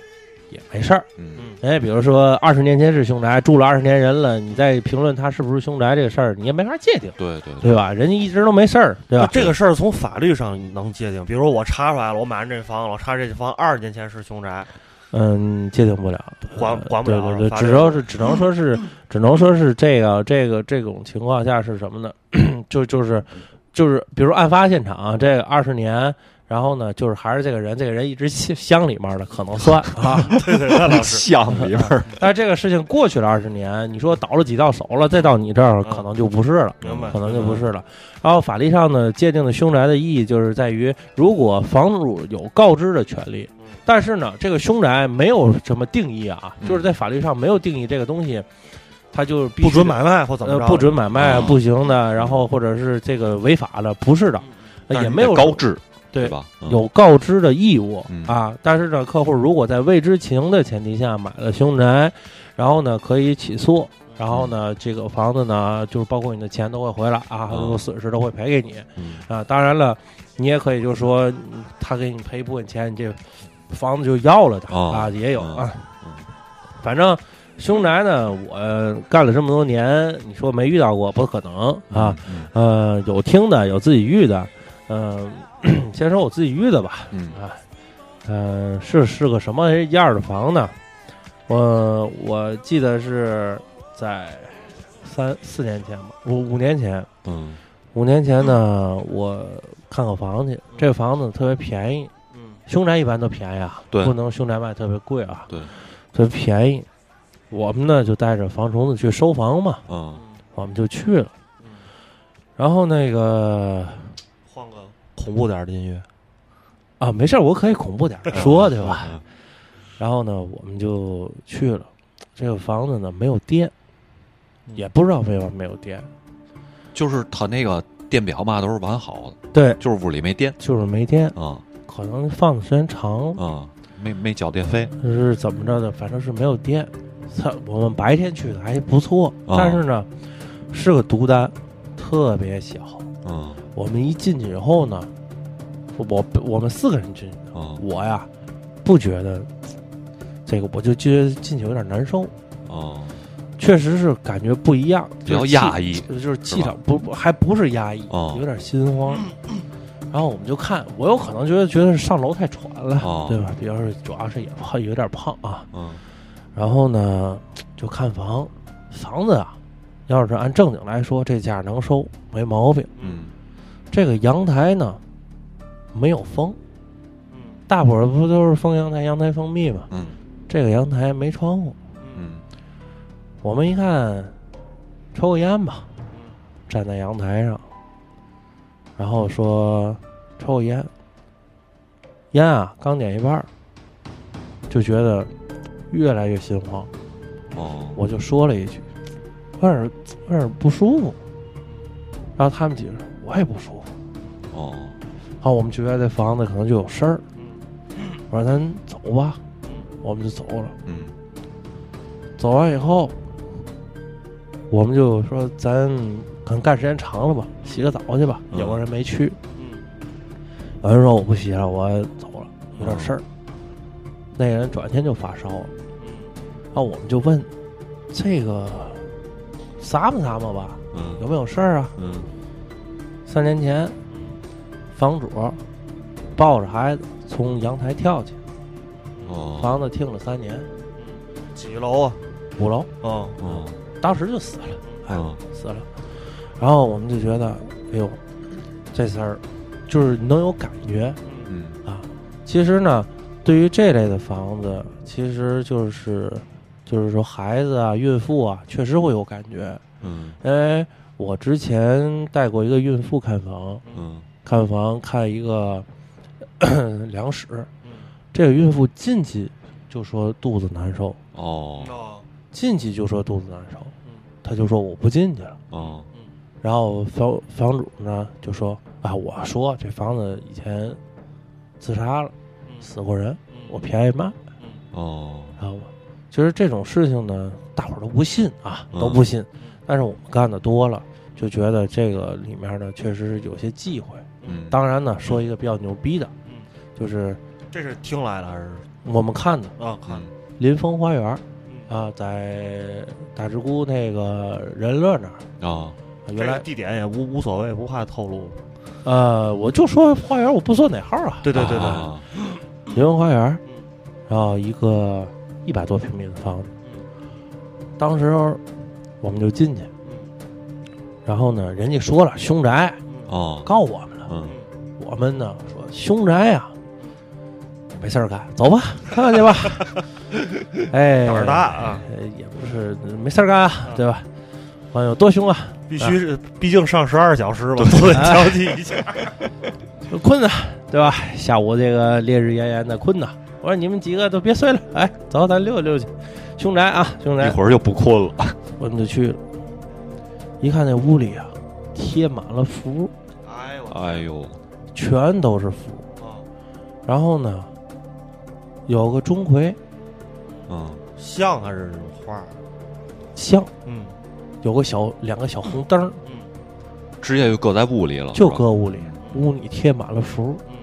[SPEAKER 3] 也没事儿。
[SPEAKER 2] 嗯
[SPEAKER 1] 嗯
[SPEAKER 3] 哎，比如说二十年前是凶宅，住了二十年人了，你再评论他是不是凶宅这个事儿，你也没法界定，
[SPEAKER 2] 对对对
[SPEAKER 3] 对吧？人家一直都没事儿，对
[SPEAKER 1] 那
[SPEAKER 3] 啊吧？
[SPEAKER 1] 啊这个事儿从法律上能界定，比如说我查出来了，我买完这房，我查这房二十年前是凶宅，
[SPEAKER 3] 嗯，界定不了，
[SPEAKER 1] 管管不了
[SPEAKER 3] 对对
[SPEAKER 1] 法
[SPEAKER 3] 对，
[SPEAKER 1] 律
[SPEAKER 3] 只能是只能说是只能说是这个这个这种情况下是什么呢？ 就就是就是，比如案发现场、啊这二十年，然后呢，就是还是这个人，这个人一直乡乡里面的可能算啊，
[SPEAKER 1] 对对，那老师
[SPEAKER 2] 像里边儿
[SPEAKER 3] 但是这个事情过去了二十年，你说倒了几道手了，再到你这儿可能就不是了。
[SPEAKER 1] 嗯明白，
[SPEAKER 3] 可能就不是了。然后法律上呢，界定的凶宅的意义就是在于，如果房主有告知的权利，
[SPEAKER 1] 嗯
[SPEAKER 3] 但是呢，这个凶宅没有什么定义啊，
[SPEAKER 2] 嗯
[SPEAKER 3] 就是在法律上没有定义这个东西，它就是必须
[SPEAKER 1] 不准买卖或怎么
[SPEAKER 3] 呃
[SPEAKER 1] 着，
[SPEAKER 3] 不准买卖
[SPEAKER 2] 啊
[SPEAKER 3] 不行的，然后或者是这个违法的，不是的，
[SPEAKER 1] 嗯
[SPEAKER 3] 呃
[SPEAKER 2] 但
[SPEAKER 3] 也
[SPEAKER 2] 是你
[SPEAKER 3] 没
[SPEAKER 2] 得
[SPEAKER 3] 有
[SPEAKER 2] 高知，
[SPEAKER 3] 对
[SPEAKER 2] 吧？嗯
[SPEAKER 3] 有告知的义务
[SPEAKER 2] 嗯
[SPEAKER 3] 啊。但是呢，客户如果在未知情的前提下买了凶宅，然后呢可以起诉，然后呢这个房子呢就是包括你的钱都会回来啊，
[SPEAKER 2] 嗯
[SPEAKER 3] 如果损失都会赔给你
[SPEAKER 2] 嗯
[SPEAKER 3] 啊。当然了，你也可以就说嗯他给你赔一部分钱，你这房子就要了的
[SPEAKER 2] 哦
[SPEAKER 3] 啊，也有
[SPEAKER 2] 嗯
[SPEAKER 3] 啊
[SPEAKER 2] 嗯。
[SPEAKER 3] 反正凶宅呢，我干了这么多年，你说没遇到过不可能啊。，
[SPEAKER 2] 嗯
[SPEAKER 3] 呃，有听的，有自己遇的。嗯、 先说我自己遇的吧。
[SPEAKER 2] 嗯
[SPEAKER 3] 嗯、是是个什么样的房呢？我我记得是在三四年前吧，五五年前。嗯
[SPEAKER 2] 嗯
[SPEAKER 3] 五年前呢，我看个房去，这房子特别便宜。
[SPEAKER 1] 嗯，
[SPEAKER 3] 凶宅一般都便宜啊，
[SPEAKER 2] 对
[SPEAKER 3] 不能凶宅卖特别贵啊。
[SPEAKER 2] 对，
[SPEAKER 3] 特别便宜。我们呢就带着房虫子去收房嘛，
[SPEAKER 2] 嗯
[SPEAKER 3] 我们就去了。然后那个
[SPEAKER 1] 换个恐怖点儿的音乐，
[SPEAKER 3] 啊，没事儿，我可以恐怖点儿说，对吧？
[SPEAKER 2] 嗯
[SPEAKER 3] 然后呢，我们就去了。这个房子呢没有电，
[SPEAKER 2] 嗯
[SPEAKER 3] 也不知道为什么没有电，
[SPEAKER 2] 就是他那个电表嘛都是完好的，
[SPEAKER 3] 对，
[SPEAKER 2] 就是屋里没电
[SPEAKER 3] 就是没电，
[SPEAKER 2] 啊
[SPEAKER 3] 可能放的时间长，
[SPEAKER 2] 啊，没没交电费
[SPEAKER 3] 是怎么着的？反正是没有电。操，我们白天去的还不错，
[SPEAKER 2] 啊
[SPEAKER 3] 但是呢，是个独单，特别小。
[SPEAKER 2] 嗯
[SPEAKER 3] 我们一进去以后呢，我我们四个人进去，
[SPEAKER 2] 啊
[SPEAKER 3] 我呀不觉得这个，我就觉得进去有点难受。
[SPEAKER 2] 啊，
[SPEAKER 3] 确实是感觉不一样，
[SPEAKER 2] 比较压抑
[SPEAKER 3] 就是气，就是气场不不还不是压抑，
[SPEAKER 2] 哦
[SPEAKER 3] 有点心慌。然后我们就看，我有可能觉得觉得上楼太喘了，
[SPEAKER 2] 哦
[SPEAKER 3] 对吧？比较是主要是也胖，有点胖啊。
[SPEAKER 2] 嗯
[SPEAKER 3] 然后呢，就看房，房子啊，要是按正经来说，这价能收，没毛病。
[SPEAKER 2] 嗯
[SPEAKER 3] 这个阳台呢，没有风，
[SPEAKER 1] 嗯
[SPEAKER 3] 大伙儿不都是封阳台，阳台封闭嘛？
[SPEAKER 2] 嗯
[SPEAKER 3] 这个阳台没窗户，
[SPEAKER 2] 嗯
[SPEAKER 3] 我们一看，抽个烟吧，站在阳台上，然后说抽个烟，烟啊，刚点一半儿，就觉得越来越心慌，
[SPEAKER 2] 哦，
[SPEAKER 3] 我就说了一句，有点有点不舒服。然后他们几个人，我也不舒服。
[SPEAKER 2] 哦，
[SPEAKER 3] 好，我们觉得这房子可能就有事儿，我说咱走吧，我们就走了。
[SPEAKER 2] 嗯
[SPEAKER 3] 走完以后，我们就说咱可能干时间长了吧，洗个澡去吧。
[SPEAKER 2] 嗯
[SPEAKER 3] 有个人没去，
[SPEAKER 1] 嗯
[SPEAKER 3] 有人说我不洗了，我走了，有点事儿。嗯那个人转天就发烧了，那我们就问这个撒吧撒吧吧，有
[SPEAKER 2] 嗯
[SPEAKER 3] 没有事儿啊？
[SPEAKER 2] 嗯，
[SPEAKER 3] 三年前，房主抱着孩子从阳台跳去，
[SPEAKER 2] 哦，
[SPEAKER 3] 房子停了三年，
[SPEAKER 1] 几楼啊？
[SPEAKER 3] 五楼
[SPEAKER 1] 嗯
[SPEAKER 2] 哦，
[SPEAKER 3] 当时就死了，哎，
[SPEAKER 2] 哦
[SPEAKER 3] 死了。然后我们就觉得，哎呦，这事儿就是能有感觉。啊
[SPEAKER 2] 嗯
[SPEAKER 3] 其实呢，对于这类的房子，其实就是就是说孩子啊、孕妇啊，确实会有感觉。
[SPEAKER 2] 嗯
[SPEAKER 3] 因为我之前带过一个孕妇看房，
[SPEAKER 2] 嗯
[SPEAKER 3] 看房看一个 咳两室，这个孕妇进去就说肚子难受，
[SPEAKER 2] 哦
[SPEAKER 1] 哦
[SPEAKER 3] 进去就说肚子难受
[SPEAKER 1] 嗯，
[SPEAKER 3] 她就说我不进去了。
[SPEAKER 2] 哦
[SPEAKER 3] 然后房房主呢就说啊，我说这房子以前自杀了，
[SPEAKER 2] 嗯
[SPEAKER 3] 死过人，我便宜卖，
[SPEAKER 2] 哦
[SPEAKER 3] 知道吗？其实这种事情呢，大伙儿都不信啊，
[SPEAKER 2] 嗯
[SPEAKER 3] 都不信。但是我们干的多了，就觉得这个里面呢确实是有些忌讳。
[SPEAKER 2] 嗯，
[SPEAKER 3] 当然呢，说一个比较牛逼的，
[SPEAKER 1] 嗯
[SPEAKER 3] 就是
[SPEAKER 1] 这是听来的还是
[SPEAKER 3] 我们看的
[SPEAKER 1] 啊？看
[SPEAKER 2] 嗯
[SPEAKER 3] 林峰花园
[SPEAKER 1] 啊，
[SPEAKER 3] 啊，在大直沽那个仁乐那儿，
[SPEAKER 2] 啊
[SPEAKER 3] 原
[SPEAKER 1] 这
[SPEAKER 3] 来
[SPEAKER 1] 地点也无无所谓，不怕透露。
[SPEAKER 3] 呃，我就说花园，我不说哪号啊，
[SPEAKER 1] 对对对对，
[SPEAKER 2] 啊
[SPEAKER 3] 林文花园儿
[SPEAKER 1] 嗯，
[SPEAKER 3] 然后一个一百多平米的房子。当时我们就进去，然后呢，人家说了凶宅，
[SPEAKER 2] 哦，
[SPEAKER 3] 告我们了。
[SPEAKER 2] 嗯
[SPEAKER 3] 我们呢说凶宅呀、没事儿干，走吧，看看去吧。哎，
[SPEAKER 1] 胆儿大啊，
[SPEAKER 3] 呃，也不是没事儿干啊，对吧？哎呦，多凶啊！
[SPEAKER 1] 必须是，毕竟上十二小时嘛， 都得调剂一下。
[SPEAKER 3] 说困呐，对吧？下午这个烈日炎炎的困呐。我说你们几个都别睡了，哎，走，咱溜达溜达去。凶宅啊，凶宅
[SPEAKER 2] 一！会儿就不困了。
[SPEAKER 3] 我们就去了，一看那屋里啊，贴满了符，
[SPEAKER 1] 哎呦
[SPEAKER 2] 哎呦，
[SPEAKER 3] 全都是符。
[SPEAKER 1] 啊，
[SPEAKER 3] 然后呢，有个钟馗
[SPEAKER 2] 嗯
[SPEAKER 1] 像还是花儿？
[SPEAKER 3] 像，
[SPEAKER 1] 嗯
[SPEAKER 3] 有个小两个小红灯儿，
[SPEAKER 1] 嗯
[SPEAKER 2] 直接就搁在屋里了，
[SPEAKER 3] 就是
[SPEAKER 2] 吧
[SPEAKER 3] 搁屋里，屋里贴满了符，
[SPEAKER 1] 嗯，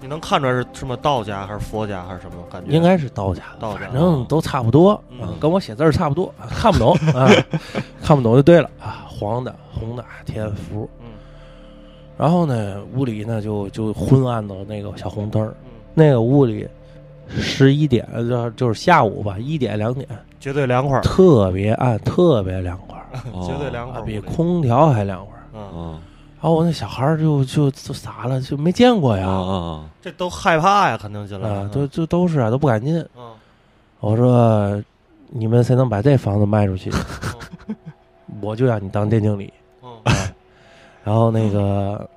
[SPEAKER 1] 你能看出来是什么道家还是佛家还是什么感觉？
[SPEAKER 3] 应该是道家的，
[SPEAKER 1] 道家
[SPEAKER 3] 反正都差不多，啊
[SPEAKER 1] 嗯
[SPEAKER 3] 跟我写字儿差不多，啊看不懂啊， 看不懂就对了啊，黄的、红的贴的符。
[SPEAKER 1] 嗯
[SPEAKER 3] 然后呢，屋里呢就就昏暗的那个小红灯儿，
[SPEAKER 1] 嗯，
[SPEAKER 3] 那个屋里十一点呃就就是下午吧，一点两点，
[SPEAKER 1] 绝对凉快儿，
[SPEAKER 3] 特别暗，特别凉快儿，
[SPEAKER 2] 哦
[SPEAKER 1] 绝对凉快
[SPEAKER 3] 啊
[SPEAKER 1] 儿，
[SPEAKER 3] 比空调还凉快儿。
[SPEAKER 1] 嗯，
[SPEAKER 2] 嗯
[SPEAKER 3] 然后我那小孩儿就就就傻了，就没见过
[SPEAKER 2] 啊
[SPEAKER 3] 呀，
[SPEAKER 1] 哦
[SPEAKER 3] 啊，
[SPEAKER 2] 啊
[SPEAKER 1] 这都害怕呀，肯定进来了
[SPEAKER 3] 都就都是啊，都不敢进。
[SPEAKER 1] 嗯
[SPEAKER 3] 我说你们谁能把这房子卖出去，
[SPEAKER 1] 嗯
[SPEAKER 3] 我就让你当店经理。
[SPEAKER 1] 嗯
[SPEAKER 3] 然后那个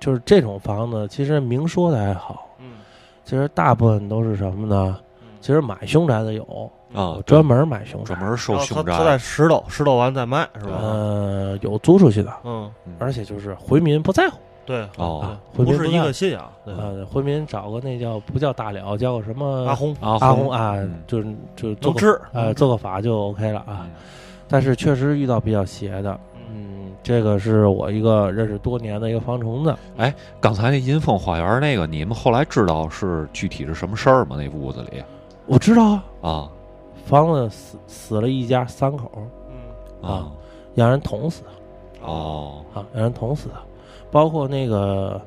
[SPEAKER 3] 就是这种房子，其实明说的还好，
[SPEAKER 1] 嗯
[SPEAKER 3] 其实大部分都是什么呢？
[SPEAKER 1] 嗯，
[SPEAKER 3] 其实买凶宅的有，
[SPEAKER 2] 啊，
[SPEAKER 3] 专门买凶宅
[SPEAKER 2] 专，门收
[SPEAKER 1] 然后
[SPEAKER 2] 凶
[SPEAKER 1] 他他在
[SPEAKER 2] 宅，
[SPEAKER 1] 拾掇，拾掇完再卖是吧？
[SPEAKER 3] 呃，有租出去的，
[SPEAKER 1] 嗯，
[SPEAKER 3] 而且就是回民不在乎
[SPEAKER 1] 对，
[SPEAKER 2] 哦
[SPEAKER 3] 啊，回
[SPEAKER 1] 不
[SPEAKER 3] 民
[SPEAKER 1] 是一
[SPEAKER 3] 在乎
[SPEAKER 1] 个。信仰，对，
[SPEAKER 3] 呃，回民找个那叫不叫大了，叫个什么
[SPEAKER 1] 阿红
[SPEAKER 2] 阿
[SPEAKER 3] 阿红啊
[SPEAKER 2] 嗯，
[SPEAKER 3] 就是就是
[SPEAKER 1] 呃能
[SPEAKER 3] 做个
[SPEAKER 1] 治，
[SPEAKER 3] 呃做个法就 OK 了啊。
[SPEAKER 2] 嗯
[SPEAKER 3] 但是确实遇到比较邪的，嗯，这个是我一个认识多年的一个防虫的，
[SPEAKER 2] 刚才那银凤花园那个，你们后来知道是具体是什么事儿吗？那屋子里
[SPEAKER 3] 我知道啊，
[SPEAKER 2] 啊
[SPEAKER 3] 房子死死了一家三口，
[SPEAKER 1] 嗯
[SPEAKER 2] 啊
[SPEAKER 3] 啊让人捅死的
[SPEAKER 2] 哦
[SPEAKER 3] 啊，让人捅死的，包括那个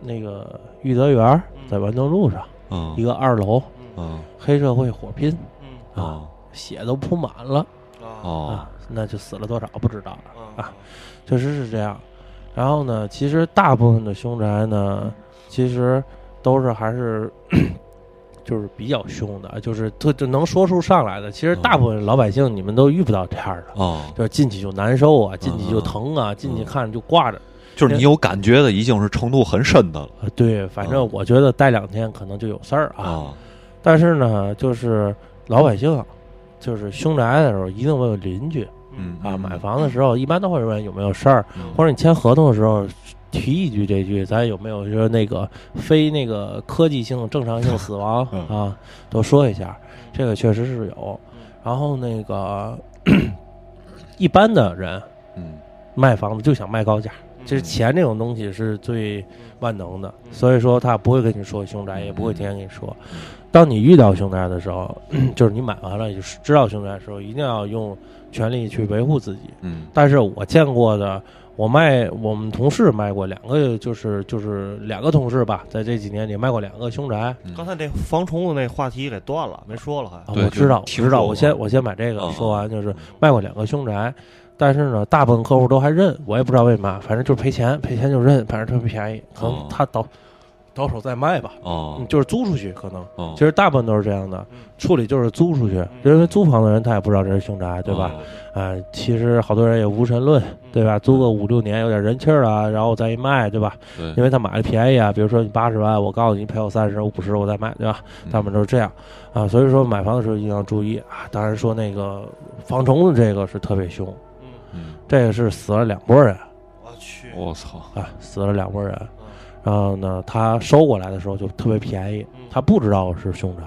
[SPEAKER 3] 那个玉德园儿
[SPEAKER 1] 嗯
[SPEAKER 3] 在万正路上一
[SPEAKER 2] 嗯
[SPEAKER 3] 个二楼
[SPEAKER 1] 嗯
[SPEAKER 2] 嗯
[SPEAKER 3] 黑社会火拼
[SPEAKER 1] 嗯
[SPEAKER 3] 啊，
[SPEAKER 2] 啊
[SPEAKER 3] 血都铺满了
[SPEAKER 1] 啊
[SPEAKER 2] 哦
[SPEAKER 3] 啊，那就死了多少不知道
[SPEAKER 1] 啊
[SPEAKER 3] 了。啊，确实是这样。然后呢，其实大部分的凶宅呢，其实都是还是 就是比较凶的，就是特就能说出上来的。其实
[SPEAKER 2] 嗯
[SPEAKER 3] 大部分老百姓你们都遇不到这样的，
[SPEAKER 2] 哦嗯
[SPEAKER 3] 啊就是进去就难受啊，进去就疼啊，进去看着就挂着。
[SPEAKER 2] 就是你有感觉的已经是程度很深的了
[SPEAKER 3] 呃对，反正
[SPEAKER 2] 嗯
[SPEAKER 3] 我觉得待两天可能就有事儿啊。
[SPEAKER 2] 啊。
[SPEAKER 3] 但是呢，就是老百姓，就是凶宅的时候一定问问邻居
[SPEAKER 2] 嗯
[SPEAKER 3] 啊。买房的时候一般都会问有没有事儿，
[SPEAKER 2] 嗯
[SPEAKER 3] 或者你签合同的时候提一句这句，咱有没有就是那个非那个科技性正常性死亡
[SPEAKER 2] 嗯
[SPEAKER 3] 啊，都说一下，
[SPEAKER 1] 嗯
[SPEAKER 3] 这个确实是有。然后那个 一般的人
[SPEAKER 2] 嗯
[SPEAKER 3] 卖房子就想卖高价，
[SPEAKER 4] 嗯
[SPEAKER 3] 就是钱这种东西是最
[SPEAKER 1] 嗯
[SPEAKER 3] 万能的，所以说他不会跟你说凶宅，也不会提前跟你说。当你遇到凶宅的时候， 就是你买完了，就是知道凶宅的时候，一定要用全力去维护自己。
[SPEAKER 2] 嗯
[SPEAKER 3] 但是我见过的，我卖我们同事卖过两个，就是就是两个同事吧，在这几年里卖过两个凶宅。
[SPEAKER 2] 嗯
[SPEAKER 1] 刚才那防虫子那话题给断了，没说了，好
[SPEAKER 3] 啊
[SPEAKER 1] 像
[SPEAKER 2] 对
[SPEAKER 3] 我知道，我
[SPEAKER 2] 就是听
[SPEAKER 3] 知道，
[SPEAKER 2] 说
[SPEAKER 3] 我先我先把这个
[SPEAKER 2] 啊
[SPEAKER 3] 说完，就是卖过两个凶宅，但是呢，大部分客户都还认，我也不知道为嘛，反正就是赔钱，赔钱就认，反正特别便宜，可
[SPEAKER 2] 哦
[SPEAKER 3] 能他倒倒手再卖吧，
[SPEAKER 2] 哦
[SPEAKER 3] 嗯就是租出去可能。
[SPEAKER 2] 哦，
[SPEAKER 3] 其实大部分都是这样的，
[SPEAKER 2] 嗯
[SPEAKER 3] 处理就是租出去，因为租房的人他也不知道这是凶宅，对吧？
[SPEAKER 2] 哦？
[SPEAKER 3] 啊、其实好多人也无神论，
[SPEAKER 2] 嗯
[SPEAKER 1] 嗯
[SPEAKER 3] 对吧？租个五六年有点人气儿了，啊然后再一卖，对吧？
[SPEAKER 2] 对，
[SPEAKER 3] 因为他买的便宜啊，比如说你八十万，我告诉你赔我三十、五十，我再买，对吧？
[SPEAKER 2] 嗯
[SPEAKER 3] 他们都是这样啊，所以说买房的时候一定要注意啊。当然说那个防虫子这个是特别凶，
[SPEAKER 2] 嗯
[SPEAKER 3] 这个是死了两拨人
[SPEAKER 1] 我去嗯
[SPEAKER 2] 我操，
[SPEAKER 3] 啊，死了两拨人。然后呢，他收过来的时候就特别便宜，他不知道是凶宅，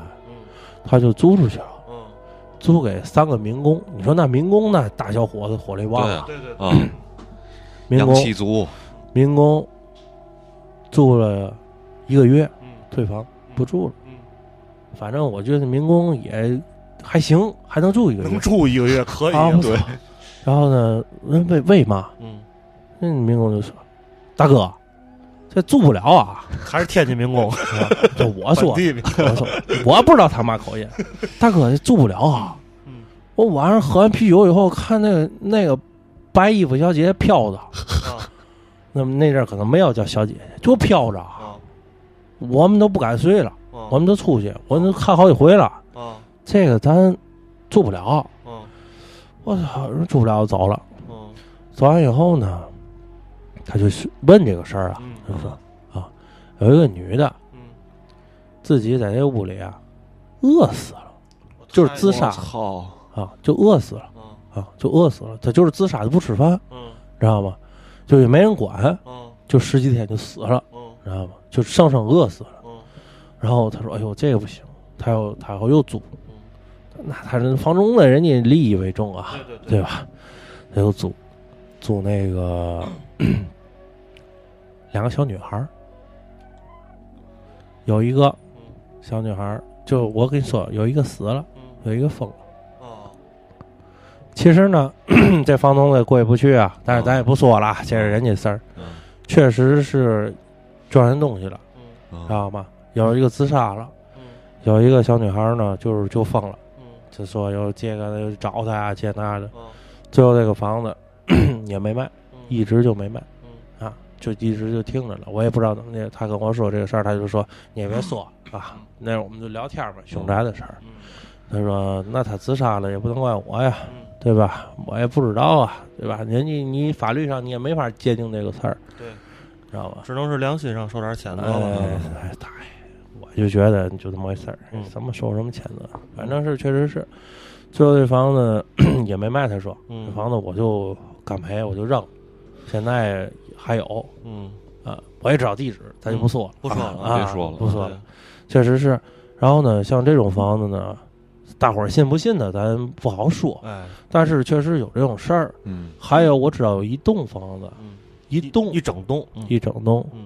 [SPEAKER 3] 他就租出去了，
[SPEAKER 1] 嗯，
[SPEAKER 3] 租给三个民工。你说那民工那大小伙子火力旺
[SPEAKER 2] 对
[SPEAKER 3] 啊，
[SPEAKER 2] 啊
[SPEAKER 1] 对对对，
[SPEAKER 2] 啊，
[SPEAKER 3] 民
[SPEAKER 2] 氧
[SPEAKER 3] 工
[SPEAKER 2] 气足，
[SPEAKER 3] 民工住了一个月，
[SPEAKER 1] 嗯
[SPEAKER 3] 退房不住了。
[SPEAKER 1] 嗯，
[SPEAKER 3] 反正我觉得民工也还行，还能住一个
[SPEAKER 1] 能
[SPEAKER 3] 月。
[SPEAKER 1] 住一个月可以
[SPEAKER 3] 啊
[SPEAKER 1] 啊，
[SPEAKER 3] 我操然后呢，那为为嘛？
[SPEAKER 1] 嗯，
[SPEAKER 3] 那民工就说：“大哥，这住不了啊
[SPEAKER 1] 还是天津民工，！”
[SPEAKER 3] 这 我说
[SPEAKER 1] 本，地民
[SPEAKER 3] 我说，我不知道他嘛口音，大哥这住不了啊！
[SPEAKER 1] 嗯
[SPEAKER 3] 我晚上喝完啤酒以后，看那个那个白衣服小姐姐飘着，
[SPEAKER 1] 啊
[SPEAKER 3] 那么那阵儿可能没有叫小姐姐，就飘着，
[SPEAKER 1] 啊，
[SPEAKER 3] 我们都不敢睡了，
[SPEAKER 1] 我
[SPEAKER 3] 我们都出去，我都看好几回了，
[SPEAKER 1] 啊
[SPEAKER 3] 这个咱住不了，
[SPEAKER 1] 啊
[SPEAKER 3] 我操，住不了走了。
[SPEAKER 1] 嗯
[SPEAKER 3] 走完以后呢，他就问这个事儿啊，
[SPEAKER 1] 嗯
[SPEAKER 3] 就说啊，有一个女的
[SPEAKER 1] 嗯，
[SPEAKER 3] 自己在这屋里啊，饿死了就是自杀
[SPEAKER 2] 我操，
[SPEAKER 3] 啊，就饿死了
[SPEAKER 1] 嗯
[SPEAKER 3] 啊，就饿死了，她就是自杀，就不吃饭，
[SPEAKER 1] 嗯
[SPEAKER 3] 知道吗？就也没人管，
[SPEAKER 1] 嗯
[SPEAKER 3] 就十几天就死了，
[SPEAKER 1] 嗯
[SPEAKER 3] 知道吗？就生生饿死了。
[SPEAKER 1] 嗯
[SPEAKER 3] 然后他说：“哎呦，这个不行，他要他要又租，那他人房中的人家利益为重啊，
[SPEAKER 1] 对对对
[SPEAKER 3] 对吧？他又租租那个两个小女孩儿，有一个小女孩儿，就我跟你说，有一个死了，
[SPEAKER 1] 嗯
[SPEAKER 3] 有一个疯了。
[SPEAKER 1] 哦
[SPEAKER 3] 其实呢， 这房东也过意不去啊，但是咱也不说了啊，这是人家事儿，
[SPEAKER 2] 嗯
[SPEAKER 3] 确实是撞人东西了，
[SPEAKER 1] 嗯
[SPEAKER 3] 知
[SPEAKER 2] 啊
[SPEAKER 3] 道吗？有一个自杀了，
[SPEAKER 1] 嗯
[SPEAKER 3] 有一个小女孩儿呢，就是就疯了。”
[SPEAKER 1] 嗯
[SPEAKER 3] 就说又借个又找他啊，借那的，
[SPEAKER 1] 哦
[SPEAKER 3] 最后这个房子 也没卖，
[SPEAKER 1] 嗯
[SPEAKER 3] 一直就没卖
[SPEAKER 1] 嗯
[SPEAKER 3] 啊，就一直就听着了。我也不知道怎么的，他跟我说这个事儿，他就说你也别说啊，那会儿我们就聊天吧，凶宅的事儿。
[SPEAKER 1] 嗯
[SPEAKER 3] 他说那他自杀了也不能怪我呀，
[SPEAKER 1] 嗯
[SPEAKER 3] 对吧？我也不知道啊，对吧？人家你法律上你也没法界定这个事儿，
[SPEAKER 1] 对，
[SPEAKER 3] 知道吧？
[SPEAKER 1] 只能是良心上收点钱得了，啊
[SPEAKER 3] 哎，哎大爷，我就觉得就这么回事儿
[SPEAKER 1] 嗯，
[SPEAKER 3] 怎么收什么钱呢？反正是确实是，最后这房子 也没卖，他说
[SPEAKER 1] 嗯
[SPEAKER 3] 这房子我就敢赔，我就扔，现在还有
[SPEAKER 1] 嗯
[SPEAKER 3] 啊，我也知道地址，咱就不说了，
[SPEAKER 1] 不说了
[SPEAKER 3] 啊，
[SPEAKER 2] 别说了
[SPEAKER 3] 不说了
[SPEAKER 1] 对，
[SPEAKER 3] 确实是。然后呢，像这种房子呢，大伙儿信不信呢，咱不好说，
[SPEAKER 1] 哎
[SPEAKER 3] 但是确实有这种事儿。
[SPEAKER 2] 嗯
[SPEAKER 3] 还有，我知道有一栋房子，
[SPEAKER 1] 嗯
[SPEAKER 3] 一栋
[SPEAKER 1] 一整栋嗯
[SPEAKER 3] 一整栋，
[SPEAKER 1] 嗯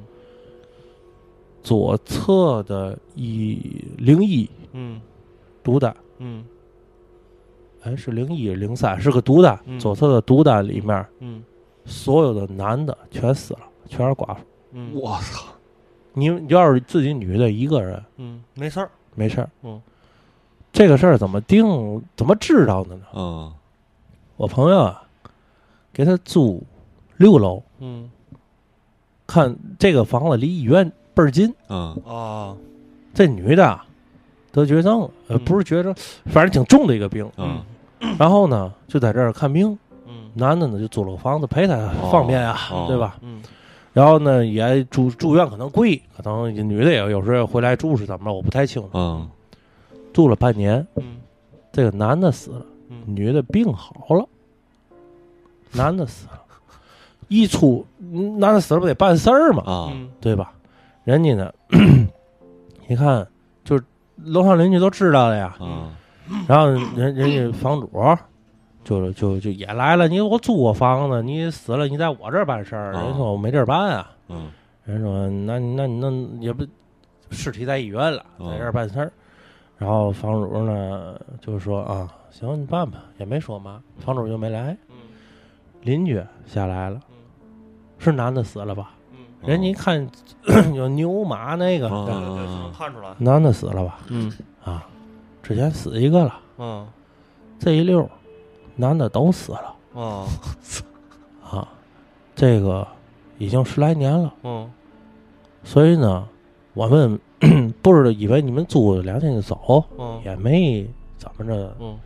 [SPEAKER 3] 左侧的一零一
[SPEAKER 1] 嗯
[SPEAKER 3] 独单，
[SPEAKER 1] 嗯
[SPEAKER 3] 哎，是零一零三，是个独单，
[SPEAKER 1] 嗯
[SPEAKER 3] 左侧的独单里面
[SPEAKER 1] 嗯
[SPEAKER 3] 所有的男的全死了，全是寡妇。
[SPEAKER 1] 嗯
[SPEAKER 2] 我操，
[SPEAKER 3] 你你要是自己女的一个人
[SPEAKER 1] 嗯没事儿
[SPEAKER 3] 没事儿，
[SPEAKER 1] 嗯，
[SPEAKER 3] 这个事儿怎么定怎么知道的呢？
[SPEAKER 2] 嗯
[SPEAKER 3] 我朋友啊，给他租六楼，
[SPEAKER 1] 嗯
[SPEAKER 3] 看这个房子离医院倍儿近，
[SPEAKER 2] 嗯
[SPEAKER 1] 啊
[SPEAKER 3] 这女的啊得绝症了，呃，
[SPEAKER 1] 嗯
[SPEAKER 3] 不是绝症，反正挺重的一个病。
[SPEAKER 2] 嗯
[SPEAKER 3] 然后呢，就在这儿看病，
[SPEAKER 1] 嗯
[SPEAKER 3] 男的呢就租了个房子陪她，方便啊，
[SPEAKER 2] 哦
[SPEAKER 3] 对吧？
[SPEAKER 1] 嗯
[SPEAKER 3] 然后呢，也住住院可能贵，可能女的也有时候回来住是怎么着，我不太清楚。
[SPEAKER 2] 嗯，
[SPEAKER 3] 住了半年，
[SPEAKER 1] 嗯
[SPEAKER 3] 这个男的死了，
[SPEAKER 1] 嗯
[SPEAKER 3] 女的病好了，男的死了，一出嗯男的死了不得办事儿嘛，
[SPEAKER 2] 啊，
[SPEAKER 1] 嗯
[SPEAKER 3] 对吧？人家呢， 一看就是楼上邻居都知道了呀，
[SPEAKER 2] 嗯，
[SPEAKER 3] 然后人人家房主就就就也来了，你给我租我房子，你死了你在我这儿办事儿，
[SPEAKER 2] 啊
[SPEAKER 3] 人家说我没地儿办啊，
[SPEAKER 2] 嗯，
[SPEAKER 3] 人家说那那那那也不尸体在医院了，
[SPEAKER 2] 哦
[SPEAKER 3] 在这儿办事儿。然后房主呢就说啊，行你办吧，也没说嘛，房主就没来，邻居下来了，
[SPEAKER 2] 嗯
[SPEAKER 3] 是男的死了吧？人家一看 有牛马那个，
[SPEAKER 2] 哦
[SPEAKER 1] 对对，
[SPEAKER 2] 嗯
[SPEAKER 1] 能看出来，
[SPEAKER 3] 男的死了吧？
[SPEAKER 1] 嗯
[SPEAKER 3] 啊，之前死一个了，
[SPEAKER 1] 嗯
[SPEAKER 3] 这一溜儿男的都死了。
[SPEAKER 1] 哦
[SPEAKER 3] 啊，这个已经十来年了，
[SPEAKER 1] 嗯
[SPEAKER 3] 所以呢，我们 不是以为你们租两天就走，
[SPEAKER 1] 嗯
[SPEAKER 3] 也没怎么着。
[SPEAKER 1] 嗯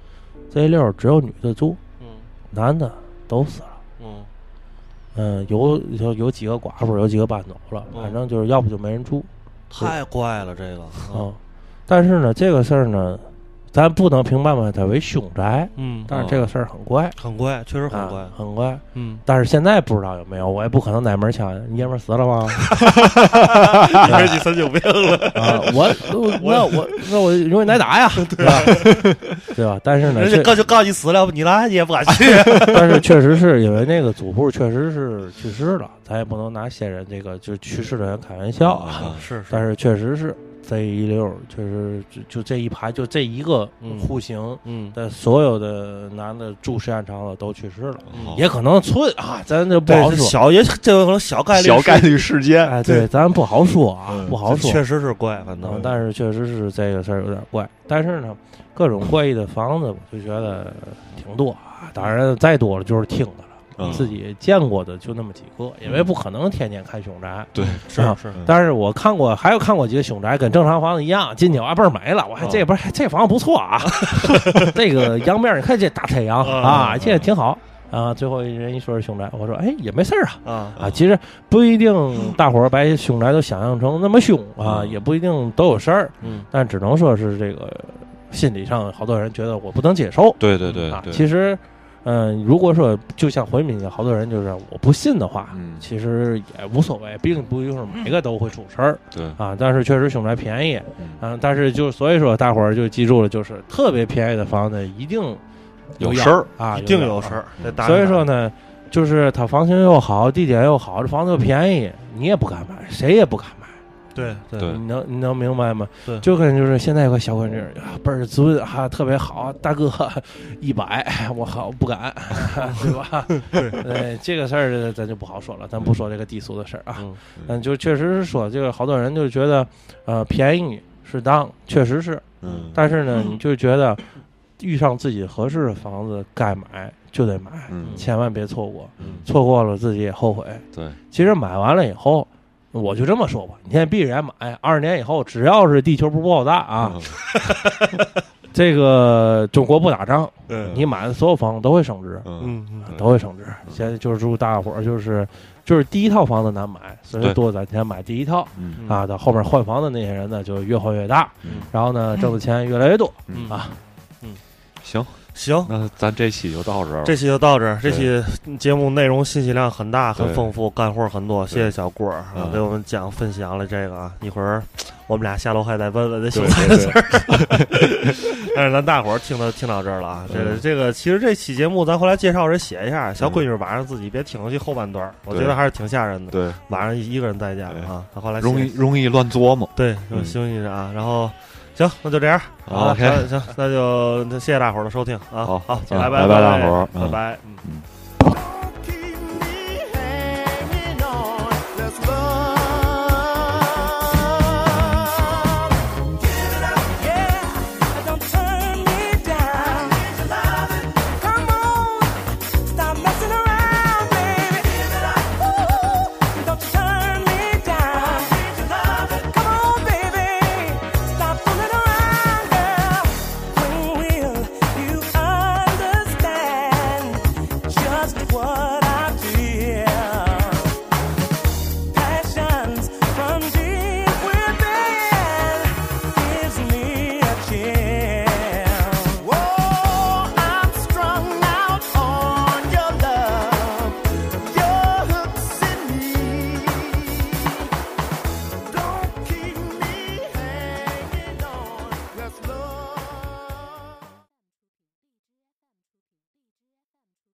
[SPEAKER 3] 这一溜儿只有女的住，
[SPEAKER 1] 嗯
[SPEAKER 3] 男的都死了。
[SPEAKER 1] 嗯
[SPEAKER 3] 嗯，有有有几个寡妇，有几个搬走了，
[SPEAKER 1] 嗯
[SPEAKER 3] 反正就是要不就没人住
[SPEAKER 1] 太怪了这个，
[SPEAKER 3] 啊。但是呢，这个事儿呢，咱不能评判它为凶宅，
[SPEAKER 1] 嗯，
[SPEAKER 3] 但是这个事儿很怪，
[SPEAKER 1] 很怪，确实很怪
[SPEAKER 3] 啊，，很怪。
[SPEAKER 1] 嗯，
[SPEAKER 3] 但是现在不知道有没有，我也不可能哪门儿 掐，爷们儿死了吗？
[SPEAKER 1] 一 人几神经病了，
[SPEAKER 3] 啊，我我那我那我容易挨 打呀，对吧？对吧？但是呢，
[SPEAKER 1] 人家
[SPEAKER 3] 确
[SPEAKER 1] 告就告你死了，你来你也不敢去，
[SPEAKER 3] 但是确实是因为那个祖父确实是去世了，咱也不能拿先人这个就是去世的人开玩笑啊。
[SPEAKER 2] 啊，
[SPEAKER 1] 哎是是，
[SPEAKER 3] 但是确实是这一溜儿，确实就就这一排就这一个
[SPEAKER 1] 嗯
[SPEAKER 3] 户型
[SPEAKER 1] 嗯
[SPEAKER 3] 的所有的男的住时间长了都去世了，
[SPEAKER 2] 好
[SPEAKER 3] 也可能寸啊，咱就不好
[SPEAKER 1] 对，
[SPEAKER 3] 说。
[SPEAKER 1] 小也这有可能小概率，
[SPEAKER 2] 小概率事件，
[SPEAKER 3] 哎，对，咱不好说啊，
[SPEAKER 2] 嗯
[SPEAKER 3] 不好说。
[SPEAKER 1] 确实是怪，反
[SPEAKER 3] 嗯
[SPEAKER 1] 正，
[SPEAKER 3] 但是确实是这个事儿有点怪。但是呢，各种怪异的房子，我就觉得挺多啊。当然，再多了就是听的了，
[SPEAKER 2] 嗯
[SPEAKER 3] 自己见过的就那么几个，因为不可能天天看凶宅。
[SPEAKER 2] 对，
[SPEAKER 1] 嗯是
[SPEAKER 3] 啊
[SPEAKER 1] 是，
[SPEAKER 3] 但是我看过，还有看过几个凶宅，跟正常房子一样，进去我倍儿美了，我还
[SPEAKER 1] 哦
[SPEAKER 3] 这不是这房子不 错啊，这个阳面儿你看这大太阳
[SPEAKER 1] 嗯
[SPEAKER 3] 啊，
[SPEAKER 1] 嗯
[SPEAKER 3] 这也挺好啊。最后人一说是凶宅，我说哎也没事儿啊，
[SPEAKER 1] 啊，
[SPEAKER 3] 啊，其实不一定大伙儿把凶宅都想象成那么凶啊，
[SPEAKER 2] 嗯
[SPEAKER 3] 也不一定都有事儿，
[SPEAKER 1] 嗯
[SPEAKER 3] 但只能说是这个心理上好多人觉得我不能接受
[SPEAKER 2] 对对对
[SPEAKER 3] 啊。
[SPEAKER 2] 对，
[SPEAKER 3] 其实，嗯、如果说就像回民一样，好多人就是我不信的话，
[SPEAKER 2] 嗯，
[SPEAKER 3] 其实也无所谓，并不一定是每个都会出事儿
[SPEAKER 2] 对，
[SPEAKER 3] 啊。但是确实凶宅便宜，
[SPEAKER 2] 嗯
[SPEAKER 3] 嗯、但是就所以说大伙儿就记住了，就是特别便宜的房子一定
[SPEAKER 2] 有
[SPEAKER 3] 妖
[SPEAKER 2] 事儿，
[SPEAKER 3] 啊，
[SPEAKER 1] 一定
[SPEAKER 3] 妖
[SPEAKER 1] 有
[SPEAKER 3] 啊
[SPEAKER 1] 事儿，这
[SPEAKER 2] 嗯
[SPEAKER 1] 大
[SPEAKER 3] 所以
[SPEAKER 1] 胆
[SPEAKER 3] 说，呢，就是它房型又好，地点又好，这房子又便宜，你也不敢买，谁也不敢买。
[SPEAKER 1] 对对
[SPEAKER 2] 对
[SPEAKER 3] 你能你能明白吗？
[SPEAKER 1] 对
[SPEAKER 3] 就跟就是现在有个小闺女儿啊倍儿尊啊，特别好，大哥一百，我好不敢， 对吧？ 对，这个事儿咱就不好说了，咱不说这个低俗的事儿啊。
[SPEAKER 1] 嗯
[SPEAKER 3] 嗯，就确实是说，这个好多人就觉得，呃，便宜适当，确实是，
[SPEAKER 2] 嗯，
[SPEAKER 3] 但是呢，你就觉得遇上自己合适的房子，该买就得买，
[SPEAKER 2] 嗯
[SPEAKER 3] 千万别错过。
[SPEAKER 2] 嗯
[SPEAKER 3] 错过了自己也后悔。
[SPEAKER 2] 对，
[SPEAKER 3] 其实买完了以后，我就这么说吧，你现在闭着眼买，二十年以后，只要是地球不爆炸啊，
[SPEAKER 2] 嗯，
[SPEAKER 3] 这个中国不打仗，
[SPEAKER 1] 对
[SPEAKER 3] 你买的所有房子都会升值，
[SPEAKER 2] 嗯，
[SPEAKER 1] 嗯嗯
[SPEAKER 2] 对
[SPEAKER 3] 都会升值。现在就是祝大伙儿就是。就是第一套房子难买，所以
[SPEAKER 2] 对
[SPEAKER 3] 多攒钱买第一套
[SPEAKER 2] 嗯
[SPEAKER 1] 嗯
[SPEAKER 3] 啊。到后面换房的那些人呢，就越换越大
[SPEAKER 2] 嗯，
[SPEAKER 3] 然后呢，挣的钱越来越多。
[SPEAKER 1] 嗯
[SPEAKER 3] 啊
[SPEAKER 2] 行，
[SPEAKER 1] 行，
[SPEAKER 2] 那咱这期就到这儿吧，
[SPEAKER 1] 这期就到这儿。这期节目内容信息量很大，很
[SPEAKER 2] 对
[SPEAKER 1] 丰富，干货很多。谢谢小郭儿啊
[SPEAKER 2] 嗯
[SPEAKER 1] 给我们讲分享了这个啊。一会儿我们俩下楼还得问问这秀
[SPEAKER 2] 对
[SPEAKER 1] 才的
[SPEAKER 2] 对
[SPEAKER 1] 事
[SPEAKER 2] 对
[SPEAKER 1] 儿，但是咱大伙儿 听到听到这儿了啊。这个
[SPEAKER 2] 嗯
[SPEAKER 1] 这个，其实这期节目咱回来介绍时写一下，小闺女晚上自己别听去后半段儿，我觉
[SPEAKER 2] 对
[SPEAKER 1] 得还是挺吓人的。
[SPEAKER 2] 对，
[SPEAKER 1] 晚上一个人在家啊，她后来
[SPEAKER 2] 容易
[SPEAKER 1] 写
[SPEAKER 2] 容易乱琢磨。
[SPEAKER 1] 对
[SPEAKER 2] 嗯
[SPEAKER 1] 休息着啊。然后行，那就这样。
[SPEAKER 2] 好
[SPEAKER 1] 啊
[SPEAKER 2] ，OK，
[SPEAKER 1] 行行，那就那谢谢大伙儿的收听啊。
[SPEAKER 2] 好
[SPEAKER 1] 好，
[SPEAKER 2] 嗯
[SPEAKER 1] 拜
[SPEAKER 2] 拜拜大伙儿
[SPEAKER 1] 拜
[SPEAKER 2] 嗯
[SPEAKER 1] 拜，嗯。
[SPEAKER 2] 嗯。